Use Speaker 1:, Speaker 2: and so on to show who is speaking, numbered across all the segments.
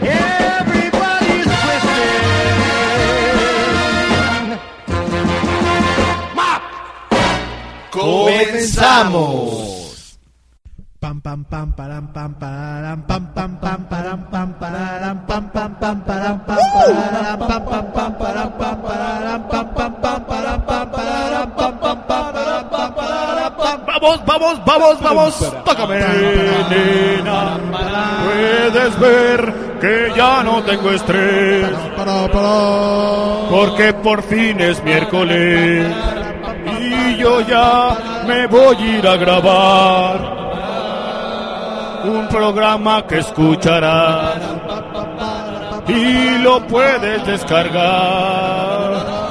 Speaker 1: Everybody's twisting. Mop!
Speaker 2: Pam pam pam param pam pararam pam pam pam param pam pararam pam pam pam param pam pararam pam pam pam param pam pararam pam pam pam param pam pararam pam pam pam param pam pararam pam
Speaker 3: Vamos, vamos, vamos, vamos, tócame, nena. Puedes ver que ya no tengo estrés,
Speaker 2: para para
Speaker 3: porque por fin es miércoles. Y yo ya me voy a ir a grabar un programa que escucharás y lo puedes descargar.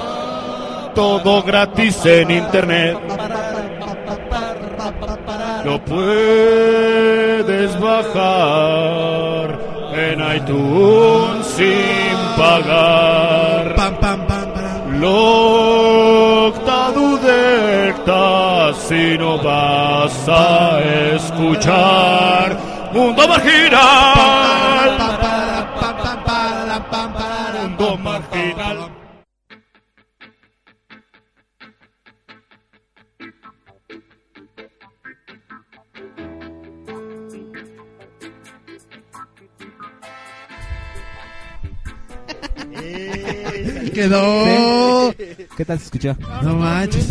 Speaker 3: Todo gratis en internet. Lo puedes bajar en iTunes sin pagar.
Speaker 2: pam pam pam param
Speaker 3: Locta dudecta si no vas a escuchar Mundo Marginal.
Speaker 2: pam param pam pam pararam pam pararam
Speaker 3: Mundo Marginal.
Speaker 2: quedó
Speaker 4: ¿Qué tal se escuchó?
Speaker 2: no manches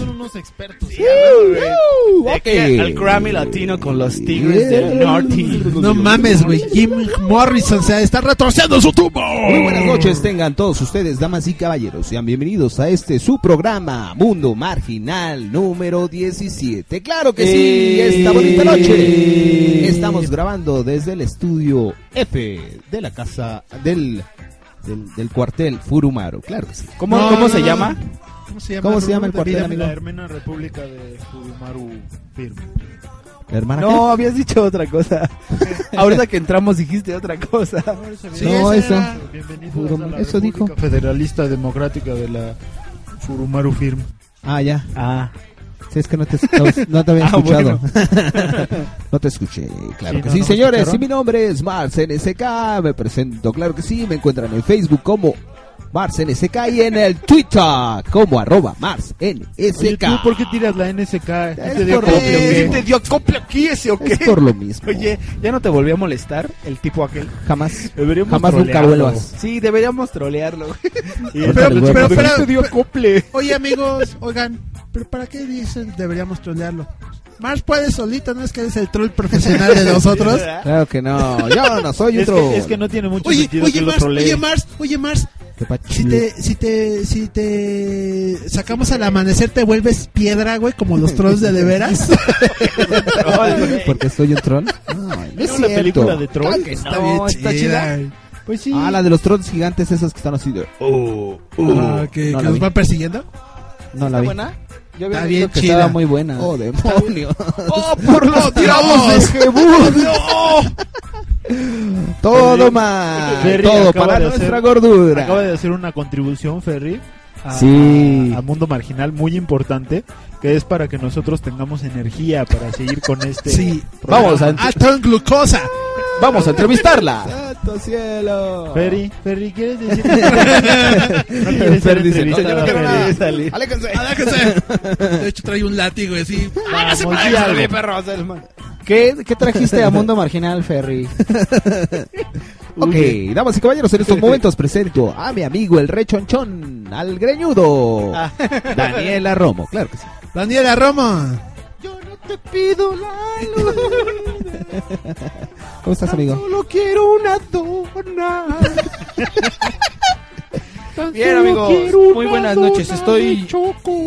Speaker 5: Al Grammy Latino con los Tigres del Norte.
Speaker 2: no mames güey Jim Morrison se está retorciendo su tubo
Speaker 6: Muy buenas noches tengan todos ustedes, damas y caballeros. Sean bienvenidos a este su programa, Mundo Marginal número 17. Claro que sí, esta bonita noche. Estamos grabando desde el estudio F de la casa del, del, del cuartel Furumaru. Claro que sí.
Speaker 5: ¿Cómo,
Speaker 2: No,
Speaker 5: cómo
Speaker 2: no,
Speaker 5: se
Speaker 2: no.
Speaker 5: llama?
Speaker 2: ¿Cómo se llama,
Speaker 6: ¿Cómo se llama el
Speaker 2: Rubén?
Speaker 6: cuartel,
Speaker 2: Mira,
Speaker 6: amigo?
Speaker 2: La hermana república de Furumaru firme.
Speaker 6: La hermana.
Speaker 5: No, habías dicho otra cosa. Ahorita que entramos dijiste otra cosa.
Speaker 2: Sí,
Speaker 6: No,
Speaker 2: ese
Speaker 6: eso.
Speaker 2: era. Bienvenidos
Speaker 6: Furum-
Speaker 2: a la
Speaker 6: eso
Speaker 2: República
Speaker 6: dijo.
Speaker 2: Federalista Democrática de la Furumaru Firm.
Speaker 6: Ah, ya.
Speaker 5: Ah,
Speaker 6: Sí, es que no te, no, no te había
Speaker 5: Ah,
Speaker 6: escuchado. no te escuché, claro
Speaker 2: Sí,
Speaker 6: que
Speaker 2: no,
Speaker 6: sí,
Speaker 2: no me
Speaker 6: señores.
Speaker 2: escucharon.
Speaker 6: Y mi nombre es Mars NSK. Me presento, claro que sí. Me encuentran en Facebook como Mars NSK y en el Twitter como arroba Mars
Speaker 2: Oye, ¿tú
Speaker 6: NSK.
Speaker 2: por qué tiras la NSK?
Speaker 6: Es
Speaker 2: ¿Te dio
Speaker 6: por-
Speaker 2: copia o
Speaker 6: Eh,
Speaker 2: qué?
Speaker 6: sí
Speaker 5: ¿Te dio copla aquí ese o qué?
Speaker 6: Es por lo mismo.
Speaker 5: Oye, ¿ya no te volvió a molestar el tipo aquel?
Speaker 6: jamás,
Speaker 5: Deberíamos
Speaker 6: jamás nunca vuelvas.
Speaker 5: Sí, deberíamos trolearlo.
Speaker 6: Ahorita
Speaker 5: pero,
Speaker 6: les voy a
Speaker 5: pero,
Speaker 6: poner-
Speaker 5: pero te dio cople.
Speaker 2: Oye, amigos, oigan, ¿pero para qué dicen deberíamos trolearlo? Mars puede solito, no es que eres el troll profesional de nosotros.
Speaker 6: Claro que no. Yo no soy
Speaker 7: Es
Speaker 6: otro.
Speaker 7: que, es que no tiene mucho
Speaker 2: Oye,
Speaker 7: sentido
Speaker 2: oye
Speaker 7: que lo
Speaker 2: Mars,
Speaker 7: trolee.
Speaker 2: oye Mars, oye Mars,
Speaker 6: Qué pachulo.
Speaker 2: si te, si te, si te sacamos al amanecer te vuelves piedra, güey, como los trolls de de veras.
Speaker 6: Porque soy un troll. No, no es
Speaker 7: ¿Vieron la
Speaker 6: cierto.
Speaker 7: película de Troll?
Speaker 6: Claro que
Speaker 2: Está
Speaker 6: no,
Speaker 2: bien
Speaker 6: está chida.
Speaker 2: güey.
Speaker 7: Pues sí.
Speaker 6: Ah, la de los trolls gigantes, esos que están así de.
Speaker 3: Oh,
Speaker 2: Ah, que,
Speaker 6: Uh, no
Speaker 2: que
Speaker 6: la
Speaker 2: nos
Speaker 6: vi.
Speaker 2: va persiguiendo.
Speaker 6: No la
Speaker 5: ¿Está
Speaker 6: vi.
Speaker 5: buena? Yo había visto
Speaker 2: Está bien
Speaker 5: que-
Speaker 6: que estaba
Speaker 2: chida.
Speaker 6: muy buena.
Speaker 2: Oh,
Speaker 6: demonios!
Speaker 5: ¡Oh, por lo
Speaker 2: tiramos de
Speaker 6: Todo mal.
Speaker 7: Ferry
Speaker 6: todo
Speaker 7: acaba
Speaker 6: para
Speaker 7: de
Speaker 6: nuestra
Speaker 7: hacer-
Speaker 6: gordura.
Speaker 7: Acaba de hacer una contribución, Ferry, a,
Speaker 6: Sí.
Speaker 7: a- a Mundo Marginal muy importante, que es para que nosotros tengamos energía para seguir con este...
Speaker 2: Sí.
Speaker 6: Vamos a,
Speaker 2: Alto en glucosa.
Speaker 6: vamos a entrevistarla.
Speaker 5: ¡Santo cielo!
Speaker 7: Ferry, Ferry, ¿quieres decir? no quieres ser
Speaker 6: Ferry dice, no,
Speaker 7: entrevistada,
Speaker 6: yo no quiero
Speaker 7: Ferry.
Speaker 6: nada.
Speaker 5: salir.
Speaker 6: Aléjense.
Speaker 2: Alájese. De hecho, trae un látigo y así.
Speaker 7: Vamos, di algo.
Speaker 5: ¿Qué, ¿Qué trajiste a Mundo Marginal, Ferry?
Speaker 6: Ok, damas y caballeros, en estos momentos presento a mi amigo el rechonchón, al greñudo, Daniela Romo, claro que sí.
Speaker 2: Daniela Romo.
Speaker 5: Te pido la luz,
Speaker 6: ¿Cómo estás, amigo?
Speaker 5: solo quiero una dona. Bien, amigos, muy buenas noches. Estoy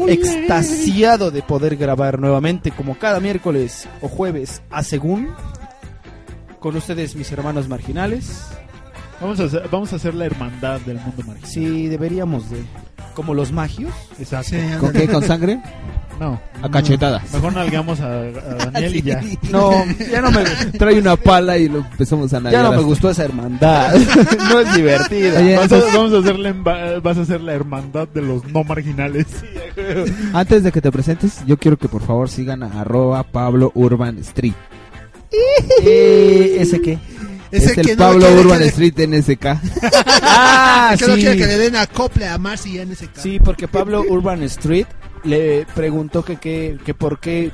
Speaker 5: extasiado de poder grabar nuevamente, como cada miércoles o jueves, a según. Con ustedes, mis hermanos marginales.
Speaker 7: Vamos a hacer, vamos a hacer la hermandad del mundo marginal.
Speaker 2: Sí, deberíamos de. Como los magios.
Speaker 7: Exacto.
Speaker 6: ¿Con qué? ¿Con sangre?
Speaker 7: No,
Speaker 6: A cachetadas.
Speaker 7: mejor nalgamos a, a Daniel y ya.
Speaker 2: No, ya no me,
Speaker 6: Trae una pala y lo empezamos a
Speaker 2: ya
Speaker 6: navegar
Speaker 2: no me
Speaker 6: hasta-
Speaker 2: gustó esa hermandad. no es divertida.
Speaker 6: Oye,
Speaker 7: Vas
Speaker 6: entonces,
Speaker 7: a, vamos a hacer la, emba- vas a hacer la hermandad de los no marginales.
Speaker 6: antes de que te presentes, yo quiero que por favor sigan a arroba Pablo Urban Street.
Speaker 2: Eh, ¿Ese qué?
Speaker 6: Es,
Speaker 5: Ese
Speaker 6: el
Speaker 5: que no
Speaker 6: Pablo
Speaker 5: quiere que
Speaker 6: Urban
Speaker 5: le-
Speaker 6: Street NSK.
Speaker 2: Ah,
Speaker 5: que no quiere que le den acople a Marcy en ese caso.
Speaker 2: Sí, porque Pablo Urban Street le preguntó que, que, que por qué...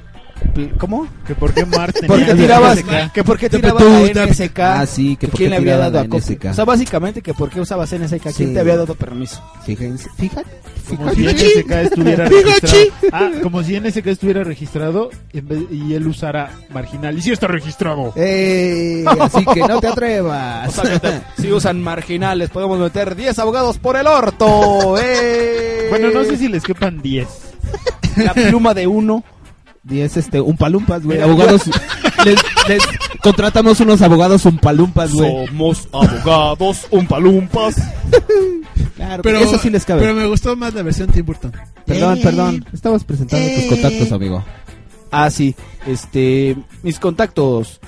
Speaker 2: ¿Cómo?
Speaker 7: Que por qué Mar tenía
Speaker 2: ¿Por qué
Speaker 7: ese
Speaker 2: tirabas,
Speaker 7: NSK?
Speaker 2: que por qué tirabas la NSK?
Speaker 6: Ah, sí,
Speaker 2: ¿Que
Speaker 6: que por
Speaker 2: quién
Speaker 6: qué
Speaker 2: le había
Speaker 6: tiraban
Speaker 2: dado
Speaker 6: la
Speaker 2: a NSK?
Speaker 6: NSK.
Speaker 2: O sea, básicamente que por qué usabas NSK, quién
Speaker 6: Sí.
Speaker 2: te había dado permiso.
Speaker 6: Fíjense, fíjate.
Speaker 7: Como si NSK estuviera registrado. Ah, como si NSK estuviera registrado en vez- y él usara marginal. Y sí está registrado.
Speaker 6: ¡Ey! Eh, Así que no te atrevas.
Speaker 2: si usan marginales, podemos meter 10 abogados por el orto. ¡eh!
Speaker 7: Bueno, no sé si les quepan 10.
Speaker 2: La pluma de uno.
Speaker 6: 10 este, un palumpas, güey. Abogados. les, les contratamos unos abogados un palumpas, güey.
Speaker 8: Somos abogados, umpalumpas.
Speaker 6: Claro, pero eso sí les cabe.
Speaker 5: Pero me gustó más la versión Tim Burton.
Speaker 6: perdón,
Speaker 5: Eh,
Speaker 6: perdón. Estabas presentando tus contactos, amigo.
Speaker 2: Ah, sí. Este, mis contactos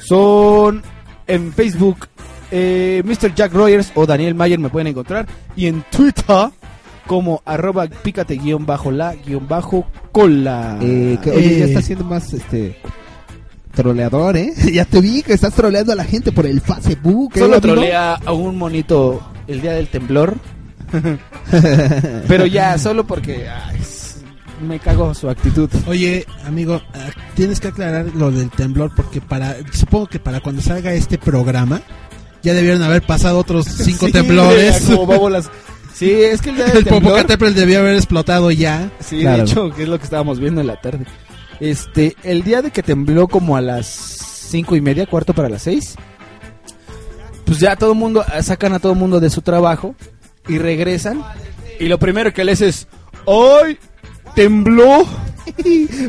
Speaker 2: son en Facebook, eh, Mr. Jack Rogers o Daniel Mayer me pueden encontrar. Y en Twitter, como arroba pícate guión bajo la guión bajo cola.
Speaker 6: Eh, que- oye, ya
Speaker 5: eh.
Speaker 6: estás siendo más este troleador, ¿eh? ya te vi que estás troleando a la gente por el Facebook. ¿eh,
Speaker 2: Solo
Speaker 6: amigo?
Speaker 2: trolea a un monito el día del temblor. Pero ya, solo porque ay, s- me cago su actitud.
Speaker 5: Oye, amigo, ah, tienes que aclarar lo del temblor porque para supongo que para cuando salga este programa ya debieron haber pasado otros cinco
Speaker 2: Sí,
Speaker 5: temblores.
Speaker 2: como bóbolas. Sí, es que el día del
Speaker 5: El
Speaker 2: temblor.
Speaker 5: Popocatépetl debió haber explotado ya.
Speaker 2: Sí, de
Speaker 6: Claro.
Speaker 2: hecho, que es lo que estábamos viendo en la tarde. Este, el día de que tembló como a las cinco y media, cuarto para las seis, pues ya todo el mundo, sacan a todo el mundo de su trabajo y regresan. Y lo primero que les es, ¡ay! Tembló.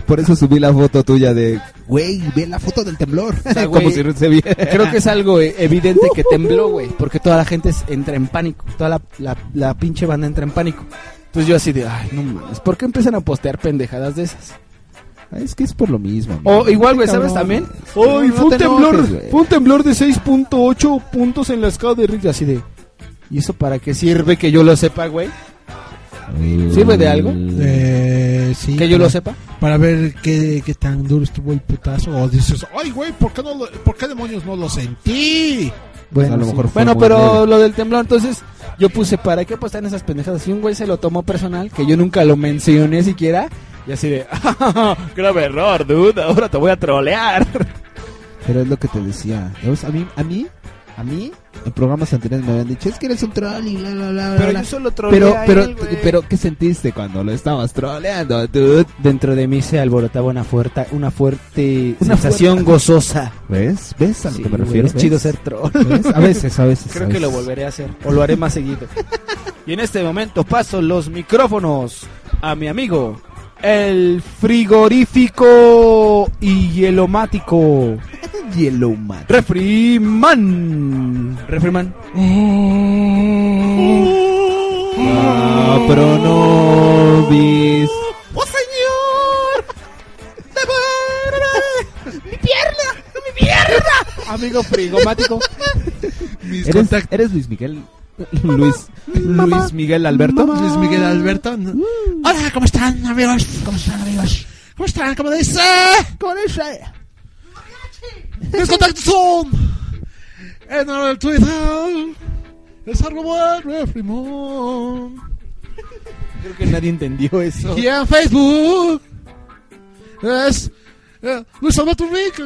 Speaker 6: Por eso subí la foto tuya de, güey, ve la foto del temblor.
Speaker 2: sea,
Speaker 6: Como
Speaker 2: güey,
Speaker 6: si no se viera.
Speaker 2: Creo que es algo eh, evidente que tembló, güey, porque toda la gente es- entra en pánico, toda la, la- la pinche banda entra en pánico. Entonces yo así de, ay, no mames, ¿por qué empiezan a postear pendejadas de esas?
Speaker 6: Es que es por lo mismo. amigo.
Speaker 2: O igual, güey, ¿sabes
Speaker 6: Cabrón.
Speaker 2: también?
Speaker 6: No,
Speaker 2: Ay,
Speaker 6: no
Speaker 2: fue un
Speaker 6: te
Speaker 2: temblor,
Speaker 6: enojes, güey.
Speaker 2: fue un temblor de 6.8 puntos en la escala de Richter, así de... ¿Y eso para qué sirve que yo lo sepa, güey? ¿Sirve de algo?
Speaker 6: Pues,
Speaker 5: Eh, sí.
Speaker 2: Mm. Que yo lo sepa.
Speaker 5: Para ver qué, qué tan duro estuvo el putazo. O dices, ay, güey, ¿por qué, no lo- ¿por qué demonios no lo sentí?
Speaker 6: Bueno, a lo
Speaker 2: sí.
Speaker 6: mejor fue
Speaker 2: Bueno,
Speaker 6: muy
Speaker 2: pero
Speaker 6: leve.
Speaker 2: lo del temblor, entonces yo puse, ¿para qué apostar en esas pendejadas? Y un güey se lo tomó personal, que yo nunca lo mencioné siquiera, y así de, grave error, dude, ahora te voy a trolear.
Speaker 6: Pero es lo que te decía. Ya ves, A mí, a mí, a mí, en programas anteriores me habían dicho, es que eres un troll y bla, bla, bla, bla, bla.
Speaker 2: solo
Speaker 6: Pero, pero, pero, ¿qué sentiste cuando lo estabas troleando, dude?
Speaker 2: Dentro de mí se alborotaba una fuerte, una fuerte
Speaker 6: Una
Speaker 2: sensación
Speaker 6: fuerte-
Speaker 2: gozosa.
Speaker 6: ¿Ves? ¿Ves a lo
Speaker 2: Sí,
Speaker 6: que me
Speaker 2: güey,
Speaker 6: refiero?
Speaker 2: Es chido
Speaker 6: ¿Ves?
Speaker 2: ser troll.
Speaker 6: ¿Ves? A veces, a veces.
Speaker 2: Creo
Speaker 6: a
Speaker 2: que lo
Speaker 6: veces.
Speaker 2: volveré a hacer, o lo haré más seguido. Y en este momento paso los micrófonos a mi amigo, el frigorífico y hielomático,
Speaker 6: Hielo man.
Speaker 2: Refriman. Refriman.
Speaker 6: Ah, pero no vis.
Speaker 2: ¡Oh, señor! ¡Mi pierna! ¡Mi pierna! Amigo frigomático.
Speaker 5: Mis
Speaker 6: ¿Eres,
Speaker 5: contactos.
Speaker 6: eres Luis Miguel. Luis. Luis Miguel Alberto.
Speaker 5: Luis Miguel Alberto. no. Hola, ¿cómo están, amigos? ¿Cómo están, amigos? ¿Cómo están? ¿Cómo dice? ¿Cómo dice? Mis contactos son en el Twitter. Es arroba Refrimón.
Speaker 2: Creo que nadie entendió eso.
Speaker 5: Y en Facebook es eh, Luis Alberto Rick.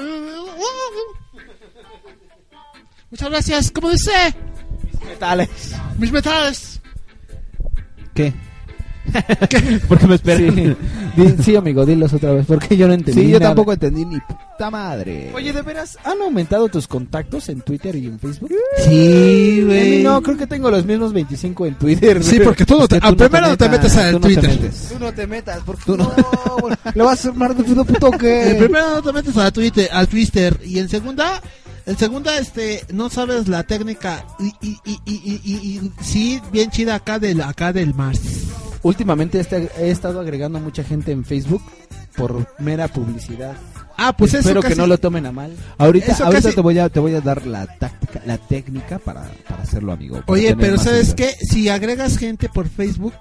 Speaker 5: Muchas gracias. ¿Cómo dice?
Speaker 2: metales.
Speaker 5: Mis metales.
Speaker 6: ¿Qué? Porque me esperé.
Speaker 2: Sí. sí, amigo, dilos otra vez, porque yo no entendí.
Speaker 6: Sí, yo
Speaker 2: nada.
Speaker 6: tampoco entendí ni puta madre.
Speaker 2: Oye, ¿de veras han aumentado tus contactos en Twitter y en Facebook?
Speaker 6: sí,
Speaker 2: A mí
Speaker 6: güey.
Speaker 2: No, creo que tengo los mismos 25 en Twitter. Este,
Speaker 5: Sí, porque tú no te,
Speaker 6: Usted, tú
Speaker 5: al primero no te metes
Speaker 6: tú
Speaker 5: al
Speaker 6: no te
Speaker 5: Twitter.
Speaker 6: metes.
Speaker 2: Tú no te metas, porque
Speaker 6: Tú no.
Speaker 2: güey, Le vas a armar de puto puto
Speaker 5: El
Speaker 6: Eh,
Speaker 2: que...
Speaker 5: primero no te metes a Twitter, al Twitter y en segunda
Speaker 6: El segundo, este, no sabes la técnica y, y, y, y, y, y- y- sí, bien chida acá del, acá del Mars.
Speaker 2: Últimamente este- he estado agregando a mucha gente en Facebook por mera publicidad.
Speaker 6: Ah, pues
Speaker 2: Espero
Speaker 6: eso casi,
Speaker 2: que no lo tomen a mal.
Speaker 5: Ahorita,
Speaker 6: Eso
Speaker 5: ahorita
Speaker 6: casi-
Speaker 5: te, voy a, te voy a dar la táctica, la técnica para, para hacerlo, amigo. para
Speaker 6: Oye,
Speaker 5: tener
Speaker 6: pero
Speaker 5: más
Speaker 6: ¿sabes
Speaker 5: seguidores.
Speaker 6: qué? Si agregas gente por Facebook,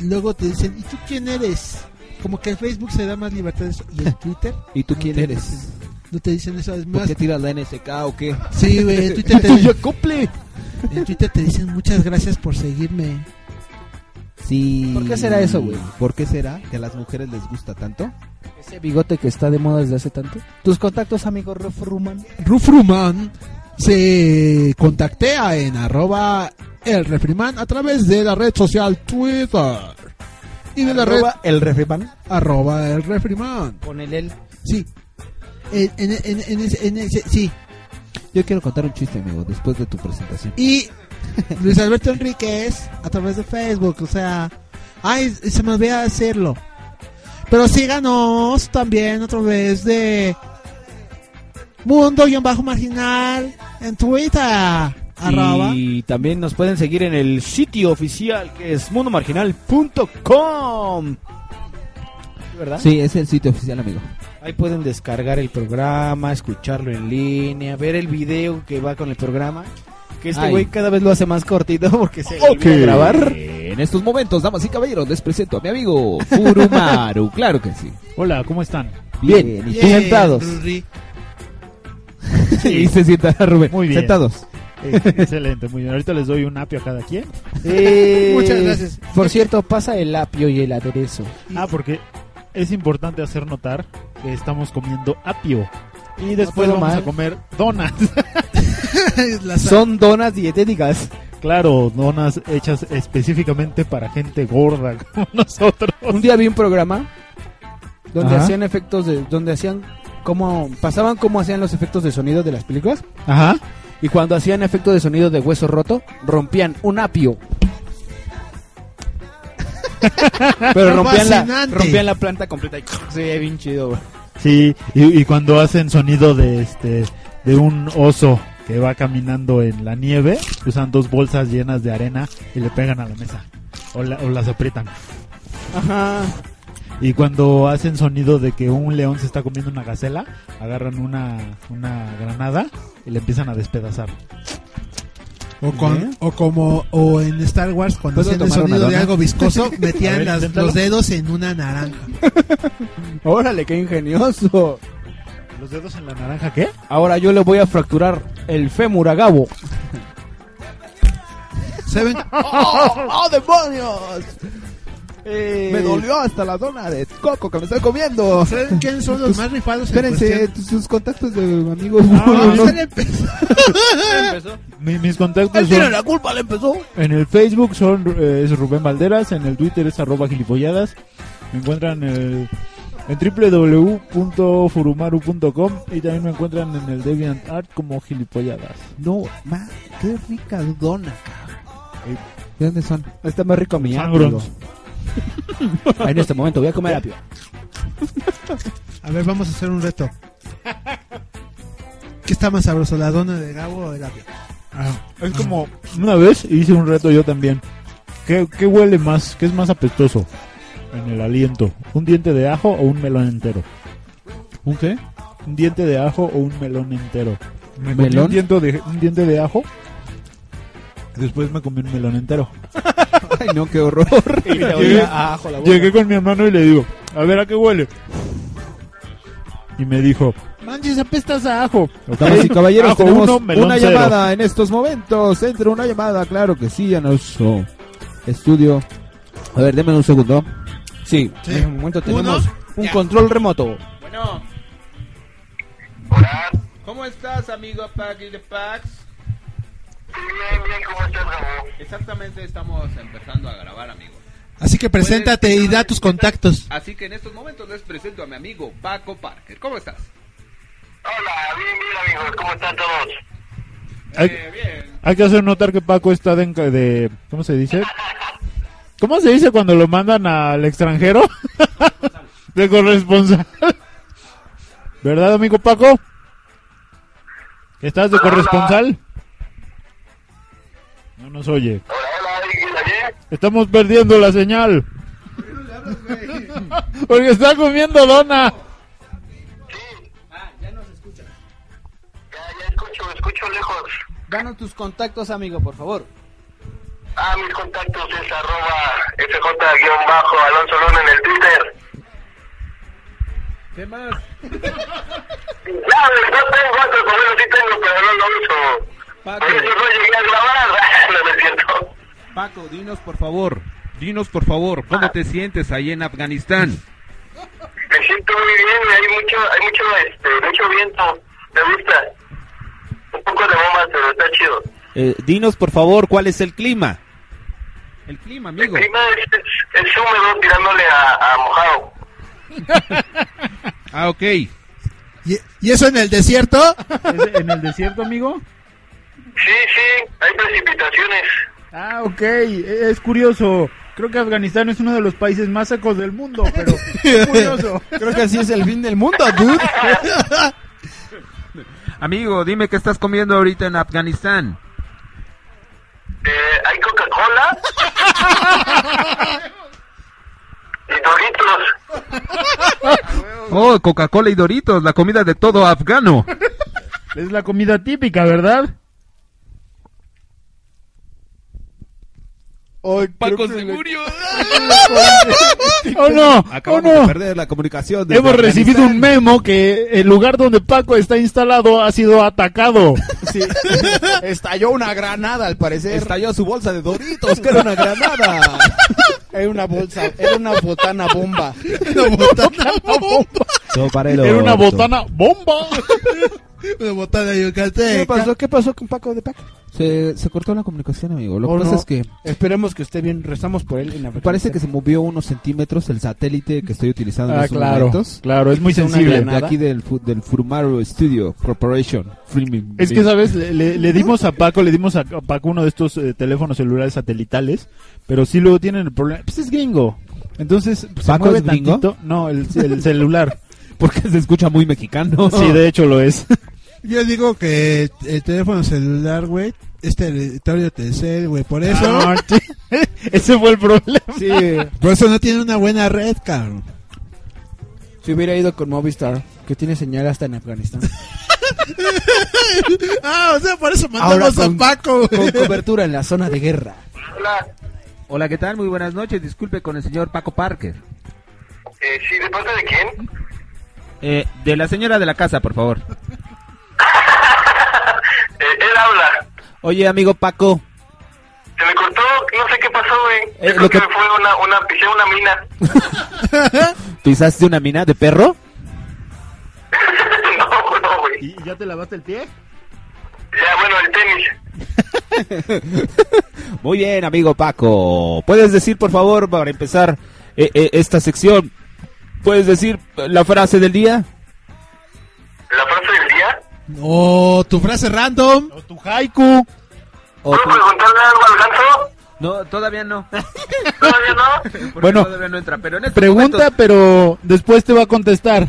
Speaker 6: luego te dicen, ¿y tú quién eres? Como que en Facebook se da más libertad de eso. Y en Twitter
Speaker 5: ¿Y tú quién
Speaker 6: te-
Speaker 5: eres?
Speaker 6: no te dicen eso, es
Speaker 5: ¿Por
Speaker 6: más.
Speaker 5: qué tiras la NSK o qué?
Speaker 6: Sí, güey, en Twitter te,
Speaker 5: cumple!
Speaker 6: en Twitter te dicen muchas gracias por seguirme.
Speaker 5: Sí.
Speaker 2: ¿Por qué será eso, güey?
Speaker 5: ¿Por qué será que a las mujeres les gusta tanto?
Speaker 2: Ese bigote que está de moda desde hace tanto. Tus contactos, amigo Rolf Ruman.
Speaker 6: Rufruman se contactea en arroba el refriman a través de la red social Twitter y de la red
Speaker 2: el refriman.
Speaker 6: arroba el refriman.
Speaker 2: Con el él.
Speaker 6: Sí. En, en, en, en ese- en ese- sí.
Speaker 5: Yo quiero contar un chiste, amigo, después de tu presentación.
Speaker 6: Y Luis Alberto Enríquez a través de Facebook. O sea, ay, se me olvida decirlo. Pero síganos también a través de Mundo-Marginal en Twitter. Arroba.
Speaker 9: Y también nos pueden seguir en el sitio oficial que es mundomarginal.com.
Speaker 2: ¿Verdad?
Speaker 5: Sí, es el sitio oficial, amigo.
Speaker 2: Ahí pueden descargar el programa, escucharlo en línea, ver el video que va con el programa. Que este
Speaker 5: Ay.
Speaker 2: güey cada vez lo hace más cortito porque se olvida grabar.
Speaker 5: En estos momentos, damas y caballeros, les presento a mi amigo Furumaru. claro que sí.
Speaker 7: Hola, ¿cómo están?
Speaker 2: Bien.
Speaker 5: y-
Speaker 2: Bien. Sentados.
Speaker 6: Rurri.
Speaker 5: y se sienta Rubén.
Speaker 7: Muy bien.
Speaker 5: Sentados.
Speaker 7: Eh, Excelente, muy bien. Ahorita les doy un apio a cada quien.
Speaker 2: Eh,
Speaker 6: Muchas gracias.
Speaker 2: Por cierto, pasa el apio y el aderezo.
Speaker 7: Ah, porque es importante hacer notar que estamos comiendo apio. Y después
Speaker 2: todo
Speaker 7: vamos
Speaker 2: mal.
Speaker 7: a comer donas.
Speaker 6: La sa-
Speaker 2: Son donas dietéticas.
Speaker 7: claro, donas hechas específicamente para gente gorda como nosotros.
Speaker 2: Un día vi un programa donde
Speaker 7: Ajá.
Speaker 2: hacían efectos de. donde hacían. como. pasaban cómo hacían los efectos de sonido de las películas.
Speaker 7: Ajá.
Speaker 2: Y cuando hacían efecto de sonido de hueso roto, rompían un apio. Pero rompían la,
Speaker 6: Fascinante.
Speaker 2: rompían la planta completa y se veía bien chido, güey.
Speaker 7: Sí, y, y cuando hacen sonido de este de un oso que va caminando en la nieve, usan dos bolsas llenas de arena y le pegan a la mesa o, la- o las aprietan.
Speaker 2: Ajá.
Speaker 7: Y cuando hacen sonido de que un león se está comiendo una gacela, agarran una, una granada y le empiezan a despedazar.
Speaker 6: O, con- o como o en Star Wars cuando
Speaker 5: ¿Puedo
Speaker 6: hacían el
Speaker 5: tomar una
Speaker 6: sonido de
Speaker 5: dona?
Speaker 6: algo viscoso metían
Speaker 7: A ver,
Speaker 6: las-
Speaker 7: inténtalo.
Speaker 6: los dedos en una naranja.
Speaker 2: Órale, qué ingenioso.
Speaker 7: ¿Los dedos en la naranja qué?
Speaker 2: Ahora yo le voy a fracturar el fémur a Gabo.
Speaker 6: ¿Saben?
Speaker 5: ¡Oh, demonios!
Speaker 6: Eh,
Speaker 5: Me dolió hasta la dona de coco que me estoy comiendo.
Speaker 6: ¿Saben quiénes son los más rifados? en
Speaker 5: Espérense,
Speaker 6: cuestión?
Speaker 5: sus contactos de amigos.
Speaker 7: Ah,
Speaker 5: no,
Speaker 6: Están empe-
Speaker 7: Mi- mis contactos son-
Speaker 5: culpa, le empezó.
Speaker 7: en el Facebook son eh, es Rubén Valderas, en el Twitter es arroba gilipolladas. Me encuentran el- en www.furumaru.com y también me encuentran en el DeviantArt como gilipolladas.
Speaker 5: No, ma, qué rica dona, cabrón. Eh, ¿De dónde son?
Speaker 2: Está más rico mi apio.
Speaker 7: Sangrons.
Speaker 2: Ah, En este momento voy a comer apio.
Speaker 6: A ver, vamos a hacer un reto. ¿Qué está más sabroso, la dona de Gabo o el apio?
Speaker 7: Es como una vez hice un reto yo también. ¿Qué, qué huele más? ¿Qué es más apestoso? En el aliento. ¿Un diente de ajo o un melón entero?
Speaker 5: ¿Un qué?
Speaker 7: ¿Un diente de ajo o un melón entero? Me comí
Speaker 5: ¿Melón?
Speaker 7: Un diente, de, un diente de ajo. Después me comí un melón entero.
Speaker 5: Ay, no, qué horror.
Speaker 2: Y le olía a ajo la boca.
Speaker 7: Llegué con mi hermano y le digo, a ver a qué huele. Y me dijo, manches, apestas a ajo.
Speaker 5: Damas y caballeros,
Speaker 7: Ajo
Speaker 5: tenemos
Speaker 7: uno, melón
Speaker 5: una
Speaker 7: cero.
Speaker 5: llamada en estos momentos. Entra una llamada, claro que sí, a nuestro estudio. A ver, denme un segundo.
Speaker 2: Sí,
Speaker 6: Sí.
Speaker 2: en este momento tenemos
Speaker 6: Uno.
Speaker 2: un control remoto.
Speaker 10: Bueno. ¿Cómo estás, amigo Paggy de Pax?
Speaker 11: Bien, bien, ¿cómo estás, Gabo?
Speaker 10: Exactamente, estamos empezando a grabar, amigo.
Speaker 6: Así que preséntate y da tus contactos.
Speaker 10: Así que en estos momentos les presento a mi amigo Paco Parker. ¿Cómo estás?
Speaker 11: Hola, bien, bien, amigos, ¿cómo están todos?
Speaker 7: Hay,
Speaker 10: bien.
Speaker 7: hay que hacer notar que Paco está de, enca- de- ¿Cómo se dice? ¿Cómo se dice cuando lo mandan al extranjero? de corresponsal. ¿Verdad, amigo Paco? ¿Estás de corresponsal? No nos oye.
Speaker 5: Hola, hola, ¿alguien allí?
Speaker 7: Estamos perdiendo la señal. Porque está comiendo dona.
Speaker 5: Ya, ya escucho, escucho lejos.
Speaker 12: Danos tus contactos, amigo, por favor.
Speaker 5: Ah, mis contactos es arroba fj-alonso Luna en el Twitter.
Speaker 13: ¿Qué más?
Speaker 5: No, no tengo otro correo, sí tengo, pero no lo uso.
Speaker 6: Ah,
Speaker 13: Paco,
Speaker 5: Por eso no llegué a grabar. Ah, No, no es cierto.
Speaker 13: Paco, dinos por favor. Dinos por favor,
Speaker 11: Ah.
Speaker 13: ¿cómo te sientes ahí en Afganistán?
Speaker 5: Me siento muy bien, hay mucho, hay mucho, este, mucho viento. Me gusta. Un poco de bomba, pero está chido.
Speaker 6: Eh, dinos, por favor, ¿cuál es el clima?
Speaker 13: El clima,
Speaker 5: El
Speaker 13: amigo.
Speaker 5: clima es, es, es húmedo tirándole a, a mojado.
Speaker 13: Ah, ok.
Speaker 2: ¿Y, y eso en el desierto?
Speaker 7: ¿Es ¿En el desierto, amigo?
Speaker 5: Sí, sí, hay precipitaciones.
Speaker 7: Ah, ok. E- Es curioso. Creo que Afganistán es uno de los países más secos del mundo, pero es curioso.
Speaker 12: Creo que así es el fin del mundo, dude.
Speaker 13: Amigo, dime qué estás comiendo ahorita en Afganistán.
Speaker 5: Eh, hay Coca-Cola. y Doritos.
Speaker 13: Oh, Coca-Cola y Doritos, la comida de todo afgano. Oh,
Speaker 7: Es la comida típica, ¿verdad? ¡Oh, no! ¡Oh,
Speaker 6: Acabamos de
Speaker 7: no!
Speaker 6: perder la comunicación. desde
Speaker 7: Hemos recibido un
Speaker 6: Afganistán.
Speaker 7: memo que el lugar donde Paco está instalado ha sido atacado.
Speaker 6: Estalló una granada, al parecer. Estalló su bolsa de Doritos, que era una granada.
Speaker 12: Era una bolsa, era una botana bomba.
Speaker 2: Una botana,
Speaker 7: Era una botana bomba.
Speaker 2: una botana
Speaker 13: Eh,
Speaker 12: ¿Qué
Speaker 2: yucateca.
Speaker 12: pasó? ¿Qué pasó con Paco de Paco?
Speaker 14: Se, se cortó la comunicación, amigo. Lo que
Speaker 12: Oh,
Speaker 14: pasa
Speaker 12: no.
Speaker 14: es que
Speaker 12: Esperemos que esté bien, rezamos por él. en Afganistán.
Speaker 14: parece que se movió unos centímetros el satélite que estoy utilizando en
Speaker 7: Ah,
Speaker 14: estos
Speaker 7: claro.
Speaker 14: momentos.
Speaker 7: Claro, es muy
Speaker 14: Una
Speaker 7: sensible.
Speaker 14: De aquí del, fu- del Furmaro Studio Corporation. Filming.
Speaker 7: Es que, ¿sabes? Le, le- le dimos a Paco, le dimos a a Paco uno de estos eh, teléfonos celulares satelitales, pero sí luego tienen el problema. Pues es gringo. Entonces, pues, se
Speaker 14: ¿Paco
Speaker 7: mueve
Speaker 14: es gringo?
Speaker 7: tantito. No, el, el celular.
Speaker 14: Porque se escucha muy mexicano.
Speaker 7: Sí, de hecho lo es.
Speaker 2: Yo digo que el teléfono celular, güey, este es territorio tercer, güey. Por eso,
Speaker 7: Ah, sí. Ese fue el problema.
Speaker 12: Sí,
Speaker 2: por eso no tiene una buena red, cabrón.
Speaker 12: se hubiera ido con Movistar, que tiene señal hasta en Afganistán.
Speaker 2: Ah, o sea, por eso
Speaker 12: Ahora
Speaker 2: mandamos
Speaker 12: con-
Speaker 2: a Paco,
Speaker 12: Con
Speaker 2: güey.
Speaker 12: cobertura en la zona de guerra.
Speaker 5: Hola.
Speaker 13: Hola, ¿qué tal? Muy buenas noches. Disculpe con el señor Paco Parker.
Speaker 5: Eh, sí, ¿de parte de quién?
Speaker 13: Eh, de la señora de la casa, por favor.
Speaker 5: Eh, él habla.
Speaker 14: Oye, amigo Paco.
Speaker 5: Se me cortó, no sé qué pasó, güey. Yo
Speaker 14: Eh,
Speaker 5: creo
Speaker 14: lo
Speaker 5: que...
Speaker 14: que-
Speaker 5: me fue una, una, pisé una mina.
Speaker 14: ¿Pisaste una mina de perro?
Speaker 5: no, no, güey.
Speaker 7: ¿Y ya te lavaste el pie?
Speaker 5: Ya, bueno, el tenis.
Speaker 6: Muy bien, amigo Paco. ¿Puedes decir, por favor, para empezar eh, eh, esta sección, puedes decir eh, la frase del día?
Speaker 5: La frase del día.
Speaker 2: No, tu frase random.
Speaker 7: O tu haiku.
Speaker 14: ¿O
Speaker 5: ¿Puedo
Speaker 14: tú-
Speaker 5: preguntarle algo al ganso?
Speaker 13: No, todavía no.
Speaker 5: ¿Todavía no?
Speaker 13: Porque
Speaker 7: Bueno,
Speaker 13: todavía no entra, pero en este
Speaker 7: Pregunta, pero después te va a contestar.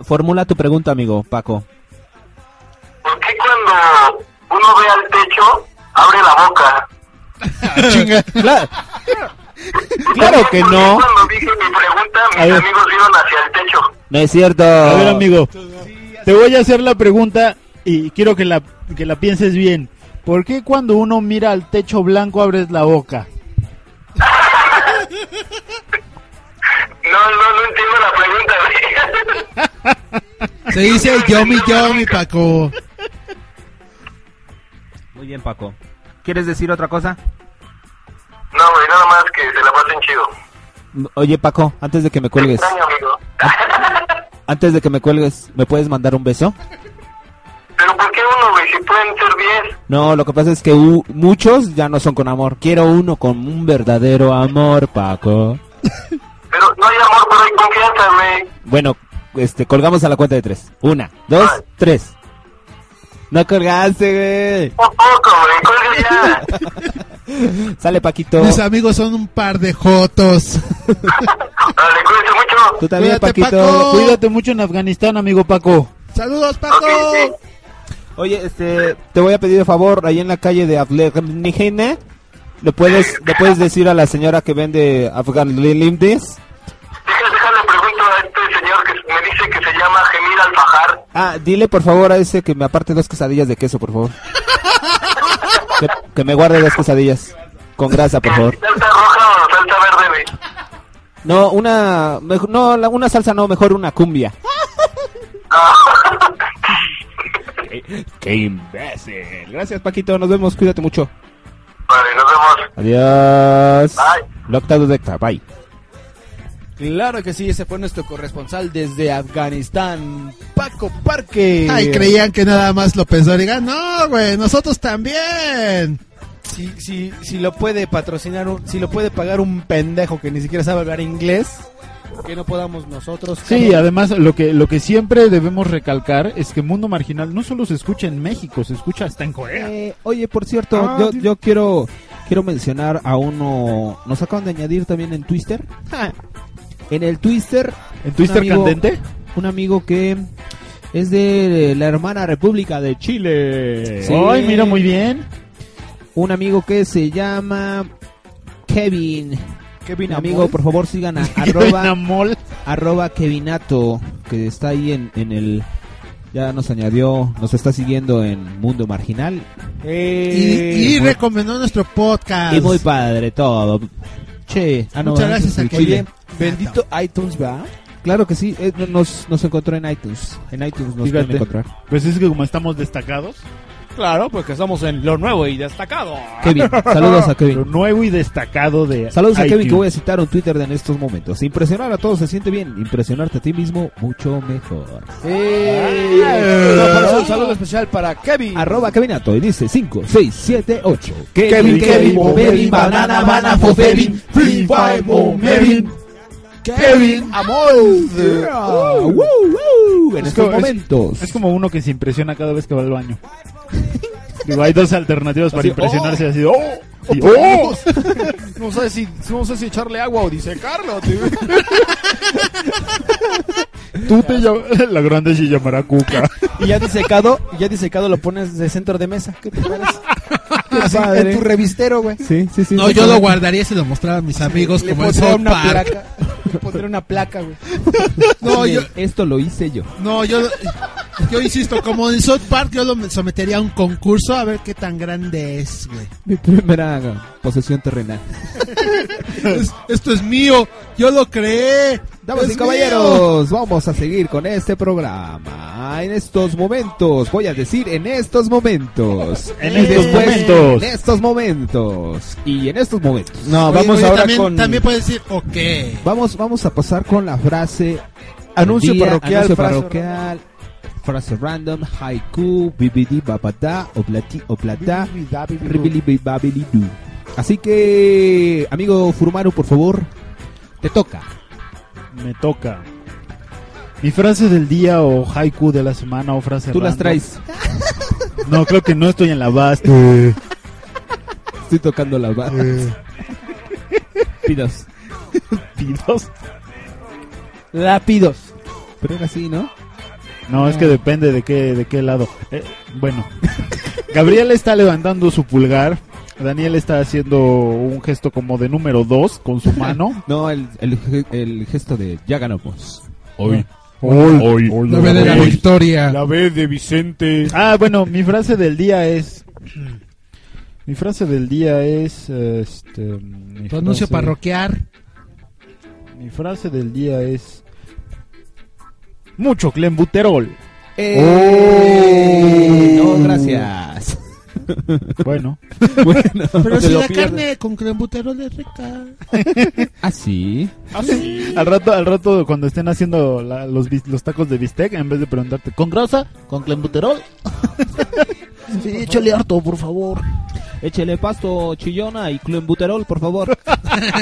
Speaker 6: Formula tu pregunta, amigo Paco.
Speaker 5: ¿Por qué cuando uno ve al techo, abre la boca?
Speaker 6: Ah, Cla- claro que
Speaker 5: ¿Por qué
Speaker 6: no.
Speaker 5: Cuando dije mi pregunta,
Speaker 6: A
Speaker 5: mis
Speaker 6: ver.
Speaker 5: amigos iban hacia el techo.
Speaker 6: No es cierto.
Speaker 7: A ver, amigo, te voy a hacer la pregunta y quiero que la, que la pienses bien. ¿Por qué cuando uno mira al techo blanco abres la boca?
Speaker 5: No, no, no entiendo la pregunta, güey.
Speaker 2: Se dice yomi yomi, Paco.
Speaker 6: Muy bien, Paco.
Speaker 13: ¿Quieres decir otra cosa?
Speaker 5: No, güey, nada más que se la pasen chido.
Speaker 6: Oye, Paco, antes de que me cuelgues,
Speaker 5: Extraño, amigo.
Speaker 6: antes de que me cuelgues, ¿me puedes mandar un beso?
Speaker 5: Pero ¿por qué uno, güey? Si pueden ser diez.
Speaker 6: No, lo que pasa es que u- muchos ya no son con amor. Quiero uno con un verdadero amor, Paco.
Speaker 5: Pero no hay amor, pero hay confianza, güey.
Speaker 6: Bueno, este, colgamos a la cuenta de tres. Una, dos, tres. No colgaste,
Speaker 5: Un poco, güey. Cuelgue ya.
Speaker 6: güey. Sale, Paquito.
Speaker 2: Mis amigos son un par de jotos.
Speaker 5: Dale, cuídense mucho.
Speaker 6: Tú también,
Speaker 2: Cuídate,
Speaker 6: Paquito.
Speaker 2: Paco.
Speaker 7: Cuídate mucho en Afganistán, amigo Paco.
Speaker 2: Saludos, Paco.
Speaker 15: Oye, este, te voy a pedir de favor, ahí en la calle de Afganigene, ¿le puedes, ¿le puedes decir a la señora que vende Afganilimdis?
Speaker 5: Déjale, déjale, pregunto a este señor que me dice que se llama Gemir Alfajar.
Speaker 15: Ah, dile por favor a ese que me aparte dos quesadillas de queso, por favor. Que, que me guarde dos quesadillas. Con grasa, por favor.
Speaker 5: ¿Salsa roja o salsa verde, güey?
Speaker 15: No, una, mej- no, la- una salsa no, mejor una cumbia.
Speaker 5: Ah,
Speaker 6: ¡Qué imbécil!
Speaker 15: Gracias, Paquito, nos vemos, cuídate mucho.
Speaker 5: vale, nos vemos.
Speaker 15: Adiós.
Speaker 5: Bye.
Speaker 15: Lockdown Detecta, bye.
Speaker 16: Claro que sí, ese fue nuestro corresponsal desde Afganistán, Paco Parque.
Speaker 2: Ay, creían que nada más lo pensó. Digan, no, güey, nosotros también.
Speaker 16: Si, si, si lo puede patrocinar, un- si lo puede pagar un pendejo que ni siquiera sabe hablar inglés, que no podamos nosotros.
Speaker 7: Sí,
Speaker 16: cabrón?
Speaker 7: además lo que lo que siempre debemos recalcar es que Mundo Marginal no solo se escucha en México, se escucha hasta en Corea.
Speaker 6: Eh, oye, por cierto,
Speaker 7: Ah,
Speaker 6: yo,
Speaker 7: sí.
Speaker 6: yo quiero quiero mencionar a uno. Nos acaban de añadir también en Twitter. Ja.
Speaker 7: Ah.
Speaker 6: En el Twitter,
Speaker 7: ¿En Twister
Speaker 6: amigo-
Speaker 7: Candente?
Speaker 6: un amigo que es de la hermana República de Chile.
Speaker 7: Sí. Ay, mira muy bien.
Speaker 6: Un amigo que se llama Kevin.
Speaker 16: Kevin
Speaker 6: Amigo,
Speaker 16: Amor.
Speaker 6: por favor sigan a
Speaker 7: Elena
Speaker 6: arroba,
Speaker 7: Mol.
Speaker 6: arroba Kevinato, que está ahí en, en el... Ya nos añadió, nos está siguiendo en Mundo Marginal.
Speaker 2: Y,
Speaker 6: Eh,
Speaker 2: y
Speaker 6: muy-
Speaker 2: recomendó nuestro podcast.
Speaker 6: y muy padre todo. Che, ah, no,
Speaker 2: Muchas
Speaker 6: antes
Speaker 2: gracias a
Speaker 6: del
Speaker 2: Kevin.
Speaker 6: Chile.
Speaker 16: Oye, bendito iTunes, va.
Speaker 6: Claro que sí, eh, nos, nos encontró en iTunes. En iTunes nos
Speaker 7: Fíjate.
Speaker 6: pueden encontrar.
Speaker 7: Pues es que como estamos destacados,
Speaker 17: Claro, porque estamos en lo nuevo y destacado.
Speaker 6: Kevin, saludos a
Speaker 7: lo
Speaker 6: Kevin.
Speaker 7: nuevo y destacado de
Speaker 6: Saludos a Kevin
Speaker 7: iTunes.
Speaker 6: que voy a citar un Twitter de en estos momentos. Impresionar a todos se siente bien, impresionarte a ti mismo mucho mejor.
Speaker 16: Eh, no, por eso un saludo especial para Kevin.
Speaker 6: Arroba Kevinato y dice 5, 6, 7, 8.
Speaker 16: Kevin, Kevin, Bomberin, Banana, Banana, Fofebin, Free Fire, Bomberin. Kevin Amor.
Speaker 6: Uh, uh, uh, en
Speaker 7: Es
Speaker 6: estos
Speaker 7: como- es-
Speaker 6: momentos.
Speaker 7: Es como uno que se impresiona cada vez que va al baño. Digo, hay dos alternativas para impresionarse así. ¡Oh! y ¡Oh!
Speaker 17: No sé si, no sé si echarle agua o disecarlo, tío.
Speaker 7: Tú te llam- La grande se llamará Cuca.
Speaker 16: Y ya disecado, y ya disecado lo pones de centro de mesa. ¿Qué te parece? Así,
Speaker 6: padre.
Speaker 16: En tu revistero, güey.
Speaker 6: Sí, sí, sí.
Speaker 2: No,
Speaker 6: sí,
Speaker 2: yo
Speaker 6: sí.
Speaker 2: lo guardaría y se lo mostraba a mis amigos
Speaker 16: Le
Speaker 2: como el
Speaker 16: pondré
Speaker 2: South
Speaker 16: una
Speaker 2: Park.
Speaker 16: placa. Le pondré una placa, güey.
Speaker 2: No, yo,
Speaker 6: Esto lo hice yo.
Speaker 2: no, yo, yo insisto, como en South Park yo lo sometería a un concurso a ver qué tan grande es, güey.
Speaker 6: Mi primera posesión terrenal.
Speaker 2: Es- esto es mío, yo lo creé.
Speaker 6: Damas
Speaker 2: es
Speaker 6: y
Speaker 2: mío.
Speaker 6: caballeros, vamos a seguir con este programa. En estos momentos, voy a decir en estos momentos.
Speaker 7: En
Speaker 6: Y
Speaker 7: estos
Speaker 6: después,
Speaker 7: momentos.
Speaker 6: En estos momentos. Y en estos momentos.
Speaker 16: No,
Speaker 2: Oye,
Speaker 16: vamos
Speaker 2: oye,
Speaker 16: ahora
Speaker 2: también,
Speaker 16: con
Speaker 2: también puedes decir, ok.
Speaker 6: Vamos, vamos a pasar con la frase.
Speaker 16: Anuncio
Speaker 6: del día,
Speaker 16: parroquial,
Speaker 6: Anuncio
Speaker 16: frase
Speaker 6: parroquial. Frase random, haiku, bibidi babada, oblati oblata, ribili bibabili du. Así que, amigo Furumaru, por favor, te toca.
Speaker 7: Me toca. Mi frase del día o haiku de la semana o frase
Speaker 6: Tú las
Speaker 7: random.
Speaker 6: traes.
Speaker 7: No, creo que no estoy en la base.
Speaker 6: Estoy tocando las barras. Pidos.
Speaker 16: Lápidos.
Speaker 6: Pero era así, ¿no?
Speaker 7: No, es
Speaker 2: Ah.
Speaker 7: que depende de qué, de qué lado. Eh, bueno, Gabriel está levantando su pulgar. Daniel está haciendo un gesto como de número 2 con su mano.
Speaker 6: No, el, el, ge- el gesto de ya ganamos.
Speaker 17: Hoy.
Speaker 7: Hoy.
Speaker 2: La ve de la
Speaker 17: Hoy.
Speaker 13: Ah.
Speaker 2: victoria.
Speaker 17: La B de Vicente.
Speaker 7: Ah, bueno, mi frase del día es. Mi frase del día es. Este, mi
Speaker 2: Tu anuncio
Speaker 7: frase-
Speaker 2: parroquial.
Speaker 7: Mi frase del día es. Mucho clembuterol.
Speaker 6: ¡Eh!
Speaker 2: Oh.
Speaker 6: No, gracias.
Speaker 7: Bueno,
Speaker 6: bueno,
Speaker 2: Pero
Speaker 6: te
Speaker 2: si
Speaker 6: lo
Speaker 2: la
Speaker 6: pierdes.
Speaker 2: carne con crembuterol es rica.
Speaker 6: Ah, sí.
Speaker 7: al rato, al rato cuando estén haciendo la- los, bis- los tacos de bistec, en vez de preguntarte, ¿con grasa? ¿Con clembuterol? sí, échale harto, por favor.
Speaker 6: Échele pasto, chillona y clenbuterol, por favor.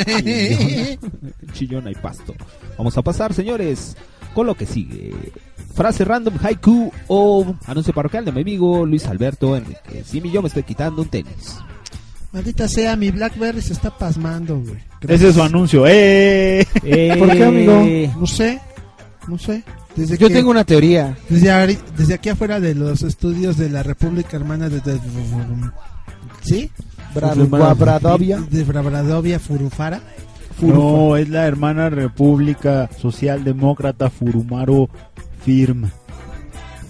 Speaker 6: chillona. Chillona y pasto. Vamos a pasar, señores, con lo que sigue. Frase random, haiku o anuncio parroquial de mi amigo Luis Alberto Enríquez. Y yo me estoy quitando un tenis.
Speaker 2: Maldita sea, mi Blackberry se está pasmando, güey.
Speaker 7: Ese es su anuncio. ¡Eh!
Speaker 6: Eh,
Speaker 2: ¿Por qué, amigo? No sé, no sé.
Speaker 6: Desde
Speaker 2: Yo
Speaker 6: que-
Speaker 2: tengo una teoría.
Speaker 6: Desde, ahori- desde aquí afuera de los estudios de la República Hermana de... de- ¿Sí?
Speaker 2: Guabradovia.
Speaker 6: De Bravadovia Furufara.
Speaker 7: No, es la hermana República Socialdemócrata Furumaro Firm,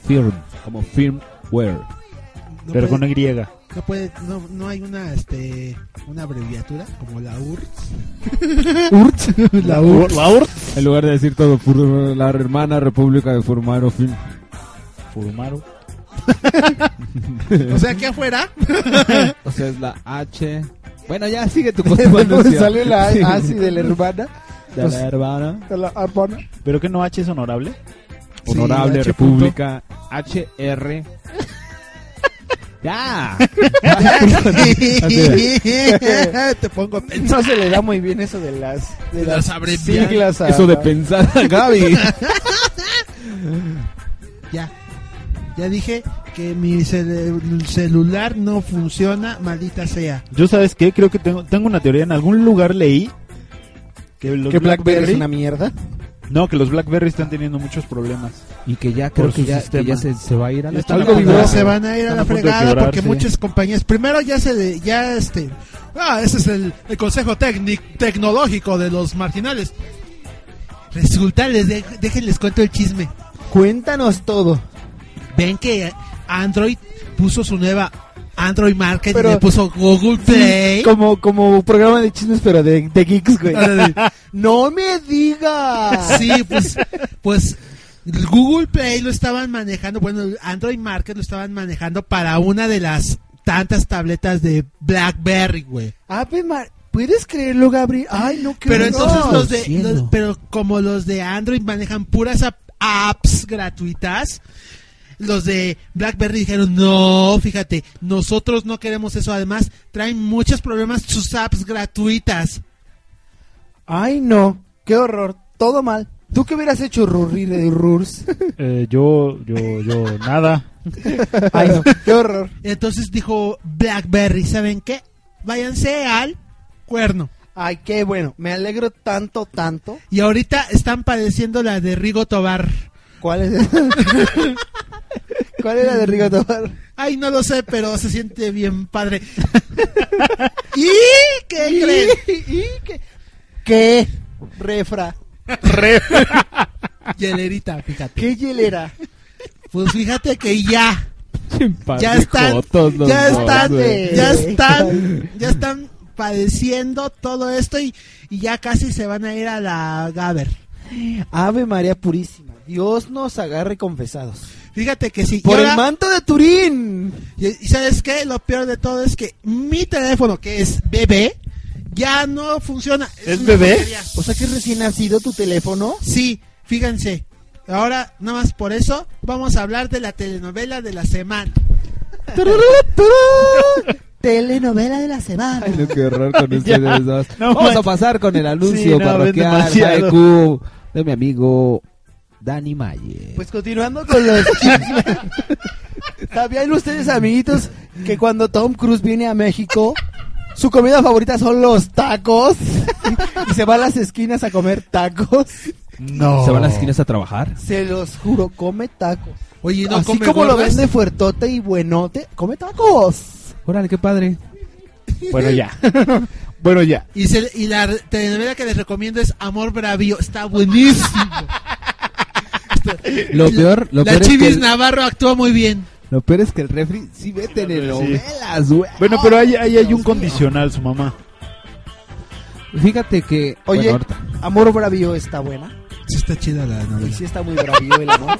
Speaker 18: Firm, como firmware.
Speaker 6: No
Speaker 7: pero
Speaker 6: puede-
Speaker 7: con Y.
Speaker 6: no, puede- no- no hay una, este, una abreviatura como la URSS.
Speaker 7: La UR.
Speaker 5: En lugar de decir todo, fur- la hermana república de Furmaro Film.
Speaker 7: Furumaro.
Speaker 6: O sea, aquí afuera.
Speaker 5: O sea, es la H. Bueno, ya sigue tu contribución.
Speaker 2: sale la así de la hermana? Pues,
Speaker 5: De la hermana.
Speaker 2: De la hermana.
Speaker 7: ¿Pero que no H es honorable?
Speaker 5: Honorable
Speaker 6: H punto.
Speaker 5: República. HR. ya.
Speaker 6: Te pongo a pensar.
Speaker 2: No se le da muy bien eso de las, de las
Speaker 6: Las abreviaturas.
Speaker 2: siglas. a-
Speaker 5: Eso de pensar a Gaby.
Speaker 6: Ya. Ya dije que mi cel- celular no funciona, maldita sea.
Speaker 7: Yo, ¿sabes qué? Creo que tengo, tengo una teoría. En algún lugar leí que los
Speaker 2: Que Blackberry
Speaker 7: Blackberry...
Speaker 2: es una mierda.
Speaker 7: No, que los Blackberry están teniendo muchos problemas.
Speaker 5: Y que ya
Speaker 7: Por
Speaker 5: creo que
Speaker 7: su
Speaker 5: ya,
Speaker 7: sistema.
Speaker 5: que ya se, se va a ir a la
Speaker 7: Está
Speaker 5: chingada.
Speaker 7: algo vibró.
Speaker 6: No, se van a ir a
Speaker 7: Están
Speaker 6: la
Speaker 7: a punto de
Speaker 6: fregada
Speaker 7: quebrar,
Speaker 6: porque
Speaker 7: sí.
Speaker 6: muchas compañías. Primero ya se. de- ya este. Ah, ese es el, el consejo técnico tecnológico de los marginales. Resulta, les de- déjenles cuento el chisme.
Speaker 2: Cuéntanos todo.
Speaker 6: Ven que Android puso su nueva Android Market
Speaker 2: Pero-
Speaker 6: y le puso Google Play.
Speaker 2: Como, como programa de chismes, pero de, de geeks, güey.
Speaker 6: Ah, de-
Speaker 2: ¡No me digas!
Speaker 6: Sí, pues, pues Google Play lo estaban manejando, bueno, el Android Market lo estaban manejando para una de las tantas tabletas de BlackBerry, güey.
Speaker 2: Ave Mar- ¿Puedes creerlo, Gabriel? Ay, no, qué
Speaker 6: Pero
Speaker 2: horror.
Speaker 6: entonces los de,
Speaker 2: Cielo.
Speaker 6: los- pero como los de Android manejan puras ap- apps gratuitas, los de BlackBerry dijeron, no, fíjate, nosotros no queremos eso. Además, traen muchos problemas sus apps gratuitas.
Speaker 2: Ay, no, qué horror. Todo mal. ¿Tú qué hubieras hecho, Rurri de Rurs?
Speaker 7: Eh, yo, yo, yo, nada.
Speaker 2: Ay, no, qué horror.
Speaker 6: Entonces dijo BlackBerry, ¿saben qué? Váyanse al cuerno.
Speaker 2: Ay, qué bueno. Me alegro tanto, tanto.
Speaker 6: Y ahorita están padeciendo la de Rigo Tobar.
Speaker 2: ¿Cuál es? ¿Cuál era de Rigo Tobar?
Speaker 6: Ay, no lo sé, pero se siente bien padre. ¿Y qué creen?
Speaker 2: ¿Y qué? ¿Qué? Refra.
Speaker 6: Hielerita, fíjate.
Speaker 2: ¿Qué hielera?
Speaker 6: Pues fíjate que ya, ya
Speaker 5: Padre,
Speaker 6: están,
Speaker 5: jotos los
Speaker 6: ya
Speaker 5: dos,
Speaker 6: están,
Speaker 5: güey.
Speaker 6: ya están, ya están padeciendo todo esto y, y ya casi se van a ir a la Gaber.
Speaker 2: Ave María Purísima. Dios nos agarre confesados.
Speaker 6: Fíjate que sí. Y
Speaker 2: Por el
Speaker 6: ahora-
Speaker 2: manto de Turín.
Speaker 6: Y, y sabes qué, lo peor de todo es que mi teléfono, que es bebé, ya no funciona.
Speaker 7: ¿Es
Speaker 6: una
Speaker 7: bebé?
Speaker 6: porquería.
Speaker 2: O sea que recién nacido tu teléfono.
Speaker 6: Sí, fíjense. Ahora, nada más por eso, vamos a hablar de la telenovela de la semana.
Speaker 2: Telenovela de la semana.
Speaker 5: Ay, no, qué horror con ustedes dos.
Speaker 7: no
Speaker 5: Vamos a
Speaker 7: manches.
Speaker 5: pasar con el
Speaker 7: Sí,
Speaker 5: anuncio
Speaker 7: no, ven
Speaker 5: parroquial
Speaker 7: demasiado.
Speaker 5: Haiku, de mi amigo Dani Maye.
Speaker 2: Pues continuando con los chismes. ¿Sabían ustedes, amiguitos, que cuando Tom Cruise viene a México, su comida favorita son los tacos? y se va a las esquinas a comer tacos.
Speaker 7: No.
Speaker 5: ¿Se van a las esquinas a trabajar?
Speaker 2: Se los juro, come tacos.
Speaker 6: Oye, no
Speaker 2: Así
Speaker 6: come
Speaker 2: como lo
Speaker 6: gordas?
Speaker 2: vende fuertote y buenote, come tacos.
Speaker 5: Órale, qué padre.
Speaker 7: Bueno, ya. bueno, ya.
Speaker 6: Y, se- y la re- telenovela que les recomiendo es Amor Bravío. Está buenísimo.
Speaker 5: Lo peor, lo
Speaker 6: la
Speaker 5: peor, es
Speaker 6: Chivis
Speaker 5: que el,
Speaker 6: Navarro actúa muy bien.
Speaker 5: lo peor es que el refri sí ve telenovelas, güey.
Speaker 7: Bueno, pero ahí, ahí hay un condicional, su mamá.
Speaker 5: Fíjate que...
Speaker 2: Oye,
Speaker 5: bueno, ahorita.
Speaker 2: amor bravío está buena.
Speaker 6: Sí, está chida la
Speaker 2: Y sí está muy bravío el amor.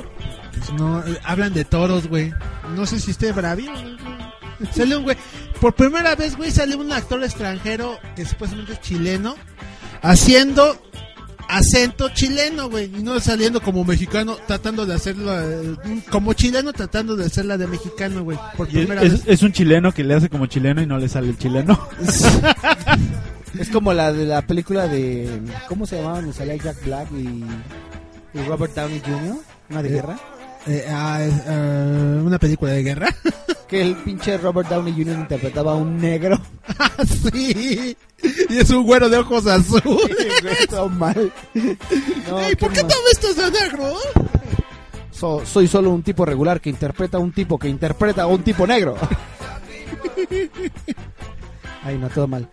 Speaker 6: No, eh, hablan de toros, güey. No sé si esté bravío. Sale un güey. Por primera vez, güey, sale un actor extranjero que supuestamente es chileno haciendo acento chileno, güey. Y no saliendo como mexicano, tratando de hacerlo eh, como chileno, tratando de hacerla de mexicano, güey. Por
Speaker 7: Y es-
Speaker 6: primera vez.
Speaker 7: Es, es un chileno que le hace como chileno y no le sale el chileno.
Speaker 2: Es como la de la película de. ¿Cómo se llamaba? Donde salía Jack Black y, y Robert Downey Jr., una de guerra.
Speaker 6: Eh, ah, es, eh, una película de guerra.
Speaker 2: Que el pinche Robert Downey Jr. interpretaba a un negro.
Speaker 6: sí. Y es un güero de ojos azules.
Speaker 2: Todo mal. No,
Speaker 6: Ey, ¿Por qué
Speaker 2: mal.
Speaker 6: todo esto es de negro?
Speaker 2: So- soy solo un tipo regular que interpreta a un tipo que interpreta a un tipo negro. Ay, no, todo mal.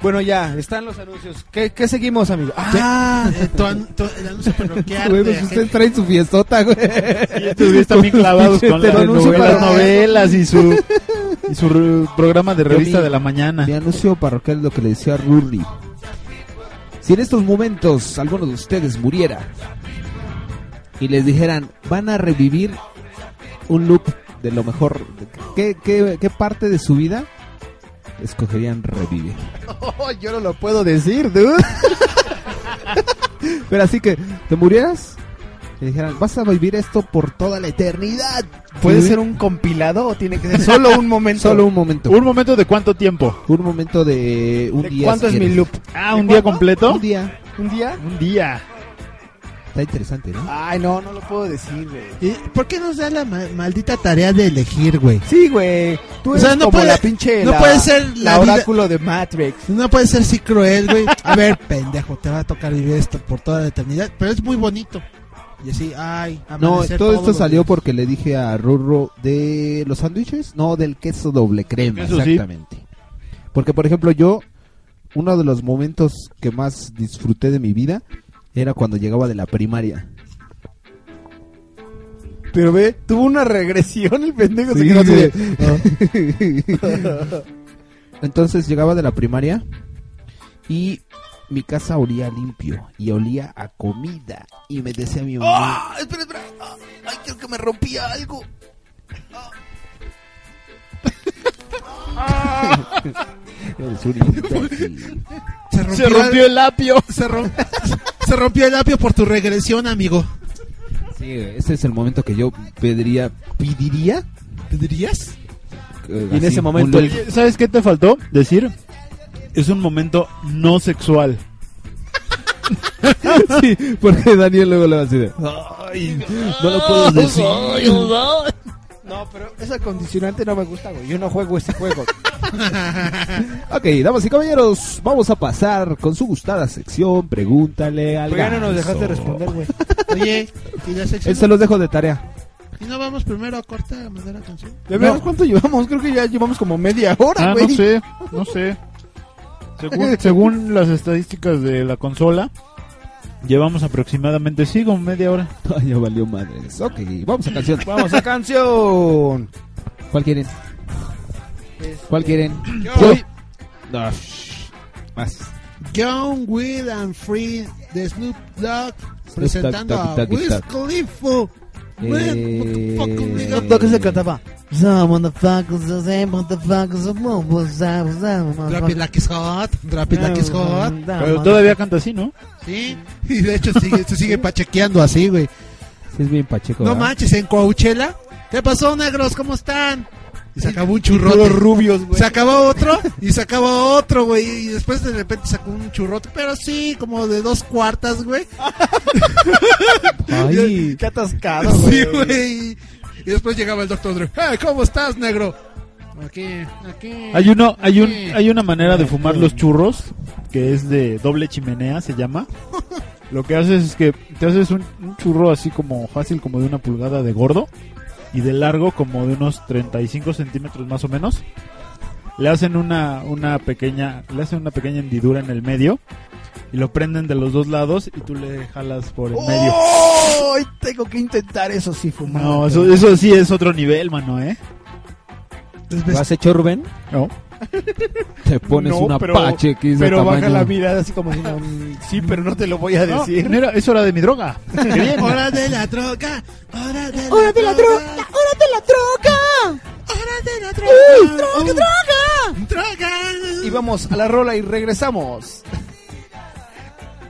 Speaker 2: Bueno, ya, están los anuncios. ¿Qué, qué seguimos, amigo? Ah,
Speaker 3: Tu an- tu- el anuncio parroquial
Speaker 2: Güey,
Speaker 3: de
Speaker 6: eh.
Speaker 2: pues
Speaker 3: aquel-
Speaker 2: usted trae su fiestota, güey.
Speaker 7: Y estos güeyes están bien clavados con las
Speaker 2: anuncio
Speaker 7: novelas,
Speaker 2: para-
Speaker 7: novelas y su, y su re- programa de revista
Speaker 6: mi-
Speaker 7: de la mañana.
Speaker 6: Mi anuncio parroquial es lo que le decía Rurli. Si en estos momentos alguno de ustedes muriera y les dijeran, van a revivir un loop de lo mejor, ¿qué, qué, qué parte de su vida escogerían revivir?
Speaker 2: yo no lo puedo decir, dude.
Speaker 6: Pero así que, ¿te murieras? Y dijeran, vas a vivir esto por toda la eternidad.
Speaker 2: ¿Puede
Speaker 6: Sí.
Speaker 2: ser un compilado o tiene que ser solo un momento?
Speaker 6: Solo un momento.
Speaker 7: ¿Un momento de cuánto tiempo?
Speaker 6: Un momento de un día.
Speaker 2: ¿Cuánto es
Speaker 6: si
Speaker 2: mi
Speaker 6: quieres.
Speaker 2: loop?
Speaker 7: Ah, ¿un día completo?
Speaker 6: Un día.
Speaker 2: ¿Un día?
Speaker 7: Un día.
Speaker 6: Está interesante, ¿no?
Speaker 2: Ay, no, no lo puedo decir, güey.
Speaker 3: ¿Y ¿Por qué nos da la ma- maldita tarea de elegir, güey?
Speaker 2: Sí, güey. Tú
Speaker 3: O
Speaker 2: eres
Speaker 3: sea, no
Speaker 2: como
Speaker 3: puede-
Speaker 2: la pinche.
Speaker 3: no
Speaker 2: la-
Speaker 3: puede ser
Speaker 2: la,
Speaker 3: la vida-
Speaker 2: oráculo de Matrix.
Speaker 3: No puede ser así cruel, güey. A ver, pendejo, te va a tocar vivir esto por toda la eternidad, pero es muy bonito. Y así, ay,
Speaker 6: No,
Speaker 3: amanecer
Speaker 6: todo
Speaker 3: todos
Speaker 6: esto
Speaker 3: los
Speaker 6: salió
Speaker 3: días.
Speaker 6: porque le dije a Rurro de los sándwiches, no del queso doble crema,
Speaker 7: Eso sí.
Speaker 6: exactamente. Porque por ejemplo yo, uno de los momentos que más disfruté de mi vida era cuando llegaba de la primaria.
Speaker 2: Pero ve, tuvo una regresión el pendejo. se
Speaker 6: Sí,
Speaker 2: quedó así de-
Speaker 6: Entonces llegaba de la primaria y mi casa olía a limpio y olía a comida y me decía mi mamá,
Speaker 19: ¡Ah! Espera, espera. Ah, ay, creo que me rompía algo.
Speaker 6: "Eres un imbécil".
Speaker 3: Se rompió,
Speaker 7: Se rompió el apio.
Speaker 3: se rom- se rompió el apio por tu regresión, amigo.
Speaker 6: Sí, ese es el momento que yo pediría, pediría
Speaker 3: ¿Te dirías?
Speaker 6: eh,
Speaker 2: Y en
Speaker 6: así,
Speaker 2: ese
Speaker 6: un
Speaker 2: momento-
Speaker 6: look.
Speaker 7: Oye, ¿Sabes qué te faltó decir? Es un momento no sexual.
Speaker 6: Sí, porque Daniel luego le va a decir, "Ay, no lo puedo decir.
Speaker 2: No, pero esa condicionante no me gusta, güey. Yo no juego ese juego.
Speaker 6: Ok, damas y caballeros, vamos a pasar con su gustada sección, pregúntale al
Speaker 2: Pero ya no nos
Speaker 6: Ganso.
Speaker 2: dejaste responder, güey.
Speaker 3: Oye, ¿y la sección?
Speaker 6: Él se los dejo de tarea.
Speaker 3: ¿Y no vamos primero a cortar a mandar la canción?
Speaker 2: ¿De veras cuánto llevamos? Creo que ya llevamos como media hora,
Speaker 7: Ah,
Speaker 2: güey.
Speaker 7: no sé, no sé. Según, según las estadísticas de la consola, llevamos aproximadamente, sí, como media hora.
Speaker 6: Ay, ya valió madres. Ok, vamos a canción.
Speaker 2: Vamos a canción.
Speaker 20: ¿Cuál quieren?
Speaker 2: Este,
Speaker 20: ¿Cuál quieren?
Speaker 6: No, shh, Más.
Speaker 3: John Will and Free de Snoop Dogg presentando
Speaker 6: Dogg, Dogg,
Speaker 3: a Wiz
Speaker 6: Dogg.
Speaker 3: Khalifa. Man, what
Speaker 6: Eh,
Speaker 2: Eh,
Speaker 3: the fuck, amigo?
Speaker 6: Dogg es el que
Speaker 2: cantaba.
Speaker 3: Drop it like it's hot, drop it like it's hot.
Speaker 2: Ah,
Speaker 7: Pero todavía canta así, ¿no?
Speaker 3: Sí, y de hecho sigue, se sigue pachequeando así, güey.
Speaker 20: Sí, es bien pacheco.
Speaker 3: No
Speaker 20: ¿verdad?
Speaker 3: manches, en Coachella. ¿Qué pasó, negros? ¿Cómo están? Y se acabó un
Speaker 2: Todos
Speaker 3: churrote.
Speaker 2: rubios, güey.
Speaker 3: Se acabó otro y se acabó otro, güey. Y después de repente sacó un churrote, pero sí, como de dos cuartas, güey.
Speaker 20: Ay,
Speaker 2: Qué
Speaker 13: Ah,
Speaker 2: atascado,
Speaker 3: Sí,
Speaker 2: güey.
Speaker 3: güey. Y después llegaba el doctor Dre. "Hey, ¿Cómo estás, negro? Aquí, aquí.
Speaker 7: Hay uno, hay un, hay una manera de fumar los churros que es de doble chimenea, se llama. Lo que haces es que te haces un, un churro así como fácil, como de una pulgada de gordo y de largo como de unos 35 centímetros más o menos. Le hacen una, una pequeña, le hacen una pequeña hendidura en el medio y lo prenden de los dos lados y tú le jalas por el medio.
Speaker 20: Oh.
Speaker 2: ¡Ay! Tengo que intentar eso sí, fumar.
Speaker 7: No, eso, eso sí es otro nivel, mano, ¿eh?
Speaker 20: ¿lo has hecho, Rubén?
Speaker 7: No.
Speaker 20: Te pones
Speaker 7: No,
Speaker 20: una
Speaker 7: pero-
Speaker 20: pache que es de
Speaker 2: Pero baja
Speaker 20: tamaño.
Speaker 2: la mirada así como diciendo, mm, sí, pero no te lo voy a
Speaker 7: No,
Speaker 2: decir.
Speaker 7: mira, es hora de mi droga. Qué bien.
Speaker 3: Hora de la droga. Hora de la hora de la droga. Hora de la droga. Hora de la droga. Oh, droga, droga.
Speaker 2: Y vamos a la rola y regresamos.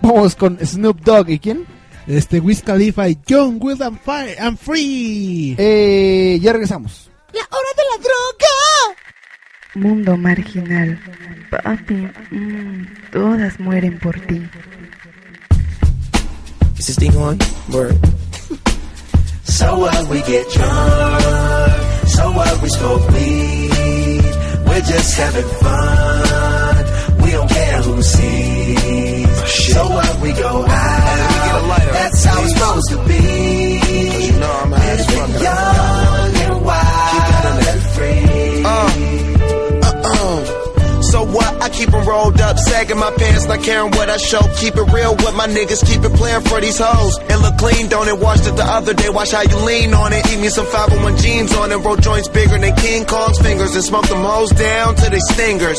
Speaker 2: Vamos con Snoop Dogg. ¿Y quién?
Speaker 3: Este Wiz Khalifa y John Will and Fire and Free.
Speaker 2: Eh, ya regresamos.
Speaker 21: Mundo marginal. Papi, mm, todas mueren por ti.
Speaker 5: Is this thing on? Word. So what? We get drunk. So what? We smoke weed. We're just having fun. We don't care who sees. So what? We go out. That's how it's supposed to be. you know I'm
Speaker 22: Uh, my pants, not caring what I show. Keep it real with my niggas, keep it playing for these hoes. It look clean, don't it? Washed it the other day, watch how you lean on it. Eat me some 501 jeans on and roll joints bigger than King Kong's fingers, and smoke them hoes down to they stingers.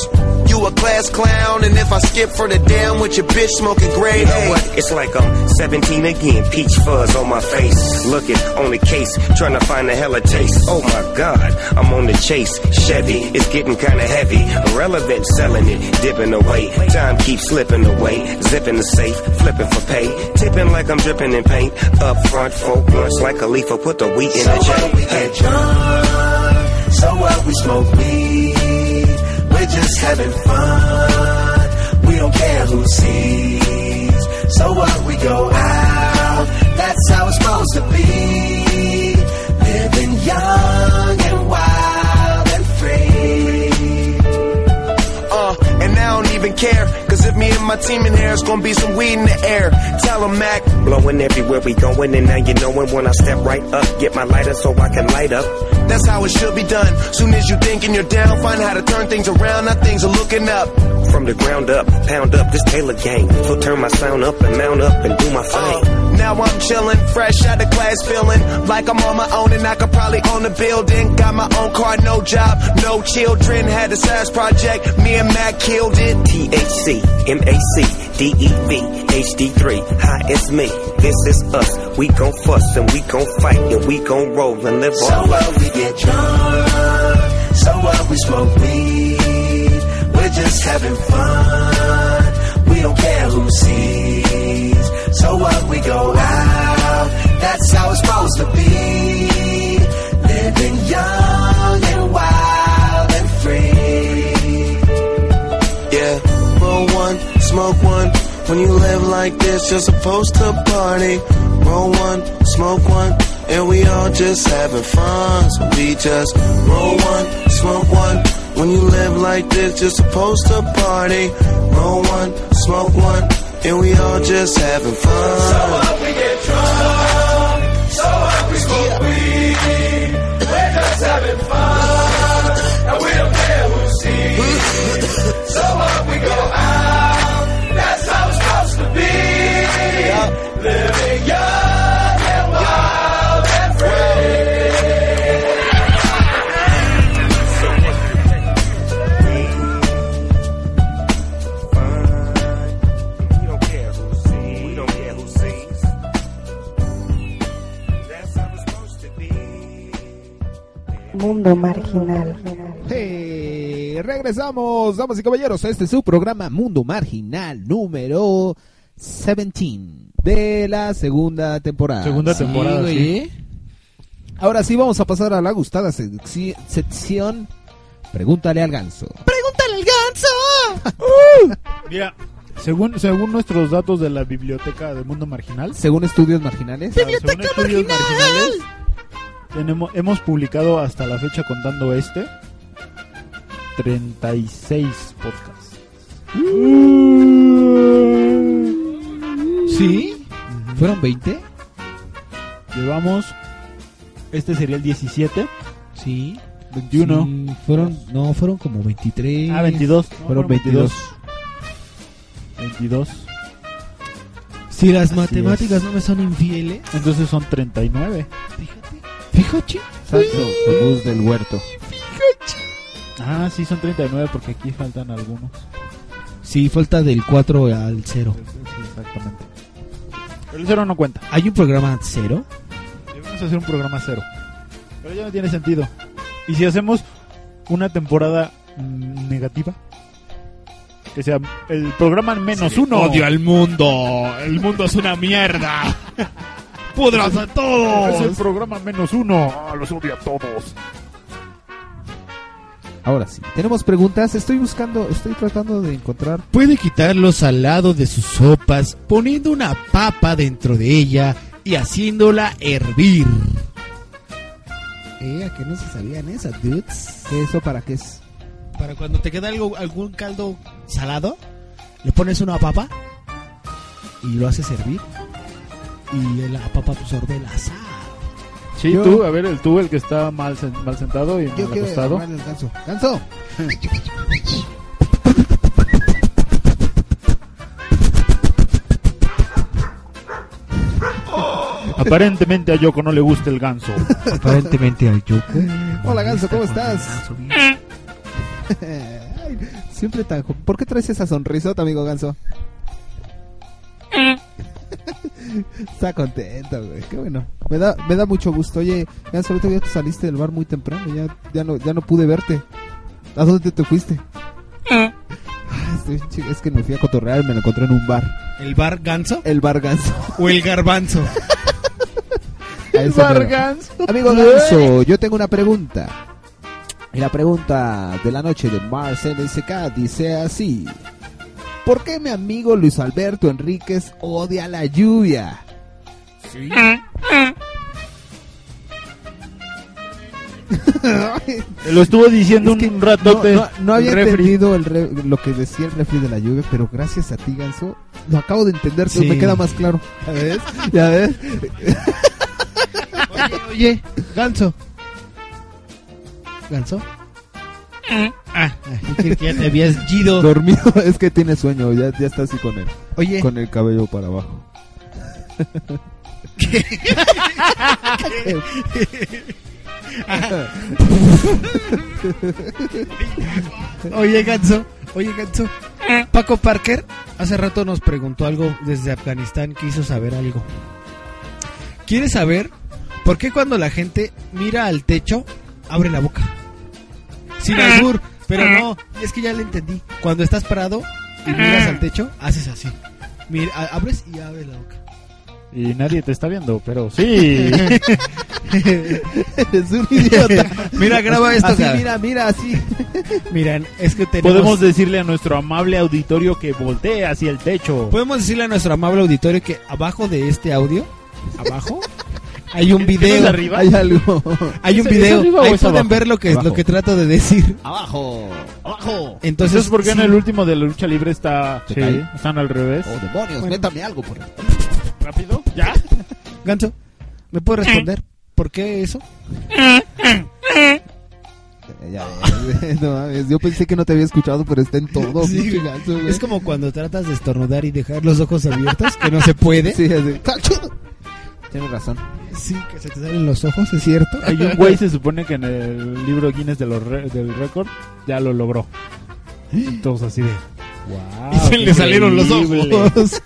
Speaker 22: You a class clown, and if I skip for the down with your bitch smoking grade
Speaker 23: You know
Speaker 22: A.
Speaker 23: what? It's like I'm 17 again. Peach fuzz on my face. Looking on the case, trying to find a hella taste. Oh my god, I'm on the chase. Chevy, it's getting kinda heavy. Irrelevant, selling it, dipping away. Time keeps slipping away. Zipping the safe, flipping for pay. Tipping like I'm dripping in paint. Up front, four blunts like a leaf. I put the wheat in
Speaker 5: So
Speaker 23: the
Speaker 5: what we get drunk, so what we smoke weed, we're just having fun, we don't care who sees. So what we go out, that's how it's supposed to be, living young and wild and free.
Speaker 22: Uh, and I don't even care, cause if me and my team in here, it's gonna be some weed in the air. Tell 'em, Mac.
Speaker 23: Blowing everywhere we going, and now you knowin' when I step right up. Get my lighter so I can light up.
Speaker 22: That's how it should be done. Soon as you thinking you're down, find how to turn things around. Now things are looking up.
Speaker 23: From the ground up, pound up this Taylor gang. So turn my sound up and mount up and do my thing.
Speaker 22: Now I'm chillin', fresh out of class, feeling like I'm on my own and I could probably own a building. Got my own car, no job, no children. Had a size project, me and Mac killed it.
Speaker 23: THC, MAC,
Speaker 22: E
Speaker 23: DEV, HD3. Hi, it's me. This is us. We gon' fuss and we gon' fight and we gon' roll and live
Speaker 5: So
Speaker 23: on.
Speaker 5: what we get drunk, so what we smoke weed, we're just having fun, we don't care who sees. So what we go out, that's how it's supposed to be, living young and wild and free.
Speaker 22: Yeah, roll one, smoke one. When you live like this, you're supposed to party. Roll one, smoke one, and we all just having fun. So we just roll one, smoke one. When you live like this, you're supposed to party. Roll one, smoke one, and we all just having fun.
Speaker 5: So what we get drunk, so what we smoke weed, we're just having fun, and we don't care who sees. So what we go out, that's how it's supposed to be. Living young and wild and
Speaker 23: We don't care who sees. We don't care who sees. That's how it's supposed to be.
Speaker 21: Mundo marginal.
Speaker 6: Hey, regresamos, damas y caballeros, a este es su programa Mundo Marginal número 17 de la segunda temporada.
Speaker 7: Segunda
Speaker 6: Sí,
Speaker 7: temporada,
Speaker 6: güey,
Speaker 7: sí.
Speaker 6: ¿eh? Ahora sí vamos a pasar a la gustada secci- sección. Pregúntale al ganso.
Speaker 24: ¡Pregúntale al ganso!
Speaker 7: Mira, según, según nuestros datos de la biblioteca del mundo marginal,
Speaker 6: Según estudios marginales.
Speaker 7: Según estudios marginales, tenemos, hemos publicado hasta la fecha contando este 36 podcasts.
Speaker 6: ¿Sí? ¿Fueron 20?
Speaker 7: Llevamos. Este sería el 17.
Speaker 6: Sí.
Speaker 7: 21.
Speaker 6: Sí, fueron, no, fueron como 23.
Speaker 7: Ah, 22. No,
Speaker 6: fueron
Speaker 7: fueron
Speaker 6: 22.
Speaker 7: 22.
Speaker 2: Si las
Speaker 7: Así
Speaker 2: matemáticas
Speaker 7: es.
Speaker 2: no me son infieles.
Speaker 7: Entonces son 39.
Speaker 2: Fíjate.
Speaker 6: Luz del huerto.
Speaker 7: Ah, sí, son 39 porque aquí faltan algunos.
Speaker 2: Sí, falta del 4 al 0.
Speaker 7: Exactamente. Pero el cero no cuenta.
Speaker 2: ¿Hay un programa cero?
Speaker 7: Vamos a hacer un programa cero. Pero ya no tiene sentido. ¿Y si hacemos una temporada mm, negativa? Que sea el programa menos uno.
Speaker 25: Odio al mundo. El mundo es una mierda. ¡Pudras a todos!
Speaker 7: Es el programa menos uno. los odio a todos.
Speaker 6: Ahora sí, tenemos preguntas. Estoy buscando, estoy tratando de encontrar.
Speaker 2: Puede quitar lo salado de sus sopas poniendo una papa dentro de ella y haciéndola hervir. Eh, ¿a que no se sabían esas, dudes?
Speaker 6: ¿Eso para qué es?
Speaker 2: Para cuando te queda algo, algún caldo salado, le pones una papa y lo haces hervir. Y la papa absorbe la sal.
Speaker 7: Sí,
Speaker 2: Yo-
Speaker 7: tú, a ver, el tú, el que está mal, sen- mal sentado y mal acostado.
Speaker 6: ganso. ¡Ganso!
Speaker 7: Aparentemente a Yoko no le gusta el ganso.
Speaker 2: Aparentemente a Yoko.
Speaker 6: Eh, Hola Ganso, ¿cómo estás? Ay, Siempre tan... jo- ¿Por qué traes esa sonrisota, amigo Ganso? Está contento, güey. Qué bueno. Me da, me da mucho gusto. Oye, Ganso, el otro día te saliste del bar muy temprano. Ya, ya, no, ya no pude verte. ¿A dónde te fuiste? Ah, este pinche- Es que me fui a cotorrear y me lo encontré en un bar.
Speaker 2: ¿El bar ganso?
Speaker 6: El bar ganso.
Speaker 2: ¿O el garbanzo?
Speaker 6: A eso me lo- Amigo Ganso, yo tengo una pregunta. Y la pregunta de la noche de Mars MSK dice así: ¿Por qué mi amigo Luis Alberto Enríquez odia la lluvia?
Speaker 7: Te lo estuvo diciendo un
Speaker 6: No,
Speaker 7: ratote.
Speaker 6: no- no había
Speaker 7: el refri.
Speaker 6: entendido el re- lo que decía el refri de la lluvia, pero gracias a ti, Ganso, lo acabo de entender,
Speaker 2: Sí.
Speaker 6: me queda más claro. ¿Ya ves? ¿Ya ves?
Speaker 2: Oye, ganso. ¿Ganso? Ah, que ya te habías yido.
Speaker 6: Dormido, es que tiene sueño, ya, ya está así con él.
Speaker 13: Eh.
Speaker 2: Oye.
Speaker 6: Con el cabello para abajo.
Speaker 2: Oye, Ganso. Oye, Ganso. Paco Parker hace rato nos preguntó algo desde Afganistán. Quiso saber algo. ¿Quieres saber por qué cuando la gente mira al techo abre la boca? Sin albur, pero no. Es que ya le entendí. Cuando estás parado y miras al techo, haces así. Mira, a- abres y abres la boca.
Speaker 7: Y nadie te está viendo, pero sí.
Speaker 6: Eres un idiota.
Speaker 2: Mira, graba esto,
Speaker 6: Así,
Speaker 2: cara.
Speaker 6: mira, mira, así.
Speaker 2: Miran, es que tenemos...
Speaker 7: Podemos decirle a nuestro amable auditorio que voltee hacia el techo.
Speaker 2: Podemos decirle a nuestro amable auditorio que abajo de este audio, abajo, hay un
Speaker 7: ¿Es- es
Speaker 2: video.
Speaker 7: arriba?
Speaker 2: Hay algo. Hay un
Speaker 7: ¿Es- es
Speaker 2: video.
Speaker 7: arriba o
Speaker 2: Ahí
Speaker 7: es
Speaker 2: pueden
Speaker 7: abajo?
Speaker 2: ver lo que,
Speaker 7: Abajo. Ah,
Speaker 2: lo que trato de decir.
Speaker 6: Abajo.
Speaker 2: Abajo.
Speaker 7: Entonces,
Speaker 2: Entonces,
Speaker 7: ¿por qué en
Speaker 2: sí.
Speaker 7: el último de la lucha libre está
Speaker 2: ¿Te
Speaker 7: sí,
Speaker 2: cae?
Speaker 7: están al revés?
Speaker 6: Oh, demonios, métame algo por ahí.
Speaker 7: rápido, ya.
Speaker 2: Ganso, ¿me puedes responder por qué eso?
Speaker 6: Eh, ya, eh, no mames, yo pensé que no te había escuchado, pero está en todo.
Speaker 2: Sí,
Speaker 6: pinche
Speaker 2: güey.
Speaker 6: ganso, güey.
Speaker 2: es como cuando tratas de estornudar y dejar los ojos abiertos, que no se puede.
Speaker 6: Sí, así. Tienes razón.
Speaker 2: Sí, que se te salen los ojos, es cierto.
Speaker 7: Hay un güey, se supone que en el libro Guinness de los re- del récord ya lo logró. Y Todos así de.
Speaker 2: Ah,
Speaker 7: ¡Wow!
Speaker 6: Y se le salieron los
Speaker 7: increíble".
Speaker 6: ojos.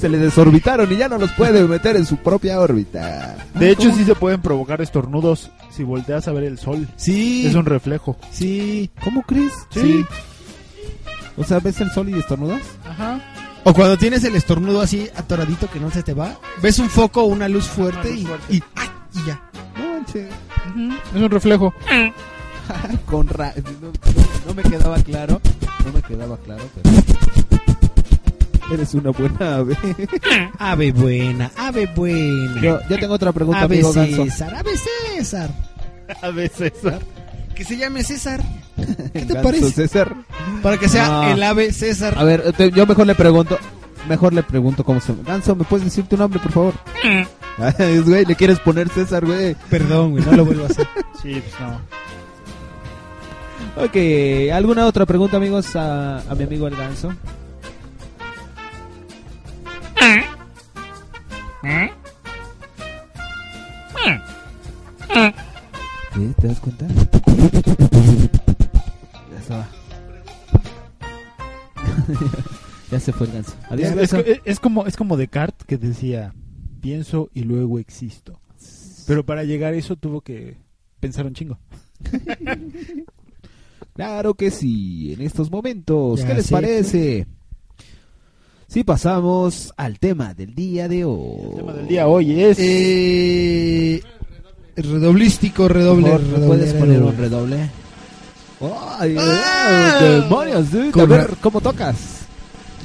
Speaker 6: Se le desorbitaron y ya no los puede meter en su propia órbita. Ah,
Speaker 7: De hecho, sí se pueden provocar estornudos si volteas a ver el sol.
Speaker 2: Sí.
Speaker 7: Es un reflejo.
Speaker 2: Sí.
Speaker 6: ¿Cómo crees?
Speaker 7: Sí.
Speaker 6: O sea, ¿ves el sol y estornudas?
Speaker 7: Ajá.
Speaker 2: O cuando tienes el estornudo así atoradito que no se te va, ves un foco o una luz fuerte,
Speaker 7: Una luz
Speaker 2: y-
Speaker 7: fuerte.
Speaker 2: Y, ¡ay! y ya.
Speaker 6: No, manches.
Speaker 7: Es un reflejo.
Speaker 6: Con ra- no, no me quedaba claro. No me quedaba claro, pero. Eres una buena ave.
Speaker 2: Ave buena, ave buena.
Speaker 6: Yo, yo tengo otra pregunta,
Speaker 2: ave
Speaker 6: amigo Ganso.
Speaker 2: César, ave César.
Speaker 7: A veces.
Speaker 2: Que se llame César. ¿Qué te
Speaker 6: Ganso
Speaker 2: parece?
Speaker 6: César.
Speaker 2: Para que sea
Speaker 6: Ah.
Speaker 2: el ave César.
Speaker 6: A ver, te- yo mejor le pregunto. Mejor le pregunto cómo se Ganso, ¿me puedes decir tu nombre, por favor?
Speaker 7: Mm.
Speaker 6: Ay, güey, le quieres poner César, güey.
Speaker 2: Perdón, güey, no lo vuelvo a hacer.
Speaker 7: Sí, pues no.
Speaker 6: Ok, ¿alguna otra pregunta, amigos, a, a mi amigo el Ganso? ¿Sí? ¿Te das cuenta? Ya estaba. ya se fue el Ganso. Adiós,
Speaker 7: Es,
Speaker 6: Ganso.
Speaker 7: es- es como, es como Descartes que decía: pienso y luego existo. Pero para llegar a eso tuvo que pensar un chingo.
Speaker 6: Claro que sí, en estos momentos.
Speaker 2: Ya
Speaker 6: ¿Qué les
Speaker 2: sé.
Speaker 6: parece? Si pasamos al tema del día de hoy. El
Speaker 7: tema del día hoy es.
Speaker 2: Eh, redoblístico, redoble, redoble.
Speaker 6: ¿Puedes
Speaker 2: redoble.
Speaker 6: poner un redoble? ¡Ay,
Speaker 2: ¡Ah!
Speaker 6: ay, demonios! dude! A
Speaker 2: Con
Speaker 6: ver,
Speaker 2: ra-
Speaker 6: ¿cómo tocas?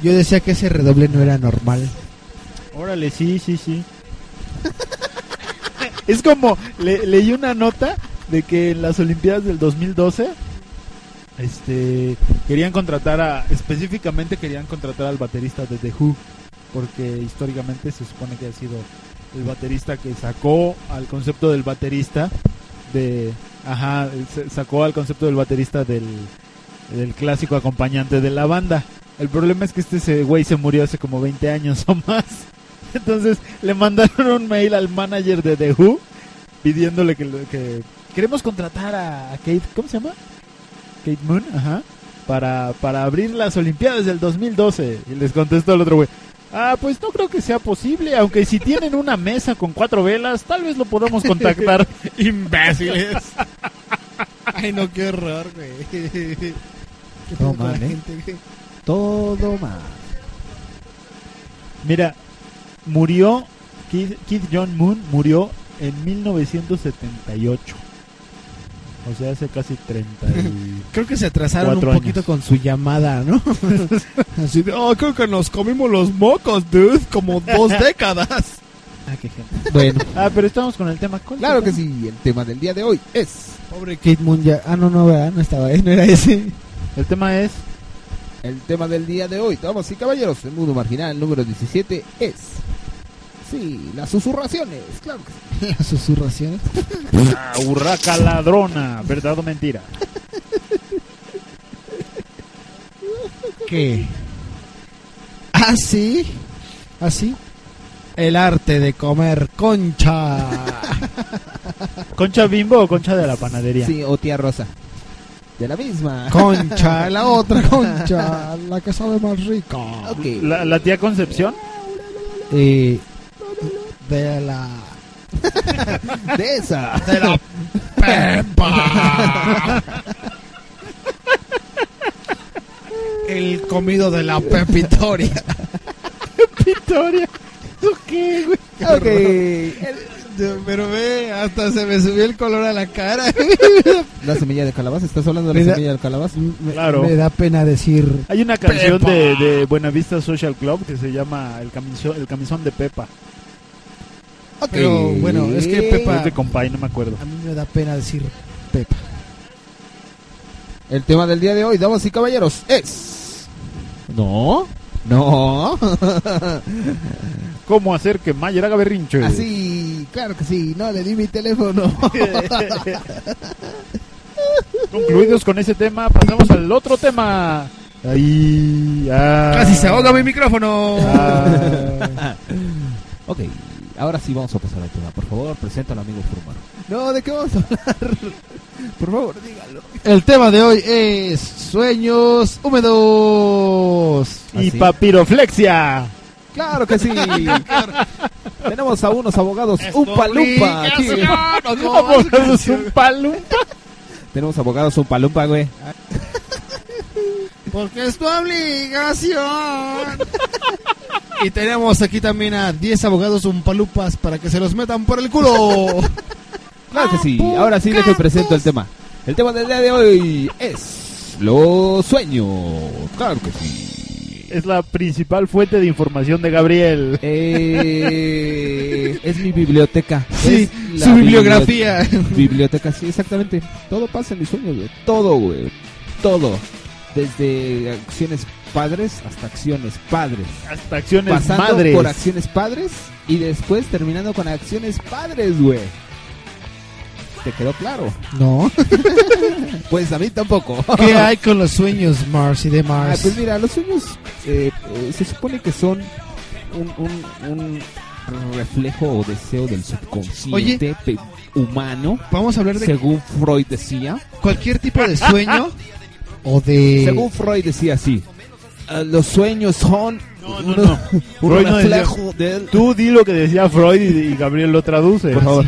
Speaker 2: Yo decía que ese redoble no era normal.
Speaker 7: Órale, sí, sí, sí. es como, le- leí una nota de que en las Olimpiadas del 2012, este, querían contratar a, específicamente querían contratar al baterista de The Who, porque históricamente se supone que ha sido el baterista que sacó al concepto del baterista de, ajá, se- sacó al concepto del baterista del, del clásico acompañante de la banda. El problema es que este se- güey se murió hace como 20 años o más. Entonces le mandaron un mail al manager de The Who pidiéndole que, lo- que- queremos contratar a, a Kate, ¿cómo se llama? Kate Moon, ajá, para, para abrir las Olimpiadas del 2012. Y les contestó el otro güey. Ah, pues no creo que sea posible, aunque si tienen una mesa con cuatro velas, tal vez lo podamos contactar. Imbéciles.
Speaker 2: Ay, no, qué horror, güey. ¿Qué
Speaker 7: No
Speaker 2: pedo con la
Speaker 7: mames.
Speaker 2: gente, güey?
Speaker 7: Todo mal. Mira, murió Keith, Keith John Moon murió en 1978. O sea, hace casi 30. y-
Speaker 2: Creo que se atrasaron
Speaker 7: Cuatro
Speaker 2: un poquito
Speaker 7: años.
Speaker 2: con su llamada, ¿no? Así de, oh, creo que nos comimos los mocos, dude, como dos décadas.
Speaker 7: Ah, qué gente.
Speaker 2: Bueno.
Speaker 7: Ah, pero estamos con el tema.
Speaker 5: Claro que sí, el tema del día de hoy es.
Speaker 2: Pobre Kate Moon ya. Ah, no, no, ¿verdad? no estaba, ¿eh? no era ese.
Speaker 7: El tema es.
Speaker 5: El tema del día de hoy, damas y caballeros, el mundo marginal número 17 es. Sí, las susurraciones, claro que sí.
Speaker 2: Las susurraciones.
Speaker 7: La urraca ladrona, verdad o mentira.
Speaker 2: ¿Qué? Ah, sí. Así. El arte de comer concha.
Speaker 7: ¿Concha bimbo o concha de la panadería?
Speaker 5: Sí, o tía Rosa. De la misma.
Speaker 2: Concha, la otra concha, la que sabe más rica.
Speaker 7: ¿La, la tía Concepción?
Speaker 2: eh, De la.
Speaker 5: De esa.
Speaker 2: De la Pepa. El comido de la Pepitoria.
Speaker 7: Pepitoria. ¿Eso qué, güey?
Speaker 2: Ok. Pero ve, hasta se me subió el color a la cara.
Speaker 5: La semilla de calabaza, ¿estás hablando de la
Speaker 2: Mira.
Speaker 5: semilla del calabaza?
Speaker 7: Claro.
Speaker 2: Me da pena decir.
Speaker 7: Hay una canción
Speaker 2: Pepa.
Speaker 7: de, de Buenavista Social Club que se llama El camisón, el camisón de Pepa.
Speaker 2: Pero bueno, es que Pepa.
Speaker 7: Es de Compay, no me acuerdo.
Speaker 2: A mí me da pena decir Pepa.
Speaker 5: El tema del día de hoy, damas y caballeros, es. No, no.
Speaker 7: ¿Cómo hacer que Mayer haga berrinche?
Speaker 5: Así, claro que sí, no le di mi teléfono.
Speaker 7: Concluidos con ese tema, pasamos al otro tema. Ahí. ah.
Speaker 2: Casi se ahoga mi micrófono.
Speaker 7: Ah.
Speaker 6: ok, ahora sí vamos a pasar al tema. Por favor, presenta al amigo Furmaro.
Speaker 5: No, ¿de qué vamos a hablar? Por favor, dígalo.
Speaker 2: El tema de hoy es sueños húmedos.
Speaker 7: Y papiroflexia.
Speaker 5: Claro que sí. Tenemos a unos abogados un palumpa. aquí.
Speaker 7: Abogados un palumpa.
Speaker 6: Tenemos abogados un palumpa, güey.
Speaker 2: Porque es tu obligación. Y tenemos aquí también a 10 abogados palupas para que se los metan por el culo.
Speaker 6: Claro que sí, ahora sí les presento el tema.
Speaker 5: El tema del día de hoy es los sueños. Claro que sí.
Speaker 7: Es la principal fuente de información de Gabriel.
Speaker 6: Eh, es mi biblioteca.
Speaker 2: Sí,
Speaker 6: Es la
Speaker 2: su bibliografía.
Speaker 6: biblioteca. Biblioteca, sí, exactamente. Todo pasa en mis sueños, güey. Todo, güey. Todo. Desde acciones padres hasta acciones padres.
Speaker 7: Hasta acciones
Speaker 6: Pasando
Speaker 7: madres.
Speaker 6: por acciones padres y después terminando con acciones padres, güey. ¿Te quedó claro?
Speaker 2: No.
Speaker 6: Pues a mí tampoco.
Speaker 2: ¿Qué hay con los sueños, Mars y de
Speaker 6: Ah,
Speaker 2: Mars?
Speaker 6: pues mira, los sueños eh, eh, se supone que son un, un- un reflejo o deseo del subconsciente
Speaker 2: Oye.
Speaker 6: pe- humano.
Speaker 2: Vamos a hablar de
Speaker 6: Según Freud decía.
Speaker 2: cualquier tipo de sueño o de.
Speaker 6: Según Freud decía así. Eh, "Ah, los sueños son un, un
Speaker 7: Freud no decía-
Speaker 6: reflejo del...
Speaker 7: Tú di lo que decía Freud y, y Gabriel lo traduce.
Speaker 6: Por favor.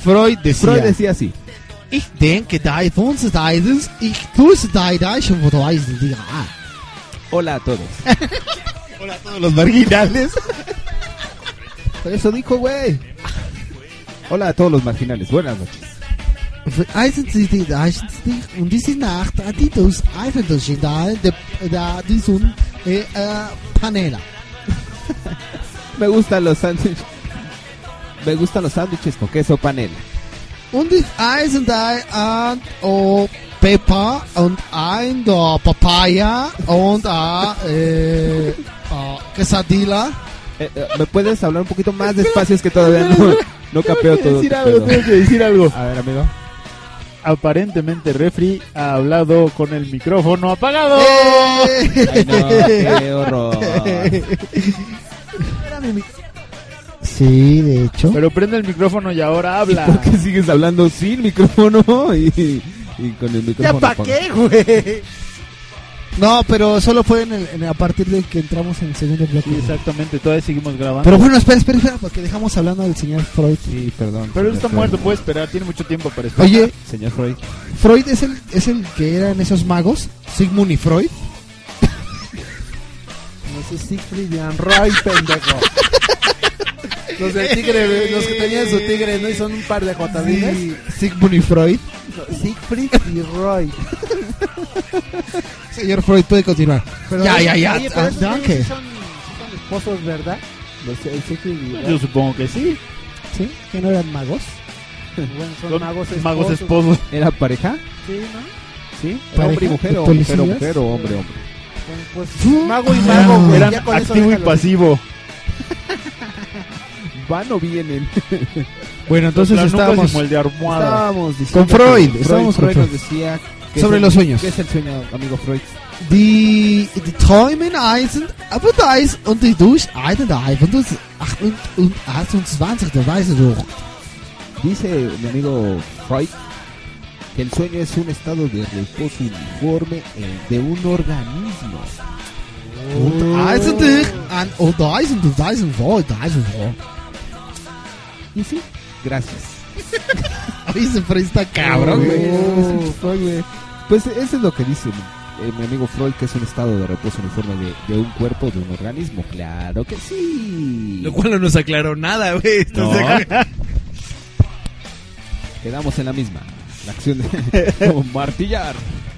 Speaker 2: Freud decía.
Speaker 6: Freud decía así.
Speaker 2: Ich denke, da von se da es, ich tue da da ich von da es, diga.
Speaker 6: Hola a todos.
Speaker 2: Hola a todos los marginales.
Speaker 6: Eso dijo, güey. Hola a todos los marginales. Buenas noches.
Speaker 2: Eisen Sie die Leichen nicht und diese Nacht hat die Dos Eifel durch die Dahl der der- die Sonne äh, äh, Panela.
Speaker 6: Me gustan los sándwiches. Me gustan los sándwiches con queso panela.
Speaker 2: Und die Eisen da und oh, Pepper und ein da Papaya und ah äh, ah, Quesadilla.
Speaker 6: Eh, eh, ¿Me puedes hablar un poquito más despacio? Es que todavía no, no capeo
Speaker 7: Tengo que
Speaker 6: todo.
Speaker 7: decir
Speaker 6: tu
Speaker 7: algo,
Speaker 6: pedo.
Speaker 7: tengo que decir algo.
Speaker 6: A ver, amigo.
Speaker 7: Aparentemente Refri ha hablado con el micrófono apagado.
Speaker 6: Ay, no, qué horror.
Speaker 2: Sí, de hecho.
Speaker 7: Pero prende el micrófono y ahora habla.
Speaker 6: ¿Por qué sigues hablando sin micrófono y, y con el micrófono?
Speaker 26: ¿pa'
Speaker 6: apagado?
Speaker 26: qué, güey?
Speaker 2: No, pero solo fue en el- en- a partir de que entramos en el segundo bloque.
Speaker 7: Sí, exactamente, todavía seguimos grabando.
Speaker 2: Pero bueno, espera, espera, espera, porque dejamos hablando del señor Freud.
Speaker 6: Sí, perdón.
Speaker 7: Pero él está muerto,
Speaker 6: pues.
Speaker 7: puede esperar, tiene mucho tiempo para esperar.
Speaker 2: Oye,
Speaker 6: señor Freud.
Speaker 2: Freud es el, es el que eran esos magos, Sigmund y Freud.
Speaker 3: No es Siegfried and Roy, pendejo. Los del tigre, los que tenían su tigre, ¿no? Y son un par de jotadines.
Speaker 2: Sigmund y Freud.
Speaker 3: Siegfried y Roy.
Speaker 2: Señor Freud, puede continuar.
Speaker 3: Pero-
Speaker 2: ya, ya, ya.
Speaker 3: Oye, pero
Speaker 2: ah,
Speaker 3: esos
Speaker 2: ya,
Speaker 3: güeyes
Speaker 2: que-
Speaker 3: sí son, sí son esposos, ¿verdad? Los- el Siegfried y Roy.
Speaker 7: Yo supongo que sí.
Speaker 2: ¿Sí? ¿Que no eran magos?
Speaker 3: Bueno, son
Speaker 7: Son
Speaker 3: magos esposos.
Speaker 7: magos esposos.
Speaker 6: ¿Era pareja?
Speaker 3: Sí, ¿no?
Speaker 6: ¿Sí? ¿Era
Speaker 3: ¿Pareja?
Speaker 6: hombre y mujer o
Speaker 3: ¿Policías?
Speaker 6: mujer o mujer o hombre hombre?
Speaker 3: Bueno, pues mago y mago, güey.
Speaker 7: Eran
Speaker 3: ya con eso
Speaker 7: activo y
Speaker 3: déjalo.
Speaker 7: pasivo.
Speaker 6: Van o vienen.
Speaker 2: Bueno, entonces
Speaker 6: Las nucas
Speaker 2: estábamos-
Speaker 6: y molde armada.
Speaker 2: estábamos
Speaker 6: diciendo
Speaker 2: con Freud,
Speaker 6: que
Speaker 2: estábamos con
Speaker 6: Freud
Speaker 2: Freud.
Speaker 6: nos decía que
Speaker 2: Sobre
Speaker 6: es el-
Speaker 2: los sueños.
Speaker 6: ¿Qué es el sueño, amigo Freud?
Speaker 2: Die, die Träumen eisen, aber da ist und die durch einen der ah, 28 der Weise durch.
Speaker 6: Dice mi amigo Freud que el sueño es un estado de reposo uniforme eh, de un organismo.
Speaker 3: Oh.
Speaker 2: Und eisen dich an oh, und eisen und eisen vor und eisen vor.
Speaker 6: ¿Y sí? Gracias.
Speaker 2: Dice Freud está cabrón, güey.
Speaker 6: Freud, güey. Pues eso es lo que dice mi- eh, mi amigo Freud, que es un estado de reposo uniforme de, de un cuerpo, de un organismo. Claro que sí.
Speaker 26: Lo cual no nos aclaró nada, güey.
Speaker 6: No.
Speaker 26: Entonces-
Speaker 6: Quedamos en la misma. La acción de como martillar.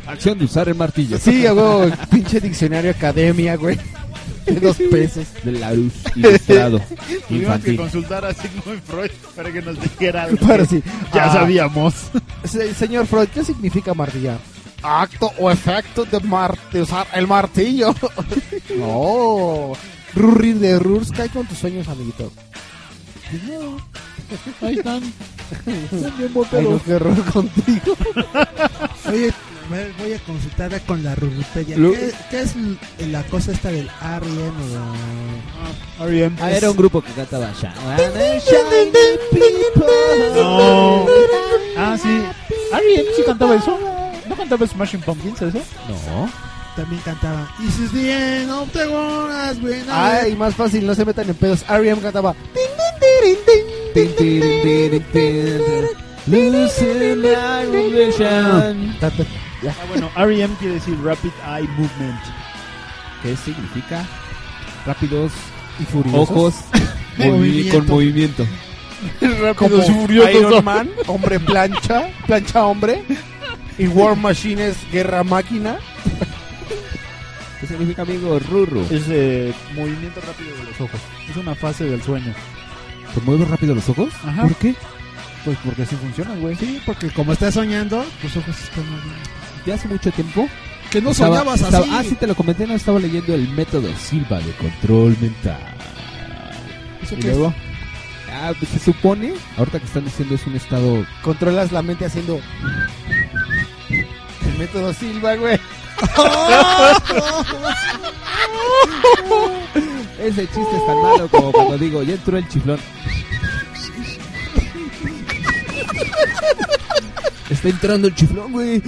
Speaker 6: Acción de usar el martillo.
Speaker 2: Sí, hago pinche diccionario academia, güey. De dos pesos.
Speaker 6: De la luz ilustrado.
Speaker 7: Tuvimos que
Speaker 6: infantil.
Speaker 7: consultar a Sigmund Freud para que nos dijera algo.
Speaker 2: Para sí.
Speaker 7: Ya
Speaker 2: Ah.
Speaker 7: sabíamos.
Speaker 2: Se- señor Freud, ¿qué significa martillar? Acto o efecto de, mar de usar el martillo. no. Rurrir de Rurs, cae con tus sueños, amiguito.
Speaker 3: Ahí están.
Speaker 2: Ay, no, qué horror contigo.
Speaker 3: Oye, me voy a consultar con la Rurupedia.
Speaker 2: Lu-
Speaker 3: ¿Qué, qué es l- eh, la cosa esta del R.E.M. o
Speaker 7: R.E.M.
Speaker 6: Ah, era un grupo que cantaba
Speaker 7: No. Ah, sí. Ari, sí cantaba eso? ¿No cantaba Smashing Pumpkins eso?
Speaker 6: No.
Speaker 3: También cantaba This is the end of the world as we know
Speaker 2: Ay,
Speaker 3: it".
Speaker 2: más fácil, no se metan en pedos. R.E.M. cantaba.
Speaker 7: Ah, bueno, REM quiere decir Rapid Eye Movement.
Speaker 6: ¿Qué significa? Rápidos y
Speaker 7: furiosos.
Speaker 6: Ojos movi- con movimiento.
Speaker 2: Como
Speaker 7: Rápidos y furiosos.
Speaker 2: Iron Man, hombre plancha, plancha hombre. Y War Machine es guerra máquina.
Speaker 6: ¿Qué significa, amigo Rurru?
Speaker 7: Es eh, movimiento rápido de los ojos. Es una fase del sueño.
Speaker 6: ¿Te mueves rápido los ojos?
Speaker 7: Ajá.
Speaker 6: ¿Por qué?
Speaker 7: Pues porque así funciona, güey.
Speaker 3: Sí, porque como estás soñando, tus ojos están moviendo.
Speaker 6: Ya hace mucho tiempo.
Speaker 3: Que no
Speaker 6: Estaba-
Speaker 3: soñabas
Speaker 6: estaba-
Speaker 3: así.
Speaker 6: Ah, sí, te lo comenté, no estaba leyendo el método Silva de control mental.
Speaker 2: ¿Eso
Speaker 6: y
Speaker 2: qué es?
Speaker 6: luego, ah, pues, se supone, ahorita que están diciendo es un estado
Speaker 2: Controlas la mente haciendo. El método Silva, güey.
Speaker 6: Ese chiste es tan malo como cuando digo, ya entró el chiflón. Está entrando el chiflón, güey.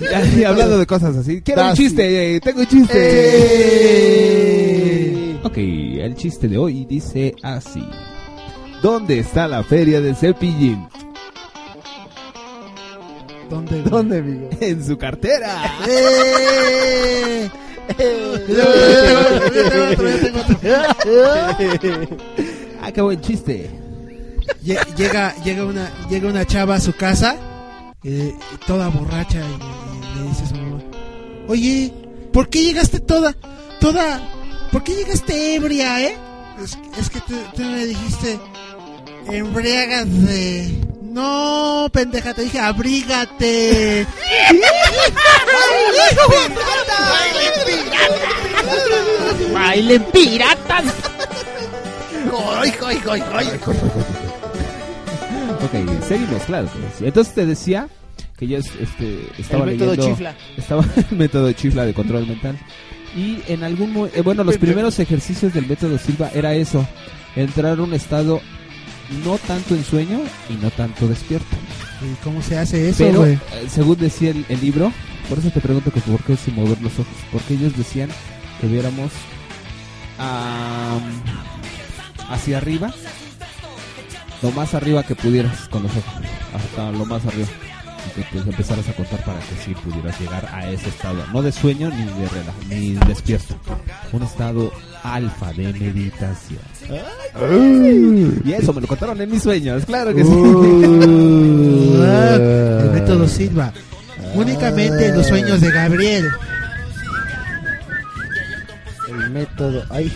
Speaker 6: Ya, sí, hablando de cosas así. Quiero un
Speaker 27: Ah,
Speaker 6: chiste, eh, tengo un chiste. Ok, el chiste de hoy dice así. ¿Dónde está la feria de Cepillín?
Speaker 3: ¿Dónde?
Speaker 2: ¿Dónde, amigo?
Speaker 6: En su cartera. ah, qué buen chiste.
Speaker 3: Lle- llega, llega, una, llega una chava a su casa, eh, toda borracha, y, y le dice a su mamá, oye, ¿por qué llegaste toda, toda, por qué llegaste ebria, eh? Es, es que tú, tú me dijiste, embriágate. No, pendeja, te dije, abrígate.
Speaker 5: ¡Bailen piratas!
Speaker 6: Ok, seguimos, claro. que sí. Entonces te decía que yo este, estaba
Speaker 2: El método
Speaker 6: leyendo-
Speaker 2: chifla.
Speaker 6: Estaba el método chifla de control mental. Y en algún mo- eh, bueno, los primeros ejercicios del método Silva era eso, entrar a un estado no tanto en sueño y no tanto despierto.
Speaker 28: ¿Y cómo se hace eso,
Speaker 6: Pero,
Speaker 28: güey?
Speaker 6: eh, según decía el, el libro, por eso te pregunto que por qué sin mover los ojos, porque ellos decían que viéramos am, hacia arriba, lo más arriba que pudieras con los ojos, hasta lo más arriba. Y que pues empezaras a contar para que sí pudieras llegar a ese estado, no de sueño ni de rela ni despierto, un estado alfa de meditación.
Speaker 5: Y eso me lo contaron en mis sueños, claro que sí.
Speaker 28: Ah,
Speaker 13: Ah.
Speaker 28: El
Speaker 2: Eh.
Speaker 28: método Silva. Únicamente en los sueños de Gabriel.
Speaker 2: El método. Ay,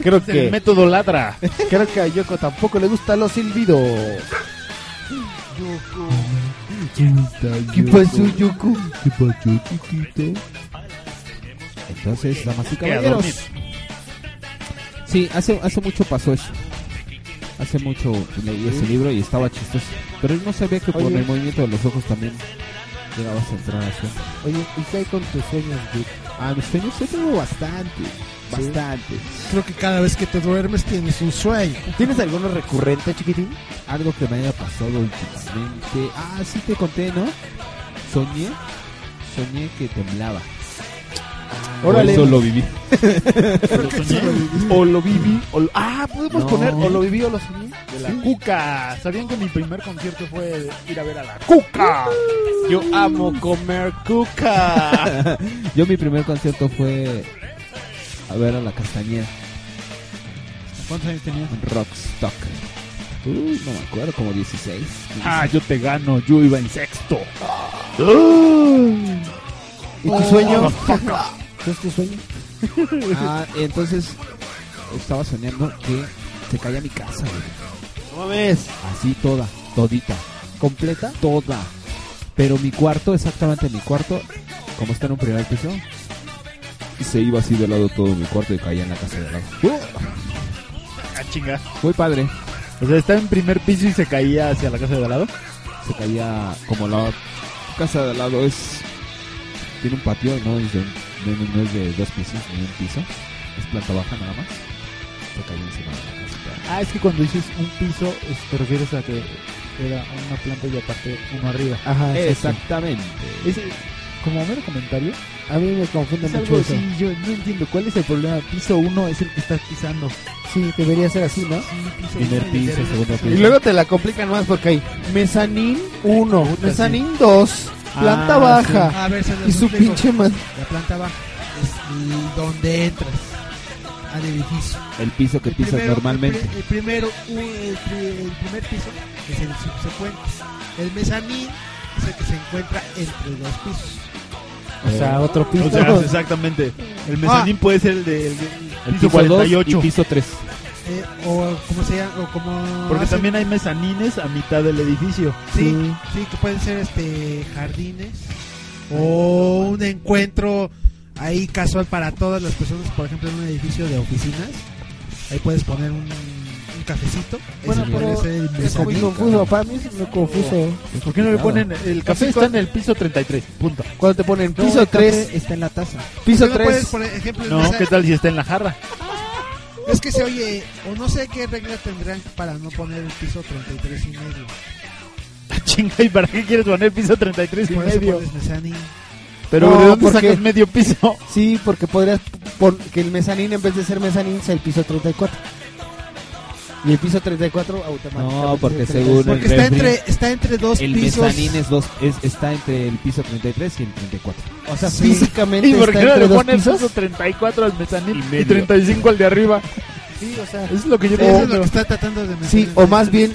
Speaker 2: creo
Speaker 7: El
Speaker 2: que.
Speaker 7: método ladra.
Speaker 2: Creo que a Yoko tampoco le gustan los silbidos.
Speaker 5: ¿Qué pasó,
Speaker 2: Yoko?
Speaker 5: ¿Qué pasó, chiquito? Entonces, damas y
Speaker 6: Que a
Speaker 5: caballeros.
Speaker 6: dormir. Sí, hace, hace mucho pasó eso. Hace mucho leí ese libro y estaba chistoso. Pero él no sabía que por
Speaker 2: Oye.
Speaker 6: el movimiento de los ojos también llegabas a entrar así.
Speaker 2: Oye, ¿y qué hay con tus sueños, Vic?
Speaker 6: Ah, mis sueños yo tengo bastante. Bastante.
Speaker 28: Creo que cada vez que te duermes tienes un sueño.
Speaker 2: ¿Tienes alguno recurrente, chiquitín?
Speaker 6: Algo que me haya pasado últimamente. Ah, sí te conté, ¿no? Soñé. Soñé que temblaba.
Speaker 2: Órale.
Speaker 6: Eso lo viví.
Speaker 7: o lo viví. o lo- Ah, podemos
Speaker 6: No.
Speaker 7: poner o lo viví o lo soñé. De la
Speaker 6: Sí.
Speaker 7: cuca. ¿Sabían que mi primer concierto fue ir a ver a la cuca? Yo amo comer cuca.
Speaker 6: Yo mi primer concierto fue a ver a la castañeda.
Speaker 7: ¿Cuántos años tenías?
Speaker 6: Rockstock. Uy, no me acuerdo, como 16.
Speaker 7: Ah, yo te gano. Yo iba en sexto.
Speaker 6: ¿Y tu sueño?
Speaker 2: ¿Qué es tu sueño?
Speaker 6: Ah, entonces estaba soñando que se caía mi casa, güey.
Speaker 2: ¿Cómo ves?
Speaker 6: Así toda, todita.
Speaker 2: ¿Completa?
Speaker 6: Toda. Pero mi cuarto, exactamente mi cuarto, como está en un primer piso, se iba así de lado todo mi cuarto y caía en la casa de al lado.
Speaker 7: Ah, chinga.
Speaker 6: Muy padre.
Speaker 7: O sea, estaba en primer piso y se caía hacia la casa de al lado.
Speaker 6: Se caía como la casa de al lado es... Tiene un patio, no es de, no- no es de dos pisos, ni un piso. Es planta baja nada más. Se caía encima de la casa.
Speaker 7: Ah, es que cuando dices un piso, es- te refieres a que era una planta y aparte uno arriba.
Speaker 2: Ajá,
Speaker 6: Exactamente.
Speaker 7: Es, eh, como mero comentario,
Speaker 2: A mí me confunde
Speaker 7: es
Speaker 2: mucho
Speaker 7: algo
Speaker 2: eso.
Speaker 7: así, yo no entiendo cuál es el problema. Piso uno es el que estás pisando.
Speaker 2: Sí, debería ser así, ¿no?
Speaker 7: Primer piso, segundo piso.
Speaker 2: Y luego te la complican más porque hay mezanín 1, mezanín 2,
Speaker 7: Ah,
Speaker 2: planta baja.
Speaker 28: A ver, se los
Speaker 2: Ah, y su
Speaker 28: explico.
Speaker 2: pinche man.
Speaker 28: La planta baja es donde entras al edificio.
Speaker 6: El piso que pisas
Speaker 28: primero-
Speaker 6: normalmente.
Speaker 28: El, pri- el primero, un- el, pri- el primer piso es el subsecuente. El mezanín es el que se encuentra entre dos pisos.
Speaker 7: O sea, otro piso. exactamente. El mezanín puede ser el de Ah. el,
Speaker 6: El
Speaker 7: piso
Speaker 6: piso dos
Speaker 7: 48.
Speaker 6: y piso 3.
Speaker 28: Eh, o como sea, o como.
Speaker 7: Porque
Speaker 28: hacen-
Speaker 7: también hay mezanines a mitad del edificio.
Speaker 28: Sí, sí, que pueden ser este jardines o un encuentro ahí casual para todas las personas, por ejemplo, en un edificio de oficinas. Ahí puedes poner un, un cafecito.
Speaker 2: Bueno,
Speaker 28: Ese
Speaker 2: pero
Speaker 28: puede ser el
Speaker 2: es muy
Speaker 28: mezanín.
Speaker 2: confuso. Para mí es muy confuso.
Speaker 7: ¿Por qué no le ponen el café?
Speaker 2: Así
Speaker 7: Está en el piso 33. Punto.
Speaker 2: Cuando te ponen piso 3,
Speaker 6: está en la taza.
Speaker 2: piso
Speaker 28: Tú le puedes
Speaker 2: 3.
Speaker 28: poner ejemplo en
Speaker 7: No,
Speaker 28: mesa-
Speaker 7: ¿qué tal si está en la jarra?
Speaker 28: Es que se oye, o no sé qué reglas tendrán para no poner el piso 33 y medio.
Speaker 7: Chinga, ¿y para qué quieres poner piso 33 y
Speaker 28: Por eso
Speaker 7: medio?
Speaker 28: pones mezanín.
Speaker 7: Pero
Speaker 2: No,
Speaker 7: ¿de dónde
Speaker 2: porque-
Speaker 7: sacas medio piso?
Speaker 2: Sí, porque podrías pon- que el mezanín en vez de ser mezanín sea el piso 34. Y el piso 34 automáticamente.
Speaker 6: No, porque
Speaker 2: es el
Speaker 6: según
Speaker 2: 33.
Speaker 6: el refri,
Speaker 28: está entre dos
Speaker 6: el
Speaker 28: pisos.
Speaker 6: mezanín es dos, es- está entre el piso 33 y el 34.
Speaker 2: O sea,
Speaker 6: Sí.
Speaker 2: físicamente
Speaker 7: ¿Y por
Speaker 2: está
Speaker 7: qué no
Speaker 2: entre
Speaker 7: le
Speaker 2: dos
Speaker 7: ponen
Speaker 2: pisos.
Speaker 7: piso 34 al mezanín y,
Speaker 2: medio.
Speaker 7: 35 al de arriba?
Speaker 2: Sí, o sea,
Speaker 7: Es lo que yo
Speaker 2: Eso
Speaker 28: Eso es
Speaker 7: pienso.
Speaker 28: lo que está tratando de meter.
Speaker 2: sí, o más bien